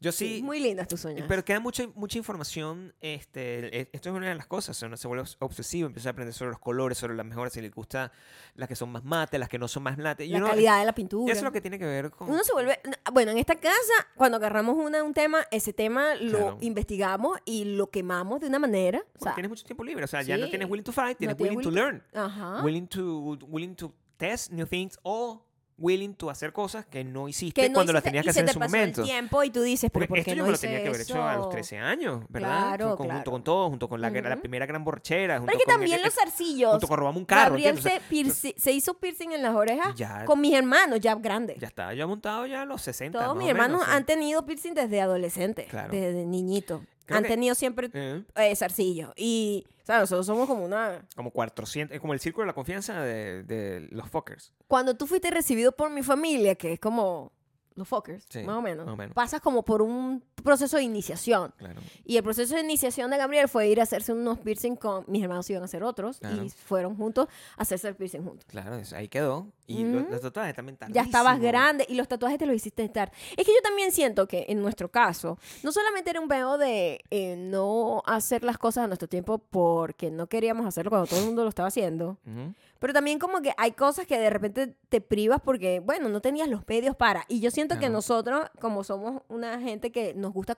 Yo sí,
Oh. sí, muy lindas tus uñas.
Pero queda mucha, mucha información. Este, e- esto es una de las cosas. o sea, Uno se vuelve obs- obsesivo, empieza a aprender sobre los colores, sobre las mejores, si le gusta las que son más mate, las que no son más mate. y
la
uno-
calidad de la pintura.
Eso es lo que tiene que ver con.
Uno se vuelve, bueno, en esta casa, cuando agarramos una, un tema, ese tema lo
Claro.
investigamos y lo quemamos de una manera. o
porque
sea,
tienes mucho tiempo libre. O sea, ya no
sí.
tienes willing to fight, tienes
tienes
willing to
willing
learn,
ajá.
willing to willing to test new things o willing to hacer cosas que no hiciste
Que no
cuando las
hiciste
tenías que
y se
hacer en
te
su
pasó
momento.
el tiempo y tú dices, pero
Porque
¿por qué
esto yo
no
me lo
hice
tenía que haber hecho a los
eso?
13 años, ¿verdad?
Claro,
Con- Junto
claro.
con todo, junto con la, gra- la
Ujú.
primera gran borrachera. Junto
Pero es que
con
también
el-
los zarcillos.
junto con robamos un carro.
Gabriel
¿entiendes?
se, pierci- se hizo piercing en las orejas
Ya.
con mis hermanos ya grandes.
Ya está, yo he montado ya a los 60.
Todos
más
mis
o menos,
hermanos
sí.
han tenido piercing desde adolescente,
Claro.
desde niñito.
Creo
han
que-
tenido siempre
Eh,
eh, zarcillo. Y, o sea, nosotros somos como una...
Como 400, es como el círculo de la confianza de, de los fuckers.
Cuando tú fuiste recibido por mi familia, que es como los fuckers,
Sí,
más, o menos,
más o menos.
pasas como por un proceso de iniciación.
Claro.
Y el proceso de iniciación de Gabriel fue ir a hacerse unos piercing con... Mis hermanos iban a hacer otros
Claro.
y fueron juntos a hacerse el piercing juntos.
Claro, es- ahí quedó. Y lo-
Ujú.
los tatuajes también tardísimo.
Ya estabas grande y los tatuajes te los hiciste estar. Es que yo también siento que en nuestro caso, no solamente era un peo de eh, no hacer las cosas a nuestro tiempo porque no queríamos hacerlo cuando todo el mundo lo estaba haciendo,
Ujú.
pero también como que hay cosas que de repente te privas porque, bueno, no tenías los medios para. Y yo siento que
Claro.
nosotros, como somos una gente que nos gusta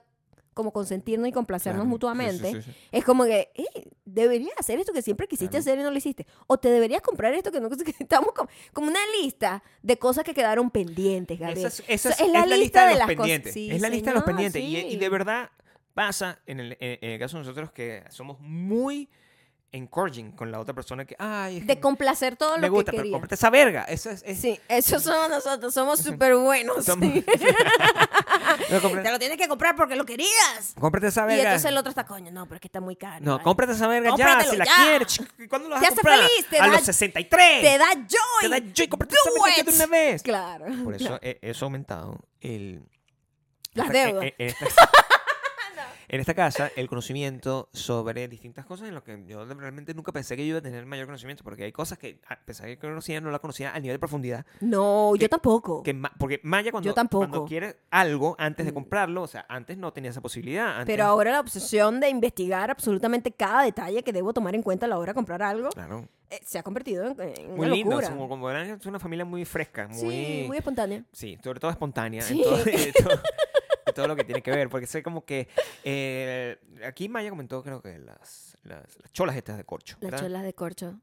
como consentirnos y complacernos
Claro. Sí, sí,
mutuamente,
sí, sí.
es como que, "Ey, deberías hacer esto que siempre quisiste
Claro.
hacer y no lo hiciste. O te deberías comprar esto que no que Estamos como, como una lista de cosas que quedaron pendientes, Gabriel.
Esa es, esa
So,
es- es la, lista de, los
las cosas.
pendientes.
Sí,
es la lista de los
señor,
pendientes. Y, y
sí.
de verdad pasa en el, eh, en- en el caso de nosotros que somos muy encouraging con la otra persona que, ay, es
De
que
complacer todo
me
lo
gusta,
que
pero
quería.
cómprate esa verga. Eso es. es-
Sí, esos somos nosotros, somos súper buenos.
Somos-
Sí.
no,
Te
cómprate,
lo tienes que comprar porque lo querías.
cómprate esa
Y
verga.
entonces el otro está coño, no, pero es que está muy caro.
No,
vale".
cómprate esa verga ya,
Cómpratelo
si la
ya.
quieres. ch- ¿Cuándo la vas
Te
a
hace
comprar?
feliz, te
a
da-
los 63.
Te da joy.
Te da joy, cómprate
Do
esa verga de
it.
una vez.
Claro.
Por eso
claro.
eh, eso ha aumentado el...
Las
esta-
deudas.
eh, eh, En, esta... en esta casa, el conocimiento sobre distintas cosas en lo que yo de- realmente nunca pensé que yo iba a tener mayor conocimiento, porque hay cosas que a pesar de que conocía, no la conocía a nivel de profundidad.
No,
que-
yo tampoco.
Que ma- Porque Maya cuando,
Yo tampoco. Mm.
cuando quiere algo antes de comprarlo, o sea, antes no tenía esa posibilidad. antes-
Pero ahora la obsesión de investigar absolutamente cada detalle que debo tomar en cuenta a la hora de comprar algo
Claro.
eh, se ha convertido en, en
Muy
una
lindo.
locura.
es Como, como eran- es una familia muy fresca, muy...
Sí, muy espontánea.
Sí, sobre todo espontánea.
Sí.
En, todo, en todo- en todo lo que tiene que ver. Porque sé como que. eh, aquí Maya comentó, creo que las, las, las cholas estas de corcho.
Las
¿verdad?
cholas de corcho.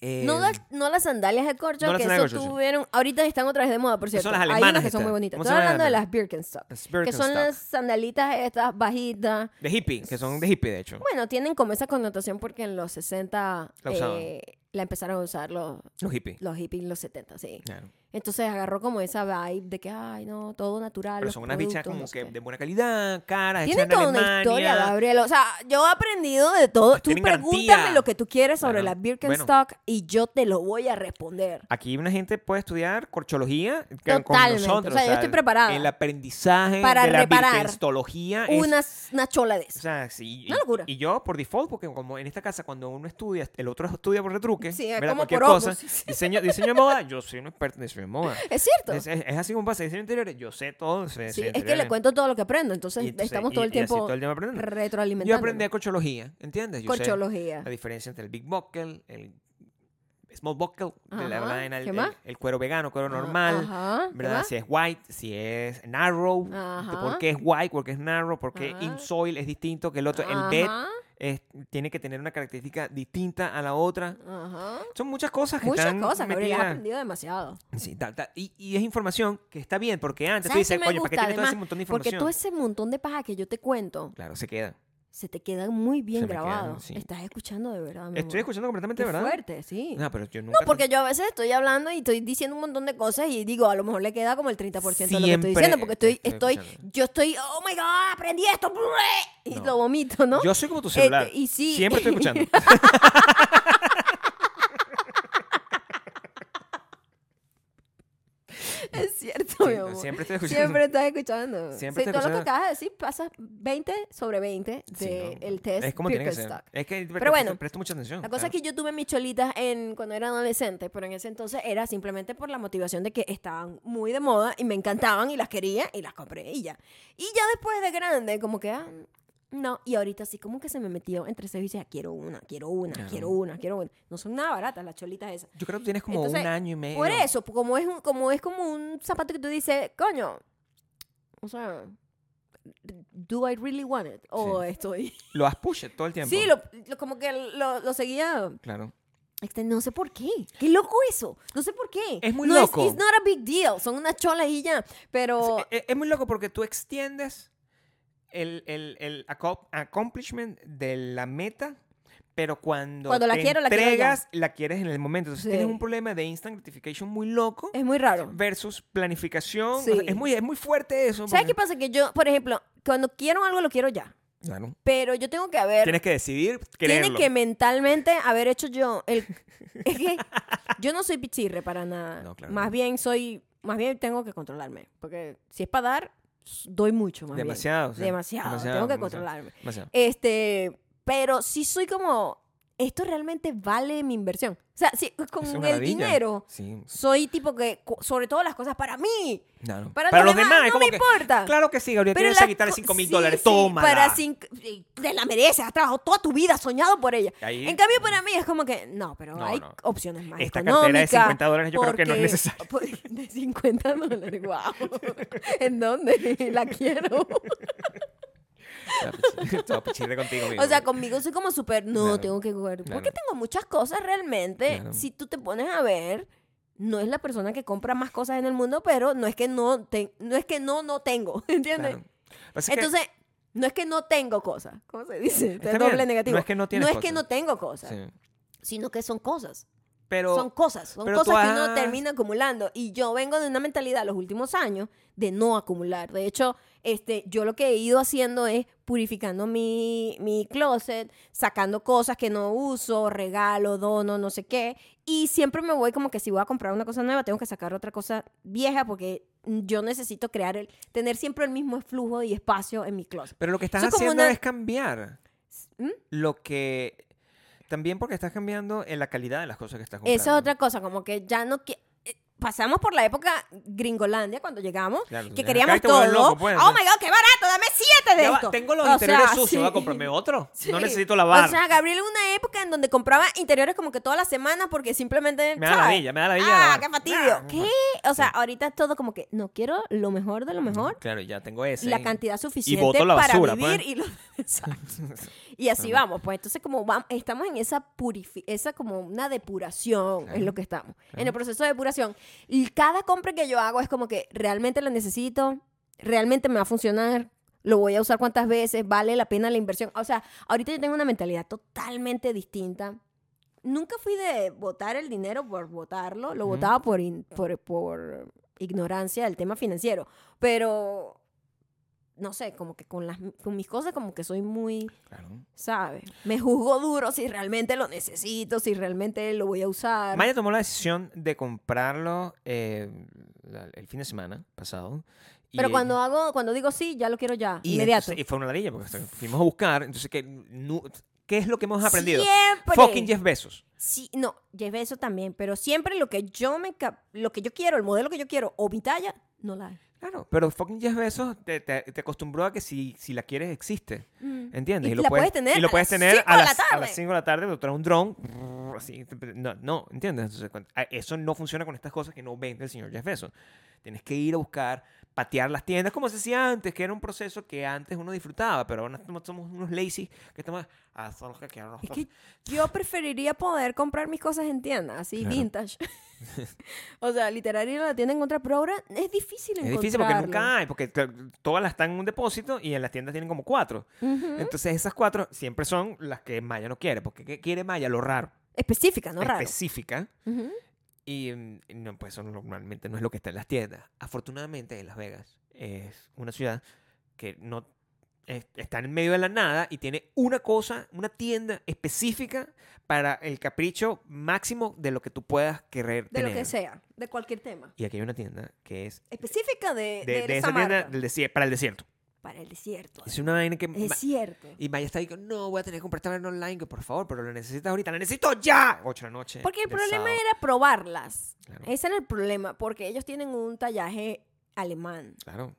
Eh,
No, las- no las sandalias de corcho,
no las
que eso
sandalias de corcho, sí.
tuvieron... Ahorita están otra vez de moda, por
Son
cierto.
las
Hay
alemanas
unas que son
estas.
muy bonitas.
¿Cómo
Estoy
se llaman
hablando de
las
las Birkenstock.
las
Que son
Birkenstock,
las sandalitas estas bajitas.
De hippie, que son de hippie, de hecho.
Bueno, tienen como esa connotación porque en los 60
La usaban.
eh, la empezaron a usar los,
Los hippies.
los hippies, los 70, sí.
Claro.
Entonces agarró como esa vibe de que, ay, no, todo natural.
Pero
los
son unas bichas
productos, no
como
sé
que
qué.
de buena calidad, caras, hechas
Tiene
en
toda
Alemania.
una historia, Gabriel. O sea, yo he aprendido de todo.
Pues
Tú
tienen
pregúntame
garantía.
lo que tú quieres sobre
Claro.
la Birkenstock y yo te lo voy a responder.
Aquí una gente puede estudiar corchología que- con
Totalmente.
nosotros.
O sea, yo estoy preparada
El aprendizaje
para
de la
reparar
birkenstología Ah, es
Una, una chola de
O
esas.
sea, sí. y-
Una locura.
Y yo, por default, porque como en esta casa, cuando uno estudia, el otro estudia por retruque.
Sí, es
¿verdad?
como
Cualquier
por
cosa.
ósmosis.
Diseño, diseño de moda, yo soy un experto en diseño de moda.
Es cierto.
Es, es- es así como pasa. Diseño interior, yo sé todo. sé-
Sí, es
sé
que le
interiores.
cuento todo lo que aprendo. Entonces,
Y entonces-
estamos
y-
todo el
y así
tiempo
todo el tiempo aprendiendo. Yo
retroalimentando.
aprendí a corchología, ¿entiendes? Yo sé
Corchología.
la diferencia entre el big buckle, el small buckle, de la
Ajá,
vaina, el,
¿qué
el-
más?
el cuero vegano, cuero
Ah,
normal.
Ajá. ¿qué
¿verdad?
más?
Si es white, si es narrow, este,
Ajá.
por qué es white, por qué es narrow, por qué
Ajá.
insoil es distinto que el otro, el bed
Ajá,
es- tiene que tener una característica distinta a la otra.
Ajá.
Son muchas cosas que
Muchas
están
cosas, Gabriel. Has
metidas.
aprendido demasiado.
Sí, ta- ta- y, y es información que está bien, porque antes tú
¿Sabes
dices,
qué me
oye, ¿para qué
gusta,
tienes todo ese
además?
montón de
Porque
información?
todo ese montón de paja que yo te cuento
Claro, se queda.
se te queda muy bien
Se me quedan,
grabado.
sí.
Estás escuchando de verdad, mi
Estoy
amor.
escuchando completamente,
Qué
¿verdad?
fuerte, sí.
No, pero yo nunca...
No, porque yo a veces estoy hablando y estoy diciendo un montón de cosas y digo, a lo mejor le queda como el 30% de lo que estoy
Siempre
diciendo, porque estoy,
estoy
estoy,
escuchando.
yo estoy, oh my god, aprendí esto, brrr", y
No.
lo vomito, ¿no?
Yo soy como tu
Este,
celular.
y sí.
Siempre estoy escuchando.
Es cierto, Ah, mi amor. Siempre,
Siempre estoy escuchando.
estás escuchando.
Siempre
Sí,
estoy
todo lo que
escuchando.
acabas de decir pasa 20 sobre 20 del
Sí, ¿no?
test
Es como tiene que ser.
Birkenstock.
Es que
Pero bueno,
presto mucha atención.
La cosa
claro.
es que yo tuve mis cholitas en, cuando era adolescente, pero en ese entonces era simplemente por la motivación de que estaban muy de moda y me encantaban y las quería y las compré y ya. Y ya después de grande, como que, ah, no. Y ahorita sí, como que se me metió entre seis y decía, quiero una, quiero una,
Claro.
quiero una, quiero una. No son nada baratas las cholitas esas.
Yo creo que tú tienes como
Entonces,
un año y medio.
Por eso, como es, un- como es como un zapato que tú dices, coño, o sea, ¿do I really want it? O estoy.
Lo has pushed todo el tiempo.
Sí, lo, lo- como que lo, lo seguía
Claro.
Este, no sé por qué. Qué loco eso. No sé por qué.
Es muy
No
loco.
it's not a big deal. Son unas cholas y ya. Pero.
Es, e, es- es muy loco porque tú extiendes el, el- el aco- accomplishment de la meta, pero cuando,
Cuando la
te
quiero, la quiero ya.
entregas, la quieres en el momento. Entonces
Sí.
tienes un problema de instant gratification muy loco
Es muy raro.
versus planificación. O sea,
Sí.
es, muy, es muy fuerte eso.
¿Sabes qué
porque-
pasa? Que yo, por ejemplo, cuando quiero algo, lo quiero ya.
Claro.
Pero yo tengo que haber.
Tienes que decidir
Tiene
quererlo.
que mentalmente haber hecho yo el. es que yo no soy pichirre para nada.
No, claro.
Más bien soy. Más bien tengo que controlarme. Porque si es para dar, s- doy mucho más bien.
Demasiado, o sea,
demasiado.
demasiado,
Tengo que
demasiado.
controlarme.
Demasiado.
Este. Pero sí soy como. Esto realmente vale mi inversión. O sea, sí, con
Es
el
una maravilla.
dinero.
Sí,
Soy tipo que, cu- sobre todo las cosas para mí.
claro.
Para,
Para
los demás,
es
no
como
me
que,
importa.
Claro que sí, Gabriel. Tienes
las
que quitarle
co-
5 mil
sí,
dólares.
sí,
Toma.
Para cinco, sí, te la mereces, has trabajado toda tu vida, has soñado por ella.
Ahí-
en cambio, para mí es como que, no, pero
No,
hay
no.
opciones más
Esta
económicas.
cartera de 50 dólares yo creo que no es
porque-
necesaria.
por- De 50 dólares, wow. ¿En dónde? La quiero.
contigo.
O sea, conmigo soy como súper, no,
Claro.
tengo que jugar.
Claro.
Porque tengo muchas cosas realmente.
Claro.
Si tú te pones a ver, no es la persona que compra más cosas en el mundo, pero no es que no, te- no, es que no, no tengo, ¿entiendes?
Claro. Pasa que-
Entonces, no es que no tengo cosas. ¿Cómo se dice?
Está
Es doble
bien.
negativo.
No es que no tienes
No es que
cosas.
no tengo cosas,
sí.
sino que son cosas.
Pero
son cosas. Son
pero
cosas
tú
que uno
has-
termina acumulando. Y yo vengo de una mentalidad los últimos años de no acumular. De hecho, este, yo lo que he ido haciendo es purificando mi, mi closet, sacando cosas que no uso, regalo, dono, no sé qué. Y siempre me voy como que si voy a comprar una cosa nueva, tengo que sacar otra cosa vieja porque yo necesito crear el, tener siempre el mismo flujo y espacio en mi closet.
Pero lo que estás
Eso es como
haciendo
una-
es cambiar.
¿Mm?
Lo que. También porque estás cambiando en la calidad de las cosas que estás comprando.
Esa es otra cosa, como que ya no que eh, pasamos por la época gringolandia cuando llegamos,
Claro,
que
ya,
queríamos
Pues acá te vuelves
todo.
loco, pues,
oh
ya.
my god, qué barato, dame siete de
Ya va,
esto.
Tengo los
O
interiores
sea,
sucios,
sí.
voy a comprarme otro. No
Sí.
necesito lavar.
O sea, Gabriel, una época en donde compraba interiores como que todas las semanas porque simplemente.
me da la
¿sabes?
villa, me da la villa.
Ah,
lavar.
qué fastidio.
Ah,
¿Qué? O sea, ahorita es todo como que no quiero lo mejor de lo mejor
Claro, ya tengo ese.
y la cantidad suficiente
boto la basura,
para vivir
pues.
y lo- Exacto. Y así vamos, pues entonces como vam- estamos en esa purifi esa como una depuración es lo que estamos, en el proceso de depuración. Y cada compra que yo hago es como que realmente la necesito, realmente me va a funcionar, lo voy a usar cuántas veces, vale la pena la inversión. O sea, ahorita yo tengo una mentalidad totalmente distinta. Nunca fui de votar el dinero por votarlo, lo
Ujú.
votaba por, in- por, por ignorancia del tema financiero, pero no sé, como que con, las, con mis cosas como que soy muy,
Claro.
¿sabes? Me juzgo duro si realmente lo necesito, si realmente lo voy a usar.
Maya tomó la decisión de comprarlo eh, la- el fin de semana pasado. y
Pero
ella-
cuando hago, cuando digo sí, ya lo quiero ya,
y
inmediato.
entonces- y fue una ladilla porque fuimos a buscar. Entonces, ¿qué, nu- ¿qué es lo que hemos aprendido?
Siempre.
Fucking Jeff Bezos.
Sí, no, llevé eso también, pero siempre lo que yo me cap- lo que yo quiero, el modelo que yo quiero o mi talla no la hay.
Claro, pero fucking Jeff Bezos te, te- te acostumbró a que si, si la quieres, existe.
Mm.
¿Entiendes?
Y la puedes tener
y lo
a
puedes
las
tener
cinco
a
de la
las, a
tarde.
las 5 de la tarde, te traes un dron. brrr, Así, te- te- no, no, ¿entiendes? Entonces, cuando- a- eso no funciona con estas cosas que no vende el señor Jeff Bezos. Tienes que ir a buscar, patear las tiendas, como se hacía antes, que era un proceso que antes uno disfrutaba, pero ahora somos- somos unos lazy que estamos. Ah, son los que quiero.
Es que yo preferiría poder comprar mis cosas en tiendas, así
Claro.
vintage. o sea, literal ir a la tienda en encontrar, pero ahora es difícil
Es difícil porque
encontrarlo.
nunca hay, porque t- todas las están en un depósito y en las tiendas tienen como cuatro.
Ujú.
Entonces esas cuatro siempre son las que Maya no quiere, porque ¿qué quiere Maya? Lo raro,
Específica, no raro.
específica.
Ujú.
Y mm, no, pues eso normalmente no es lo que está en las tiendas. Afortunadamente en Las Vegas es una ciudad que no es- está en medio de la nada y tiene una cosa, una tienda específica para el capricho máximo de lo que tú puedas querer
De
tener.
lo que sea, de cualquier tema.
Y aquí hay una tienda que es
Específica Eh, de,
de,
de esa,
de esa tienda
marca.
del desier- para el desierto.
Para el desierto.
Es una vaina que... ma-
Desierto.
Y Maya está ahí, que, no, voy a tener que comprar esta vaina online, que por favor, pero lo necesitas ahorita, la necesito ya. 8 de la noche.
Porque el
del
problema
sábado.
era probarlas.
Eh, Claro.
Ese era el problema, porque ellos tienen un tallaje alemán.
Claro.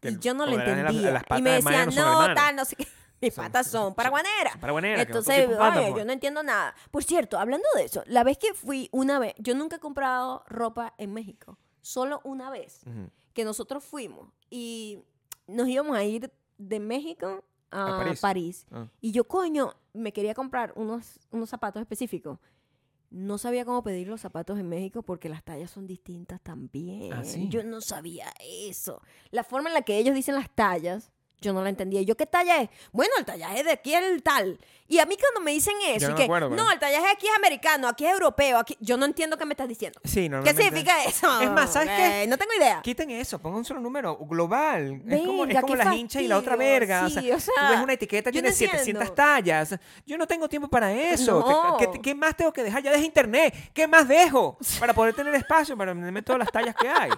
Que
Y yo no lo
porque las- las-
entendía.
las patas
y me
de Maya
decían,
son
no,
alemanas".
tal, no sé qué. Mis
Son-
patas son paraguaneras.
Paraguanera. que otro
Entonces,
tipo de
oye,
pata, pues.
yo no entiendo nada. Por cierto, hablando de eso, la vez que fui una vez, yo nunca he comprado ropa en México. Solo una vez
pues. Ujú.
que nosotros fuimos y nos íbamos a ir de México a,
A París.
París.
Ah.
Y yo, coño, me quería comprar unos, unos zapatos específicos. No sabía cómo pedir los zapatos en México porque las tallas son distintas también.
Ah, ¿sí?
Yo no sabía eso. La forma en la que ellos dicen las tallas, yo no la entendía. ¿Y ¿Yo qué talla es? Bueno, el tallaje de aquí es el tal. Y a mí cuando me dicen eso,
Yo
y
no me
que
acuerdo, pero-
no, el tallaje de aquí es americano, aquí es europeo, aquí yo no entiendo qué me estás diciendo.
Sí,
¿Qué
normalmente.
significa eso?
Es más, ¿sabes qué?
Eh, No tengo idea.
Quiten eso, pongan un solo número global. es como, es
Verga,
como
qué
las hinchas y la otra
fastidio.
verga.
Sí,
o
o
sea,
sea,
tú ves una etiqueta,
yo
tiene
no entiendo.
700 tallas. Yo no tengo tiempo para eso.
No.
¿Qué, qué- qué más tengo que dejar? Ya dejé internet. ¿Qué más dejo? Para poder tener espacio, para meterme todas las tallas que hay.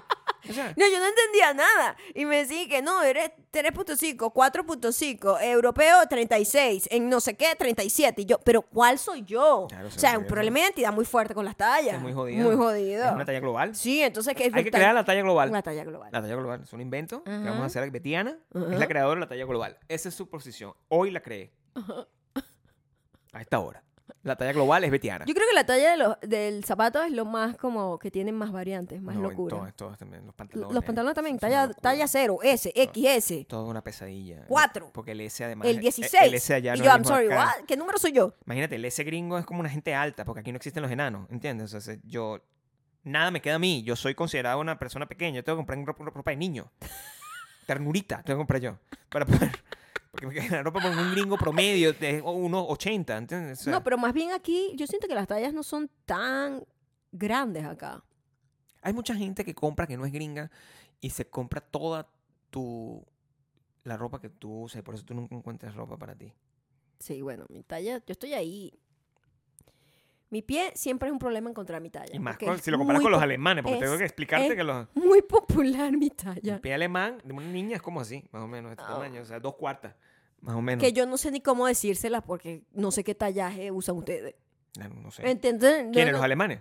O sea,
No, yo no entendía nada. Y me decían que no, eres 3.5, 4.5, europeo 36, en no sé qué 37. Y yo, pero ¿cuál soy yo?
Claro,
o
se
sea,
jodió,
un
¿no?
problema de identidad muy fuerte con las tallas.
es muy jodido.
Muy jodido.
Es una talla global.
Sí, entonces que
Hay que crear la talla global.
Una talla global.
La talla global es un invento que vamos
Ajá.
a hacer. Betiana es la
Ajá.
creadora de la talla global. Esa es su posición. Hoy la creé. A esta hora. La talla global es Betiana.
Yo creo que la talla de los- del zapato es lo más como que tienen más variantes, más
No, en
locura.
todas- todas también, los pantalones.
Los pantalones también,
son- son una
talla,
locura.
talla 0, S, XS,
Todo una pesadilla.
Cuatro.
Porque el S además.
el
eh,
16.
El S allá
y
no
yo,
es
I'm
mismo
sorry,
acá.
what? ¿qué número soy yo?
Imagínate, el S gringo es como una gente alta, porque aquí no existen los enanos, ¿entiendes? O sea, se- yo. Nada me queda a mí. Yo soy considerado una persona pequeña. Yo tengo que comprar ropa, ropa de niño. Ternurita, tengo que comprar yo. Para poder. Porque me queda la ropa con un gringo promedio de 1,80, ¿entiendes? O sea,
No, pero más bien aquí, yo siento que las tallas no son tan grandes acá.
Hay mucha gente que compra que no es gringa y se compra toda tu. La ropa que tú usas, y por eso tú nunca encuentras ropa para ti.
Sí, bueno, mi talla, yo estoy ahí. Mi pie siempre es un problema encontrar mi talla.
Y más
porque
con-
es
si lo comparas
muy
con los
po-
alemanes, porque
es-
tengo que explicarte
es-
que los,
Muy popular mi
el
talla.
pie alemán de una niña es como así, más o menos, este
Ah.
tamaño, o sea, dos cuartas, más o menos.
Que yo no sé ni cómo decírsela porque no sé qué tallaje usan ustedes.
Ah, no sé.
¿Entienden? Yo
¿Quiénes,
no-
los alemanes?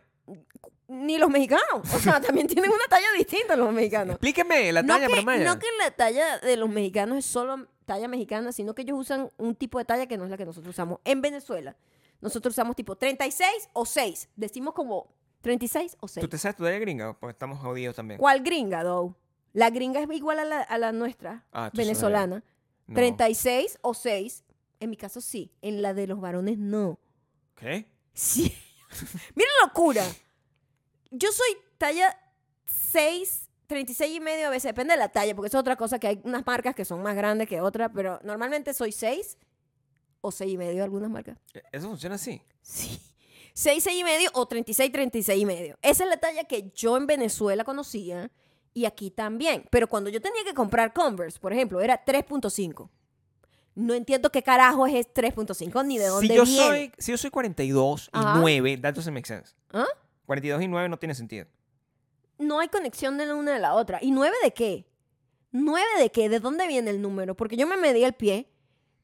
ni los mexicanos. O sea, también tienen una talla distinta los mexicanos.
Explíqueme la
No
talla
que,
para
no que la talla de los mexicanos es solo talla mexicana, sino que ellos usan un tipo de talla que no es la que nosotros usamos en Venezuela. Nosotros usamos tipo 36 o 6. Decimos como 36 o 6.
¿Tú te sabes tu talla gringa? Porque estamos jodidos también.
¿Cuál gringa, Dow? La gringa es igual a la, a la nuestra,
Ah, tú sabes.
venezolana.
No.
36 o 6. En mi caso sí. En la de los varones no.
¿Qué?
Sí. Mira la locura. Yo soy talla 6, 36 y medio a veces. Depende de la talla, porque eso es otra cosa que hay unas marcas que son más grandes que otras, pero normalmente soy 6 o 6 y medio algunas marcas.
Eh, ¿Eso funciona así?
Sí. 6, 6 y medio o 36, 36 y medio. Esa es la talla que yo en Venezuela conocía y aquí también. Pero cuando yo tenía que comprar Converse, por ejemplo, era 3.5. No entiendo qué carajo es 3.5 ni de dónde
Si yo,
viene.
soy, si yo soy 42 y
Ajá.
9, that doesn't make sense.
¿Ah?
42 y 9 no tiene sentido.
no hay conexión de la una de la otra. ¿Y nueve de qué? ¿Nueve de qué? ¿De dónde viene el número? Porque yo me medí el pie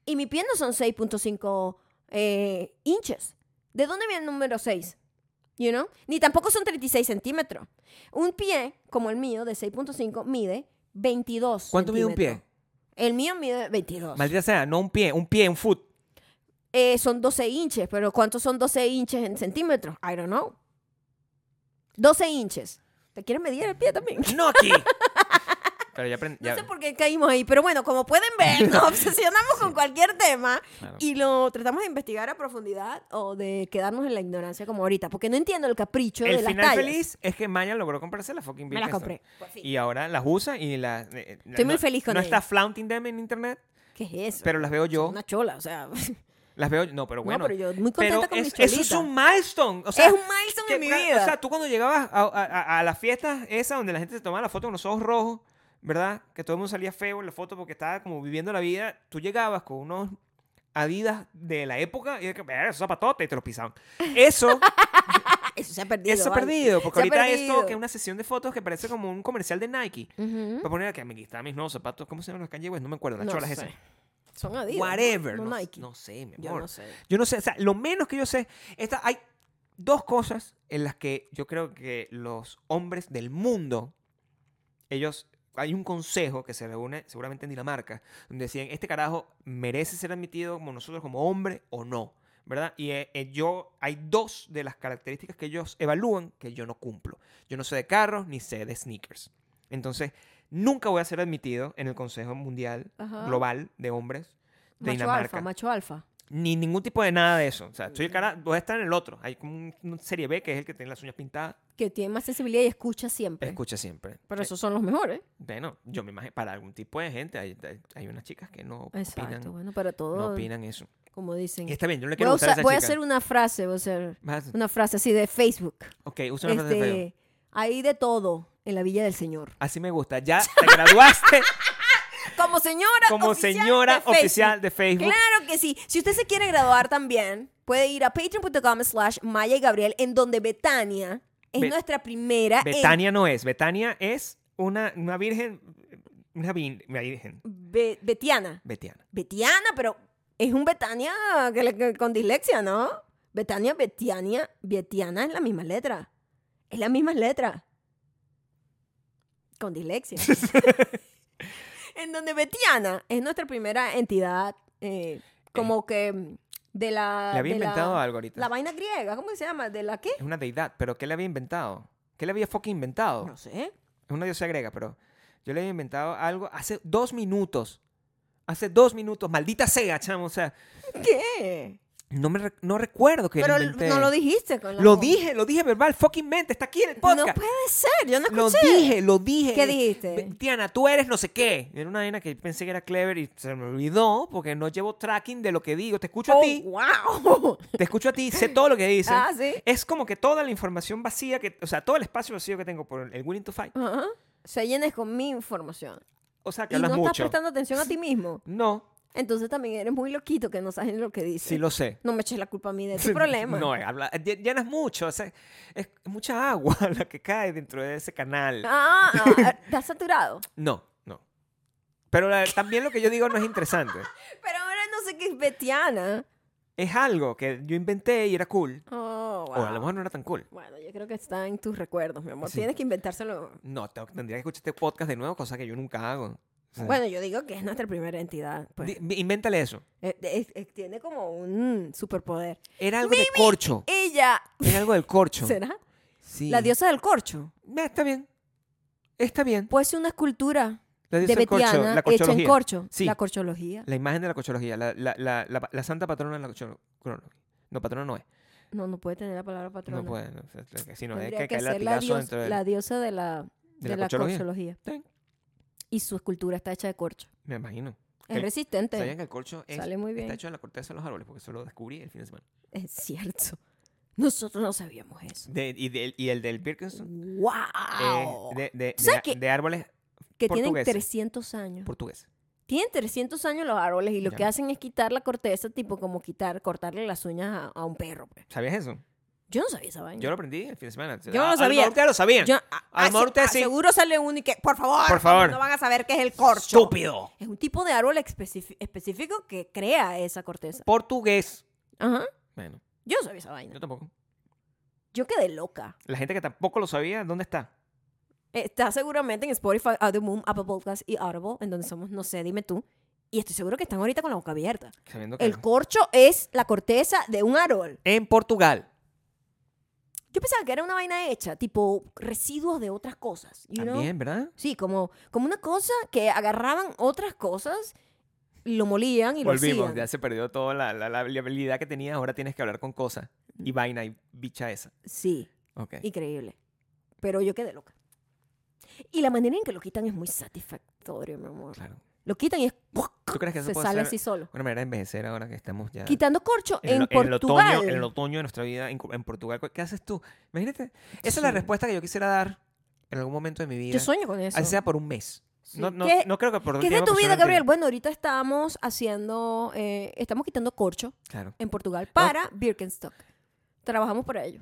y mi pie no son 6.5 eh, inches. ¿De dónde viene el número 6? You know? Ni tampoco son 36 centímetros. Un pie, como el mío, de 6.5, mide 22
¿Cuánto mide un pie?
centímetros. El mío mide 22.
Maldita sea, no un pie, un pie, un foot.
Eh, son 12 inches, pero ¿cuántos son 12 inches en centímetros? I don't know. 12 inches. ¿Te quieres medir el pie también?
No aquí. Pero ya aprendí.
No sé por qué caímos ahí, pero bueno, como pueden ver, nos obsesionamos con cualquier tema y lo tratamos de investigar a profundidad o de quedarnos en la ignorancia como ahorita, porque no entiendo el capricho
El
de las
final
tallas.
feliz es que Maya logró comprarse la fucking
Me las
Birkenstock.
compré. Por fin.
Y ahora las usa y las... eh, eh,
Estoy muy
no-
feliz con
No
ellas.
está flaunting them en internet,
¿Qué es eso?
pero las veo yo.
Una chola, o sea,
Las veo yo. No, pero bueno.
no, pero yo muy
pero
contenta con
es-
mis cholitas.
eso es un milestone. O sea,
es un milestone
que-
en mi vida.
O sea, tú cuando llegabas a, a- a- a las fiestas esas donde la gente se tomaba la foto con los ojos rojos, ¿verdad? Que todo el mundo salía feo en la foto porque estaba como viviendo la vida. Tú llegabas con unos adidas de la época y de que, "Verga, esos zapatotes, y te los pisaban. Eso...
Ah, eso se ha perdido.
Eso
vale.
perdido, porque
Se ha
ahorita esto
perdido.
que es una sesión de fotos que parece como un comercial de Nike.
Ujú.
Para poner que aquí están mis nuevos zapatos, ¿cómo se llaman los Kanye West? No me acuerdo, las
No
cholas
sé.
esas.
Son Adidas. ¿no?
Whatever.
No,
No,
Nike.
no sé, mi amor.
yo no sé.
Yo no sé, o sea, lo menos que yo sé, esta, hay dos cosas en las que yo creo que los hombres del mundo, ellos, hay un consejo que se reúne seguramente en Dinamarca, donde decían, este carajo merece ser admitido como nosotros como hombre o no, ¿verdad? Y eh, eh, yo, hay dos de las características que ellos evalúan que yo no cumplo. Yo no sé de carros ni sé de sneakers. Entonces, nunca voy a ser admitido en el Consejo Mundial
Ajá.
Global de Hombres de
Macho
Dinamarca.
alfa, macho alfa.
ni ningún tipo de nada de eso. O sea, estoy el cara, voy a estar en el otro. Hay como un, un serie B que es el que tiene las uñas pintadas,
Que tiene más sensibilidad y escucha siempre.
escucha siempre.
Pero
Sí.
esos son los mejores.
Bueno, yo me imagino, para algún tipo de gente, hay, hay- hay unas chicas que no
Exacto.
opinan,
Bueno, para todo,
no opinan eso.
como dicen.
Y está bien, yo no le
Voy,
quiero
a,
gustar a
usar-
esa
voy a
chica.
hacer una frase, voy a hacer
Vas a-
una frase así de Facebook.
Ok, usa una frase de
Este,
Facebook.
Hay de todo en la Villa del Señor.
Así me gusta. Ya te graduaste
Como señora
como
oficial
señora
de Facebook.
oficial de Facebook.
Claro que sí. Si usted se quiere graduar también, puede ir a patreon.com slash Maya y Gabriel, en donde Betania es
Be-
nuestra primera. en-
Betania no es. Betania es una, una virgen. Una vin- una virgen.
Be- Betiana.
Betiana.
Betiana, pero es un Betania que le- que- con dislexia, ¿no? Betania, Betiania, Betiana es la misma letra. Es la misma letra. Con dislexia. en donde Betiana es nuestra primera entidad eh, como que mm, de la...
Le había
de la-
inventado algo ahorita.
La vaina griega, ¿cómo se llama? ¿De la qué?
Es una deidad, pero ¿qué le había inventado? ¿Qué le había fucking inventado?
No sé.
Es una diosa griega, pero yo le había inventado algo hace dos minutos. Hace dos minutos. Maldita sea, chamo. O sea,
¿Qué?
no, me re- no recuerdo que
Pero
lo inventé.
no lo dijiste con la
Lo
voz.
dije, lo dije verbal, fucking mente. Está aquí en el
No
podcast.
puede ser, yo no
lo
escuché.
dije, lo dije.
¿Qué dijiste?
Ve- Tiana, tú eres no sé qué. Era una vaina que pensé que era clever y se me olvidó porque no llevo tracking de lo que digo. Te escucho a
Oh,
ti,
wow.
te escucho a ti, sé todo lo que dices.
Ah, sí.
Es como que toda la información vacía, que, o sea, todo el espacio vacío que tengo por el Willing to Fight.
Ajá. Se llenes con mi información.
O sea, que
Y no
hablas
estás
mucho.
prestando atención a ti mismo.
No,
Entonces también eres muy loquito que no sabes ni lo que dices.
sí lo sé.
No me eches la culpa a mí de tu Eh, problema.
No, eh, habla- lle- llenas mucho. o sea, es mucha agua la que cae dentro de ese canal.
Ah, ah, estás saturado.
No, no. Pero la- también lo que yo digo no es interesante.
Pero ahora no sé qué es Betiana.
Es algo que yo inventé y era cool.
Oh, wow.
O a lo mejor no era tan cool.
Bueno, yo creo que está en tus recuerdos, mi amor.
Sí.
Tienes que inventárselo.
No, te- tendría que escuchar este podcast de nuevo, cosa que yo nunca hago. O sea,
Bueno, yo digo que es nuestra primera entidad. pues.
di- vi- Invéntale eso.
Eh, eh, eh, tiene como un superpoder.
Era algo de corcho.
Ella
Era algo del corcho.
será
Sí.
la diosa del corcho.
Eh, está bien. Está bien.
Puede ser una escultura
La diosa
de
del corcho,
Betiana hecha
la
en
corchología.
corcho.
Sí.
La corchología.
La imagen de la cochología. La, la, la, la, la santa patrona de la cochología. No, patrona no es.
No, no puede tener la palabra patrona.
No puede. No, o sea, es que si no, es
Tendría
que,
que
cae
ser la,
latigazo
dios-
dentro de
la diosa de la, de
de la
la
corchología.
corchología.
Está bien.
Y su escultura está hecha de corcho.
Me imagino.
Es
Ok. ¿Sabían
resistente.
que el corcho es,
Sale muy bien.
está hecho en la corteza de los árboles? Porque eso lo descubrí el fin de semana.
Es cierto. Nosotros no sabíamos eso.
De- y, del- y el del Birkenson
¡Wow!
es Eh, de, de,
¿Tú sabes
de-
qué?
de árboles
que tienen
portugueses.
300 años.
portugueses.
Tienen 300 años los árboles y lo
Ya.
que hacen es quitar la corteza, tipo como quitar, cortarle las uñas a, a un perro. pues.
¿Sabías eso?
Yo no sabía esa vaina.
Yo lo aprendí el fin de semana.
Yo no lo
A- a
sabía.
mejor ustedes lo sabían.
Yo- ah, a,
A lo mejor
se-
ustedes sí.
Seguro sale uno y que, por favor,
Por favor.
no van a saber qué es el corcho.
Estúpido.
Es un tipo de árbol especifi- específico que crea esa corteza.
Portugués.
Ajá.
Bueno,
Yo no sabía esa
yo
vaina.
tampoco.
Yo quedé loca.
La gente que tampoco lo sabía, ¿dónde está?
Está seguramente en Spotify, Audio Moon, Apple Podcasts y Audible, en donde somos, no sé, dime tú. Y estoy seguro que están ahorita con la boca abierta.
Sabiendo que
El corcho es la corteza de un árbol.
en Portugal.
Yo pensaba que era una vaina hecha, tipo residuos de otras cosas. you know?
También, ¿verdad?
Sí, como, como una cosa que agarraban otras cosas, lo molían y lo
Volvimos,
hacían.
ya se perdió toda la, la, la habilidad que tenías. Ahora tienes que hablar con cosas
Mm.
y vaina y bicha esa.
Sí.
Ok.
Increíble. Pero yo quedé loca. Y la manera en que lo quitan es muy satisfactorio, mi amor.
Claro.
Lo quitan y es,
¿Tú crees que eso
se
puede
sale
ser
así solo.
una manera de envejecer ahora que estamos ya
Quitando corcho
en,
en,
lo- en el
Portugal.
otoño, en el otoño de nuestra vida en, Cu- en Portugal? ¿Qué haces tú? Imagínate, esa es la
Sí.
respuesta que yo quisiera dar en algún momento de mi vida.
Yo sueño con eso.
Así sea por un mes.
Sí.
No, no,
¿Qué-
no creo que por un
¿Qué es de
tiempo
tu vida,
personalmente-
Gabriel? Bueno, ahorita estamos haciendo, eh, estamos quitando corcho
Claro.
en Portugal
Ah.
para Birkenstock. Trabajamos para ello.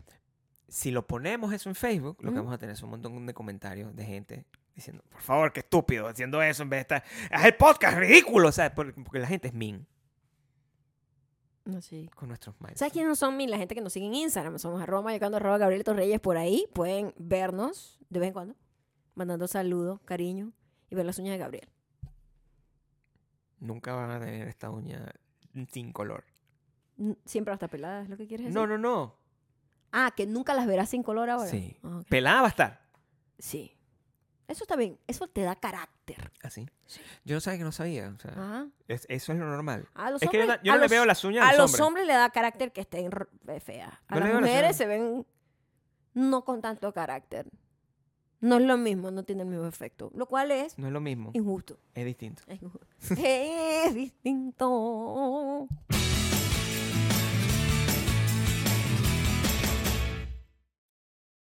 Si lo ponemos eso en Facebook, lo
Ujú.
que vamos a tener es un montón de comentarios de gente diciendo, por favor, qué estúpido, haciendo eso en vez de estar. ¡Haz el podcast, ridículo! ¿Sabes? Por- Porque la gente es mean
No, sí.
con nuestros minds.
¿Sabes quiénes son mi- la gente que nos sigue en Instagram? Somos arroba mayocando arroba Gabriel Torreyes por ahí. Pueden vernos de vez en cuando, mandando saludos, cariño y ver las uñas de Gabriel.
Nunca van a tener esta uña sin color.
N- Siempre hasta peladas, es lo que quieres decir.
No, no, no.
Ah, que nunca las verás sin color ahora.
Sí.
Ah, ok.
Pelada va a estar.
Sí. Eso está bien. Eso te da carácter.
Así. Yo no sabía que no sabía. o sea,
Ajá.
es- eso es lo normal.
A Ah. los
es que yo
hombres,
no, yo
a
no le
los-
veo las uñas
a
a los hombres.
le da carácter que estén r- eh, feas. A
No le
las
veo las
mujeres
uñas.
se ven no con tanto carácter. No es lo mismo, no tiene el mismo efecto. Lo cual es
No es lo mismo.
injusto.
Es distinto.
Es injusto. es distinto.